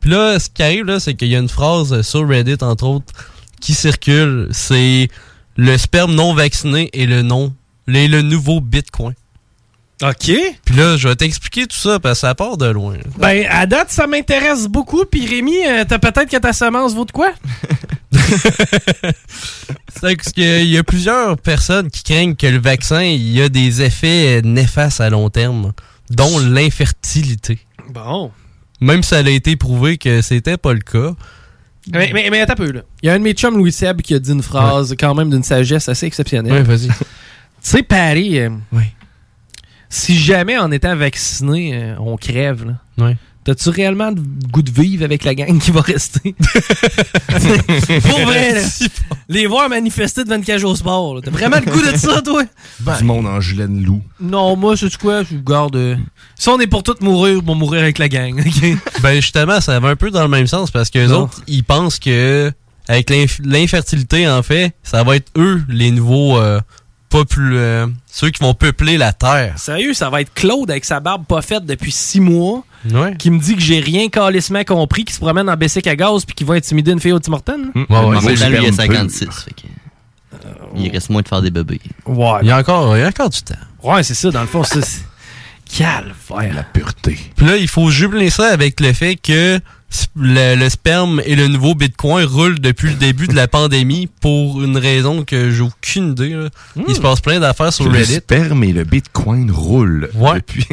Speaker 16: Puis là, ce qui arrive, là, c'est qu'il y a une phrase euh, sur Reddit, entre autres, qui circule. C'est le sperme non vacciné et le non. Le, le nouveau Bitcoin.
Speaker 15: OK.
Speaker 16: Puis là, je vais t'expliquer tout ça, parce que ça part de loin. là.
Speaker 15: Ben, à date, ça m'intéresse beaucoup. Puis Rémi, euh, t'as peut-être que ta semence vaut de quoi?
Speaker 16: C'est parce qu'il y a plusieurs personnes qui craignent que le vaccin il y a des effets euh, néfastes à long terme, dont l'infertilité.
Speaker 15: Bon.
Speaker 16: Même si ça a été prouvé que c'était pas le cas.
Speaker 15: Mais, mais, mais attends un peu, là. Il y a un de mes chums, Louis Seb, qui a dit une phrase quand même d'une sagesse assez exceptionnelle.
Speaker 16: Ouais, vas-y.
Speaker 15: *laughs* tu sais, Paris, euh, si jamais en étant vacciné, euh, on crève, là.
Speaker 16: Ouais.
Speaker 15: T'as-tu réellement le goût de vivre avec la gang qui va rester? *laughs* *laughs* Pour vrai, là. Les voir manifester devant une cage au sport, là. T'as vraiment le goût de ça, *laughs* toi?
Speaker 2: Du monde en gilet de loup.
Speaker 15: Ben, Non, moi, c'est quoi? Je garde. euh, Si on est pour toutes mourir, on va mourir avec la gang. *laughs* ok?
Speaker 16: Ben justement, ça va un peu dans le même sens parce que les
Speaker 15: Non.
Speaker 16: autres, ils pensent que avec l'inf- l'infertilité en fait, ça va être eux les nouveaux euh, popul- euh, ceux qui vont peupler la terre.
Speaker 15: Sérieux, ça va être Claude avec sa barbe pas faite depuis six mois.
Speaker 16: Ouais.
Speaker 15: Qui me dit que j'ai rien calissement compris, qui se promène en Bessic à gaz puis qui va intimider une fille au Tim Hortons. hein.
Speaker 16: Mm.
Speaker 18: Mon père, lui, il a 56. fait que, euh, il reste moins de faire des bébés.
Speaker 15: Ouais.
Speaker 16: Il y a encore, il y a encore du temps.
Speaker 15: Ouais, c'est ça, dans le
Speaker 16: *laughs*
Speaker 15: fond, c'est. c'est- Calvaire. La
Speaker 16: pureté. Puis là, il faut jumeler ça avec le fait que s- le, le sperme et le nouveau Bitcoin roulent depuis le début de la pandémie pour une raison que j'ai aucune idée. là.
Speaker 15: Hmm.
Speaker 16: Il se passe plein d'affaires sur
Speaker 2: le
Speaker 16: Reddit.
Speaker 2: sperme et le bitcoin roulent.
Speaker 16: Ouais.
Speaker 2: Depuis...
Speaker 16: *laughs*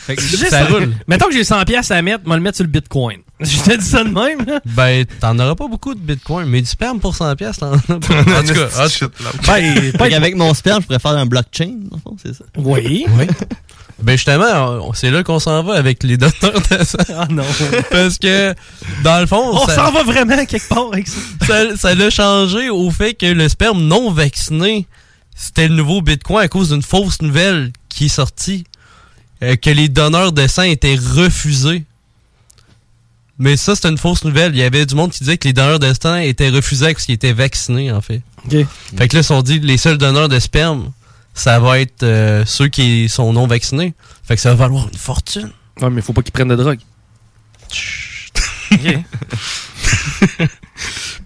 Speaker 15: Fait que
Speaker 16: Ça
Speaker 15: juste-
Speaker 16: roule.
Speaker 15: Mettons que j'ai 100$ piastres à mettre, moi le mettre sur le Bitcoin. *laughs* Je te dis ça de même, là.
Speaker 16: *laughs* Ben, t'en auras pas beaucoup de Bitcoin, mais du sperme pour 100 pièces, t'en as pas. En tout cas, en tout-
Speaker 15: Ben,
Speaker 18: Fait qu'avec mon sperme, je pourrais faire un blockchain, dans le fond, c'est ça?
Speaker 15: Oui.
Speaker 16: Oui. Ben justement, on- c'est là qu'on s'en va avec les donneurs de sang.
Speaker 15: Ah non.
Speaker 16: Parce que, dans le fond...
Speaker 15: On
Speaker 16: Oh, ça-
Speaker 15: s'en va vraiment quelque part avec ça.
Speaker 16: ça, ça l'a changé au fait que le sperme non vacciné, c'était le nouveau Bitcoin à cause d'une fausse nouvelle qui est sortie. euh, que les donneurs de sang étaient refusés Mais ça, c'est une fausse nouvelle. Il y avait du monde qui disait que les donneurs de sang étaient refusés parce qu'ils étaient vaccinés, en fait.
Speaker 20: OK.
Speaker 16: Fait que là, si on dit les seuls donneurs de sperme, ça va être euh, ceux qui sont non vaccinés. Fait que ça va valoir une fortune.
Speaker 20: Ouais, mais faut pas qu'ils prennent de drogue.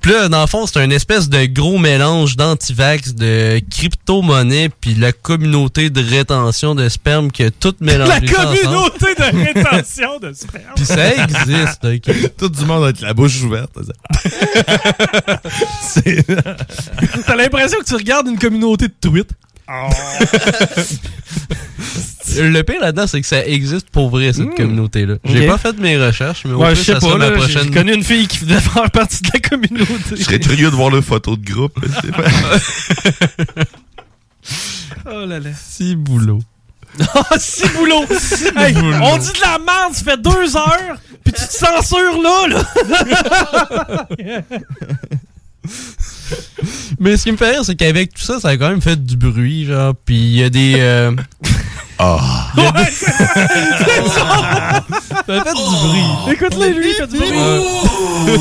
Speaker 16: Puis là, dans le fond, c'est un espèce de gros mélange d'antivax, de crypto-monnaie, puis la communauté de rétention de sperme qui a
Speaker 20: *laughs*
Speaker 16: tout mélangé
Speaker 20: La
Speaker 16: ça ensemble.
Speaker 20: communauté de rétention de sperme.
Speaker 16: Puis ça existe,
Speaker 15: hein,
Speaker 16: ok.
Speaker 17: Tout du monde avec la bouche ouverte. *laughs*
Speaker 20: C'est- T'as l'impression que tu regardes une communauté de tweets.
Speaker 16: Oh.
Speaker 15: *laughs*
Speaker 16: Le pire là-dedans, c'est que ça existe pour vrai, cette communauté-là. J'ai
Speaker 20: Hmm. Ok.
Speaker 16: pas fait mes recherches, mais au
Speaker 20: Ouais,
Speaker 16: plus,
Speaker 20: je sais
Speaker 16: ça sera
Speaker 20: pas,
Speaker 16: ma
Speaker 20: là, j'ai-
Speaker 16: prochaine...
Speaker 20: j'ai connu une fille qui faisait faire partie de la communauté.
Speaker 17: Je serais curieux de voir le photo de groupe. tu sais.
Speaker 20: *laughs* Oh là là.
Speaker 16: Si boulot.
Speaker 20: *laughs* Ah, si boulot! Hey,
Speaker 16: boulot.
Speaker 20: On dit de la merde, ça fait deux heures, puis tu te censures là, là!
Speaker 15: *laughs*
Speaker 16: Mais ce qui me fait rire, c'est qu'avec tout ça, ça a quand même fait du bruit, genre, puis il y a des... euh,
Speaker 20: *laughs*
Speaker 16: Ah. Il y a des- Ça fait du bruit.
Speaker 20: Écoute-le, lui, il fait du bruit.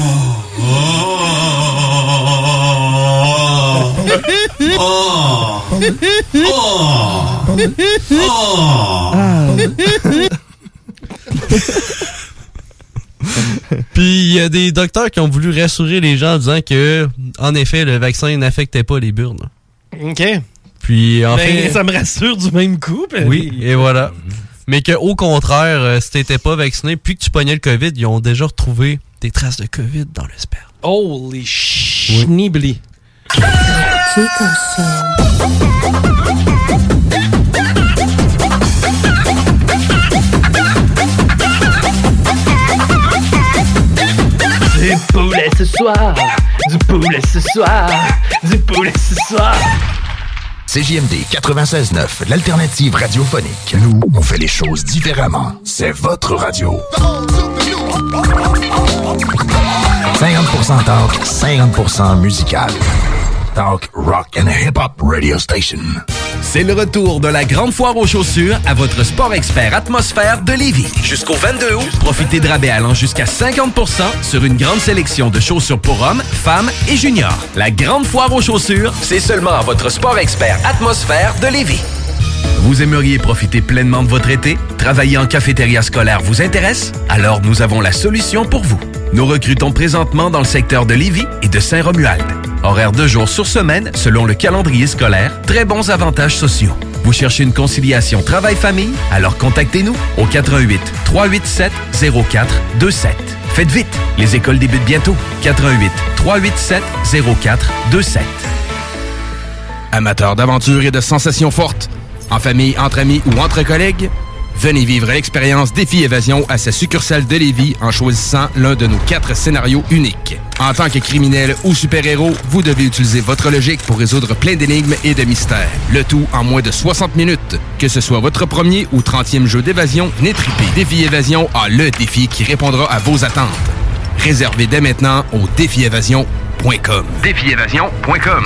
Speaker 16: *laughs* Puis il y a des docteurs qui ont voulu rassurer les gens en disant que, en effet, le vaccin n'affectait pas les burnes.
Speaker 20: OK.
Speaker 16: Puis en
Speaker 20: Ben,
Speaker 16: fait...
Speaker 20: ça me rassure du même coup. ben,
Speaker 16: Oui, et voilà. Mais que au contraire, euh, si t'étais pas vacciné, puis que tu pognais le COVID, ils ont déjà retrouvé des traces de COVID dans le sperme.
Speaker 20: Holy schnibbly.
Speaker 15: Du poulet ce soir, du poulet ce soir, du poulet ce soir.
Speaker 2: CJMD 96.9, l'alternative radiophonique. Nous, on fait les choses différemment. C'est votre radio. 50% talk, 50% musical. Talk, rock and hip-hop radio station.
Speaker 28: C'est le retour de la grande foire aux chaussures à votre sport expert atmosphère de Lévis. Jusqu'au 22 août, profitez de rabais allant jusqu'à 50% sur une grande sélection de chaussures pour hommes, femmes et juniors. La grande foire aux chaussures, c'est seulement à votre sport expert atmosphère de Lévis. Vous aimeriez profiter pleinement de votre été? Travailler en cafétéria scolaire vous intéresse? Alors nous avons la solution pour vous. Nous recrutons présentement dans le secteur de Lévis et de Saint-Romuald. Horaires de jours sur semaine, selon le calendrier scolaire, très bons avantages sociaux. Vous cherchez une conciliation travail-famille? Alors contactez-nous au 88 387 0427. Faites vite, les écoles débutent bientôt. 88 387 0427.
Speaker 7: Amateurs d'aventure et de sensations fortes, en famille, entre amis ou entre collègues, venez vivre l'expérience Défi Évasion à sa succursale de Lévis en choisissant l'un de nos quatre scénarios uniques. En tant que criminel ou super-héros, vous devez utiliser votre logique pour résoudre plein d'énigmes et de mystères. Le tout en moins de 60 minutes. Que ce soit votre premier ou 30e jeu d'évasion, Nétripé Défi Évasion a le défi qui répondra à vos attentes. Réservez dès maintenant au défiévasion.com. Défiévasion.com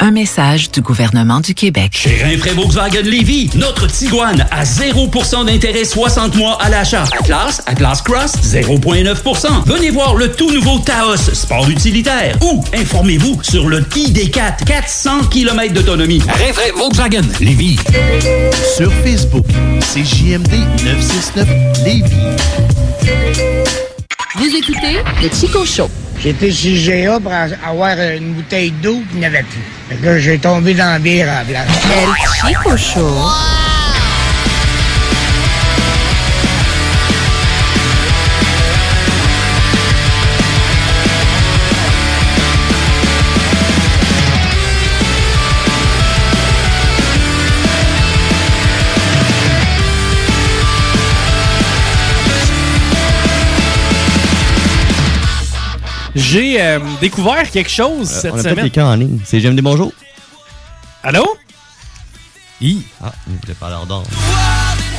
Speaker 25: Un message du gouvernement du Québec.
Speaker 14: Chez Rinfraie Volkswagen Lévy, notre Tiguan à 0% d'intérêt 60 mois à l'achat. Atlas, Atlas Cross, 0,9%. Venez voir le tout nouveau Taos, sport utilitaire. Ou informez-vous sur le ID4, 400 km d'autonomie. Rinfraie Volkswagen Lévy.
Speaker 37: Sur Facebook, c'est JMD 969 Lévis.
Speaker 12: Vous écoutez le Chico Show.
Speaker 3: J'étais chez GA pour a- avoir une bouteille d'eau qu'il n'y avait plus. Fait que là, j'ai tombé dans la bière à la place.
Speaker 12: El Chico Show.
Speaker 15: J'ai euh, découvert quelque chose cette
Speaker 18: Euh, On a peut-être
Speaker 15: semaine.
Speaker 18: quelqu'un en ligne. C'est J'aime des bonjours.
Speaker 15: Allô?
Speaker 18: I. Ah, il voulait parler en dents.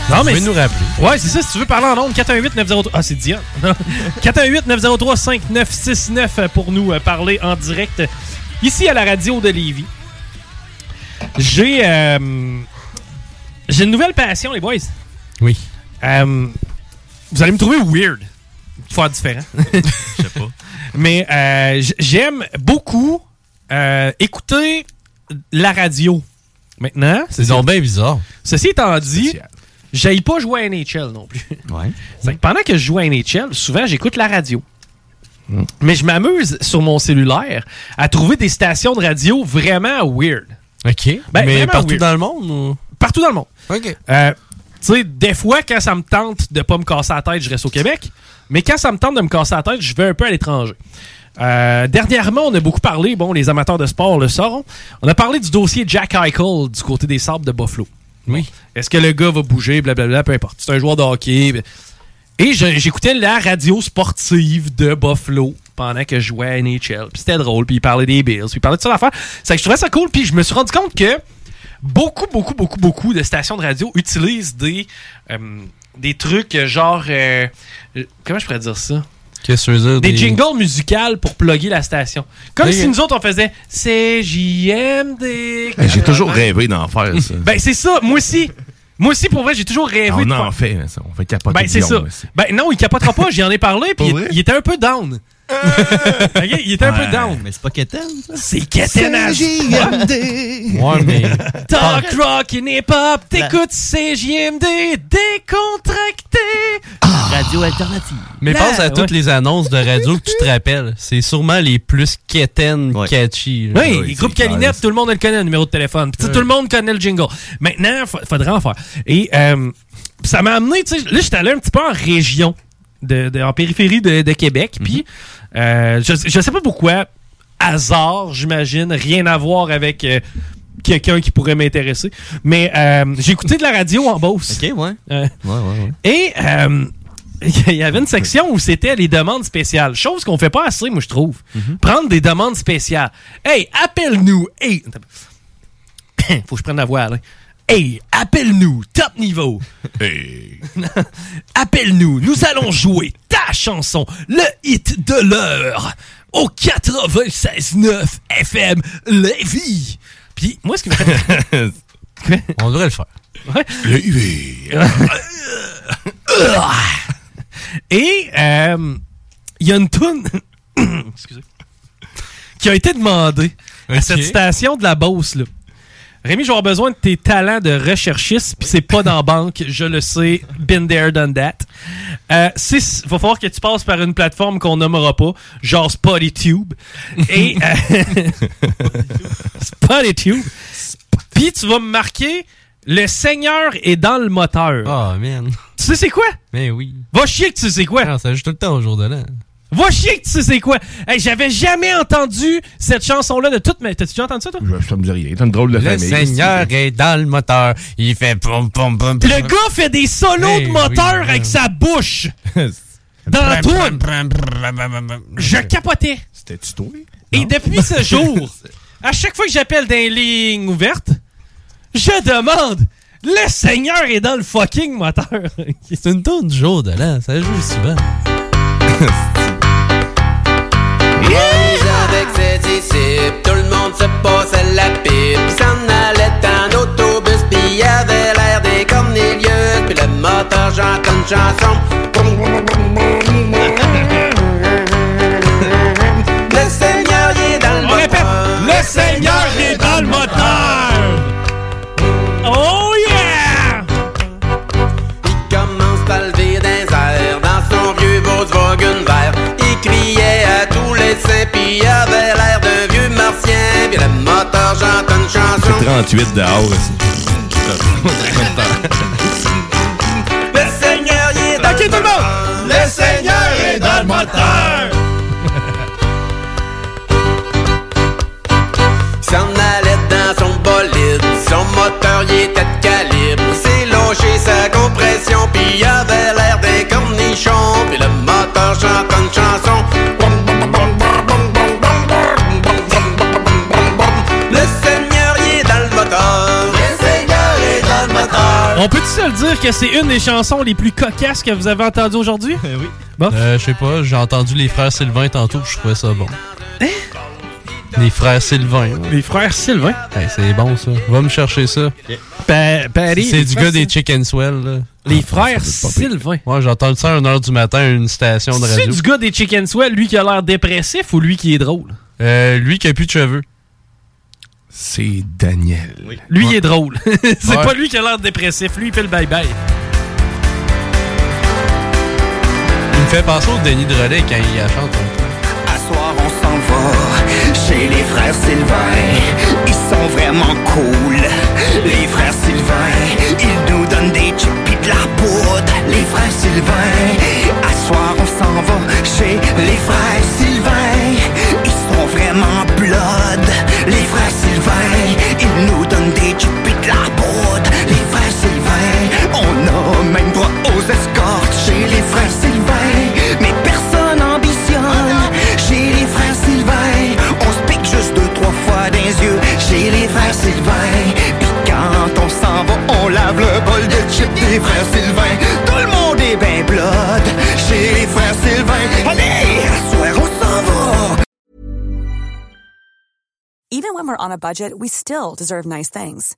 Speaker 15: Non, mais.
Speaker 18: Vous pouvez nous rappeler.
Speaker 15: Ouais, c'est ça. Si tu veux parler en nombre, 418-903. Ah, c'est Dion. *laughs* 418-903-5969 pour nous euh, parler en direct ici à la radio de Lévis. J'ai. euh, J'ai une nouvelle passion, les boys. Euh,
Speaker 16: Oui.
Speaker 15: vous allez me trouver weird. Faut faire différent.
Speaker 16: *laughs* Je sais pas.
Speaker 15: Mais euh, j- j'aime beaucoup euh, écouter la radio. Maintenant.
Speaker 16: C'est donc bien bizarre.
Speaker 15: Ceci étant dit, j'aille pas jouer à NHL non plus. C'est que pendant que je joue à NHL, souvent j'écoute la radio. Mm. Mais je m'amuse sur mon cellulaire à trouver des stations de radio vraiment weird.
Speaker 16: OK.
Speaker 15: Ben,
Speaker 16: mais
Speaker 15: vraiment
Speaker 16: partout
Speaker 15: weird.
Speaker 16: dans le monde ou-
Speaker 15: Partout dans le monde. Euh, tu sais, des fois, quand ça me tente de pas me casser la tête, je reste au Québec. Mais quand ça me tente de me casser la tête, je vais un peu à l'étranger. Euh, dernièrement, on a beaucoup parlé, bon, les amateurs de sport le sauront. On a parlé du dossier Jack Eichel du côté des sables de Buffalo. Oui. Est-ce que le gars va bouger, blablabla, peu importe. C'est un joueur de hockey. ben- et je- j'écoutais la radio sportive de Buffalo pendant que je jouais à NHL. Puis c'était drôle, puis il parlait des Bills, puis il parlait de ça d'affaires. C'est que je trouvais ça cool, puis je me suis rendu compte que beaucoup, beaucoup, beaucoup, beaucoup de stations de radio utilisent des, euh, des trucs euh, genre... euh, euh, comment je pourrais dire ça?
Speaker 16: Qu'est-ce que tu veux dire?
Speaker 15: Des, jingles musicales pour plugger la station. Comme si nous autres, on faisait CJMD.
Speaker 2: Hey, Eh, J'ai toujours rêvé Ah, d'en faire, ça.
Speaker 15: Ben, c'est ça, moi aussi. Moi aussi, pour vrai, j'ai toujours rêvé
Speaker 2: on
Speaker 15: de
Speaker 2: en
Speaker 15: faire-
Speaker 2: fait, mais ça, on fait capoter
Speaker 15: ben, c'est
Speaker 2: Guillaume,
Speaker 15: ça.
Speaker 2: mais c'est-
Speaker 15: Ben, non, il capotera pas, j'y en ai parlé, puis il, il était un peu down. *laughs* Ok, il était un peu
Speaker 18: Ouais,
Speaker 15: down.
Speaker 18: Mais c'est pas Keten, ça.
Speaker 15: C'est Keten à-
Speaker 18: Ouais, mais.
Speaker 15: *laughs* Talk rock and hip hop, t'écoutes CJMD, décontracté. Radio alternative.
Speaker 16: Mais pense à toutes les annonces de radio que tu te rappelles. C'est sûrement les plus quétaines catchy. là.
Speaker 15: Oui, les groupes Calinette, tout le monde le connaît, le numéro de téléphone. Puis, tu sais,
Speaker 16: Ouais.
Speaker 15: tout le monde connaît le jingle. Maintenant, fa- faudrait en faire. Et euh, ça m'a amené, tu sais, là, j'étais allé un petit peu en région, de, de- en périphérie de, de Québec. Puis, euh, je, je sais pas pourquoi, hasard, j'imagine, rien à voir avec euh, quelqu'un qui pourrait m'intéresser. Mais euh, j'ai écouté de la radio en Beauce. OK, ouais.
Speaker 18: Ouais, ouais, ouais.
Speaker 15: Et euh, *laughs* il y avait une section où c'était les demandes spéciales. Chose qu'on fait pas assez, moi, je trouve. Mhm. Prendre des demandes spéciales. Hey, appelle-nous. Hey. *coughs* Faut que je prenne la voix, Alain. Hey, appelle-nous. Top niveau. Hey. *laughs* appelle-nous. Nous allons jouer ta chanson. Le hit de l'heure. Au 96.9 FM Lévis. Puis, moi, ce qui
Speaker 16: *laughs*
Speaker 15: me fait...
Speaker 16: On devrait le faire.
Speaker 15: Ouais. *laughs* Et euh, il y a une toune *coughs* excusez, qui a été demandée à cette station de la Beauce. Là. Rémi, je vais avoir besoin de tes talents de recherchiste, puis c'est pas dans la banque, je le sais. Been there, done that. Euh, six, va falloir que tu passes par une plateforme qu'on nommera pas, genre SpottyTube. Et. euh, *laughs* SpottyTube. Puis tu vas me marquer Le Seigneur est dans le moteur.
Speaker 16: Oh, man.
Speaker 15: Tu sais, c'est quoi?
Speaker 16: Mais oui.
Speaker 15: Va chier que tu sais quoi.
Speaker 16: Non, ça joue tout le temps au jour de l'an.
Speaker 15: Va chier que tu sais c'est quoi. Hey, J'avais jamais entendu cette chanson-là de toute ma... T'as-tu déjà entendu ça, toi?
Speaker 2: Je- Ça me dit rien. C'est une drôle de
Speaker 16: Le
Speaker 2: famille.
Speaker 16: Seigneur est dans le moteur. Il fait pom pom pom.
Speaker 2: Le
Speaker 15: Le gars fait des solos
Speaker 16: Hey,
Speaker 15: de
Speaker 16: Eh oui,
Speaker 15: moteur
Speaker 16: oui.
Speaker 15: avec sa
Speaker 16: *laughs*
Speaker 15: bouche. Dans la toune. Je capotais.
Speaker 2: C'était-tu toi?
Speaker 15: Et
Speaker 2: *laughs*
Speaker 15: depuis ce jour, à chaque fois que j'appelle dans les lignes ouvertes, je demande Le Seigneur est dans le fucking moteur.
Speaker 16: C'est une tourne du jour de l'an. Ça joue souvent.
Speaker 20: Rouge avec ses disciples, tout le monde se posait la pipe. S'en allait en autobus, pis y avait l'air des Cornelius. Puis le moteur chante une chanson. Le Seigneur y est dans le moteur.
Speaker 15: Le Seigneur est dans le moteur. Oh yeah!
Speaker 20: Il commence à lever des airs dans son vieux Volkswagen vert. Il criait à tous les saints, pis y avait l'air d'un vieux martien. Puis le moteur chante une chanson.
Speaker 2: C'est 38 dehors. aussi.
Speaker 20: *laughs* Le Seigneur y est dans le monde! Le Seigneur est dans le moteur! *laughs* S'en allait dans son bolide, son moteur y était de calibre. C'est logé sa compression, puis y avait l'air des cornichons. Puis le moteur chante une chanson.
Speaker 15: On peut-tu se le dire que c'est une des chansons les plus cocasses que vous avez entendues aujourd'hui? oui.
Speaker 16: Euh, je sais pas, j'ai entendu les frères Sylvain tantôt, puis je trouvais ça bon. Les frères Sylvain.
Speaker 15: Hein? Les frères Sylvain?
Speaker 16: Hey, c'est bon ça. Va me chercher ça.
Speaker 15: Paris,
Speaker 16: C'est
Speaker 15: les
Speaker 16: du
Speaker 15: frères
Speaker 16: gars des
Speaker 15: Syl-
Speaker 16: Chicken Swell. Là. Ah,
Speaker 15: Les frères Sylvain.
Speaker 16: Ouais, j'entends ça à 1h du matin à une station de
Speaker 15: C'est
Speaker 16: radio.
Speaker 15: du gars des Chicken Swell, lui qui a l'air dépressif ou lui qui est drôle?
Speaker 16: Euh, lui qui a plus de cheveux.
Speaker 2: C'est Daniel.
Speaker 15: Lui, il est drôle. *laughs* c'est
Speaker 2: Ouais.
Speaker 15: pas lui qui a l'air dépressif. Lui, il fait le bye-bye.
Speaker 16: Il me fait penser au Denis de Relais quand il la chante.
Speaker 3: À soir, on s'en va chez les frères Sylvain. Ils sont vraiment cool. Les frères Sylvain, ils nous donnent des chips pis de la poudre. Les frères Sylvain, à soir, on s'en va chez les frères Sylvain. Ils sont vraiment blood. Les frères Sylvain, ils nous donnent des chips pis de la poudre. Les frères Sylvain, on a même droit aux escortes chez les frères Sylvain. Mais personne ambitionne chez les frères Sylvain. On se pique juste deux, trois fois des yeux chez les frères Sylvain. Puis quand on s'en va, on lave le bol de chips des frères Sylvain. Tout le monde est ben blood chez les frères Sylvain. Allez, à soir, on s'en va.
Speaker 38: Even when we're on a budget, we still deserve nice things.